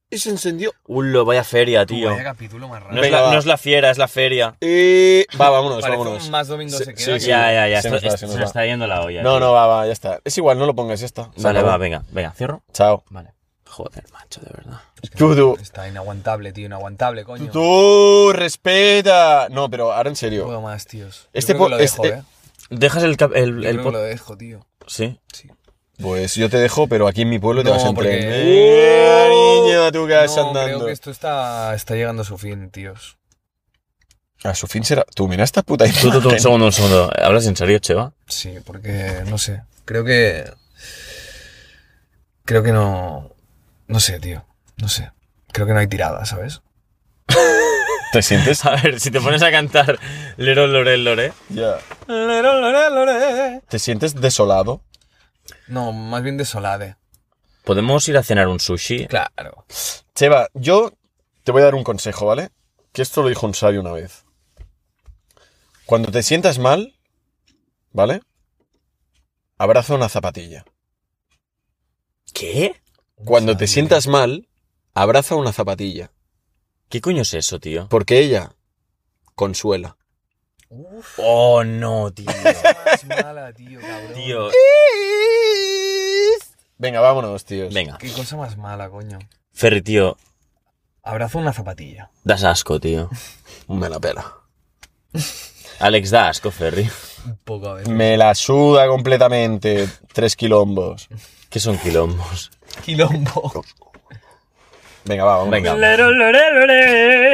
[SPEAKER 2] Y se encendió.
[SPEAKER 3] ¡Hulo! Vaya feria, tío.
[SPEAKER 1] Tú, vaya capítulo más
[SPEAKER 3] No
[SPEAKER 1] raro.
[SPEAKER 3] es,
[SPEAKER 2] Venga,
[SPEAKER 3] la,
[SPEAKER 2] va.
[SPEAKER 3] no es la fiera, es la feria.
[SPEAKER 2] Eh, va, vámonos,
[SPEAKER 1] Parece
[SPEAKER 2] vámonos.
[SPEAKER 1] un más domingo
[SPEAKER 2] Sí,
[SPEAKER 1] se
[SPEAKER 2] sí,
[SPEAKER 1] queda.
[SPEAKER 2] sí.
[SPEAKER 3] ya, ya, ya.
[SPEAKER 2] se
[SPEAKER 3] esto-
[SPEAKER 2] nos va,
[SPEAKER 3] esto
[SPEAKER 2] se
[SPEAKER 3] se
[SPEAKER 2] nos
[SPEAKER 3] nos
[SPEAKER 2] va.
[SPEAKER 3] está yendo la olla.
[SPEAKER 2] No,
[SPEAKER 3] tío.
[SPEAKER 2] no, va, va, ya está. Es igual, no lo pongas, ya está. Se
[SPEAKER 3] Vale,
[SPEAKER 2] acabó.
[SPEAKER 3] va, venga, venga, cierro.
[SPEAKER 2] Chao.
[SPEAKER 3] Vale. Joder, macho, de verdad.
[SPEAKER 2] Tú,
[SPEAKER 1] Está inaguantable, tío, inaguantable,
[SPEAKER 2] tú,
[SPEAKER 1] coño.
[SPEAKER 2] tú, respeta. No, pero ahora en
[SPEAKER 1] No
[SPEAKER 2] serio.
[SPEAKER 1] puedo más, tíos.
[SPEAKER 2] Este
[SPEAKER 1] Yo creo que
[SPEAKER 2] po-
[SPEAKER 1] lo dejo,
[SPEAKER 2] este-
[SPEAKER 1] ¿eh?
[SPEAKER 3] ¿Dejas el... cap- el,
[SPEAKER 1] Yo
[SPEAKER 3] el
[SPEAKER 1] creo
[SPEAKER 3] pod-
[SPEAKER 1] que lo dejo, tío.
[SPEAKER 3] Sí.
[SPEAKER 1] Sí.
[SPEAKER 2] Pues yo te dejo, pero aquí en mi pueblo te
[SPEAKER 1] No,
[SPEAKER 2] vas en
[SPEAKER 1] porque-
[SPEAKER 2] tren. Eh, niño, a tu casa
[SPEAKER 1] No, creo
[SPEAKER 2] andando.
[SPEAKER 1] que esto está, está llegando a su fin, tíos.
[SPEAKER 2] A su fin será. Tú, mira esta puta
[SPEAKER 3] Tú, tú, tú, un
[SPEAKER 2] imagen.
[SPEAKER 3] segundo, un segundo. ¿Hablas en serio, Cheva?
[SPEAKER 1] Sí, porque, no sé, creo que... Creo que no... No sé, tío, no sé. Creo que no hay tirada, ¿sabes?
[SPEAKER 2] ¿Te sientes?
[SPEAKER 3] A ver, si te pones a cantar Lero Lore Lore.
[SPEAKER 2] Ya.
[SPEAKER 3] Lero Lore Lore.
[SPEAKER 2] ¿Te sientes desolado?
[SPEAKER 1] No, más bien desolade.
[SPEAKER 3] ¿Podemos ir a cenar un sushi?
[SPEAKER 1] Claro.
[SPEAKER 2] Cheva, yo te voy a dar un consejo, ¿vale? Que esto lo dijo un sabio una vez. Cuando te sientas mal, ¿vale? Abraza una zapatilla.
[SPEAKER 3] ¿Qué?
[SPEAKER 2] Cuando te sientas mal, abraza una zapatilla.
[SPEAKER 3] ¿Qué coño es eso, tío?
[SPEAKER 2] Porque ella consuela.
[SPEAKER 1] Uf,
[SPEAKER 3] Oh, no, tío.
[SPEAKER 1] más mala, tío, cabrón.
[SPEAKER 3] tío.
[SPEAKER 2] Venga, vámonos, tíos.
[SPEAKER 3] Venga.
[SPEAKER 1] Qué cosa más mala, coño.
[SPEAKER 3] Ferry, tío,
[SPEAKER 1] Abrazo una zapatilla.
[SPEAKER 3] das asco, tío.
[SPEAKER 2] Me la pela.
[SPEAKER 3] Alex, da asco, Ferry.
[SPEAKER 1] Un poco a veces.
[SPEAKER 2] Me la suda completamente. Tres quilombos.
[SPEAKER 3] ¿Qué son quilombos?
[SPEAKER 1] Quilombo.
[SPEAKER 2] Venga, va, vámonos.
[SPEAKER 3] Venga.
[SPEAKER 2] Venga.
[SPEAKER 3] Lero Lore Lore.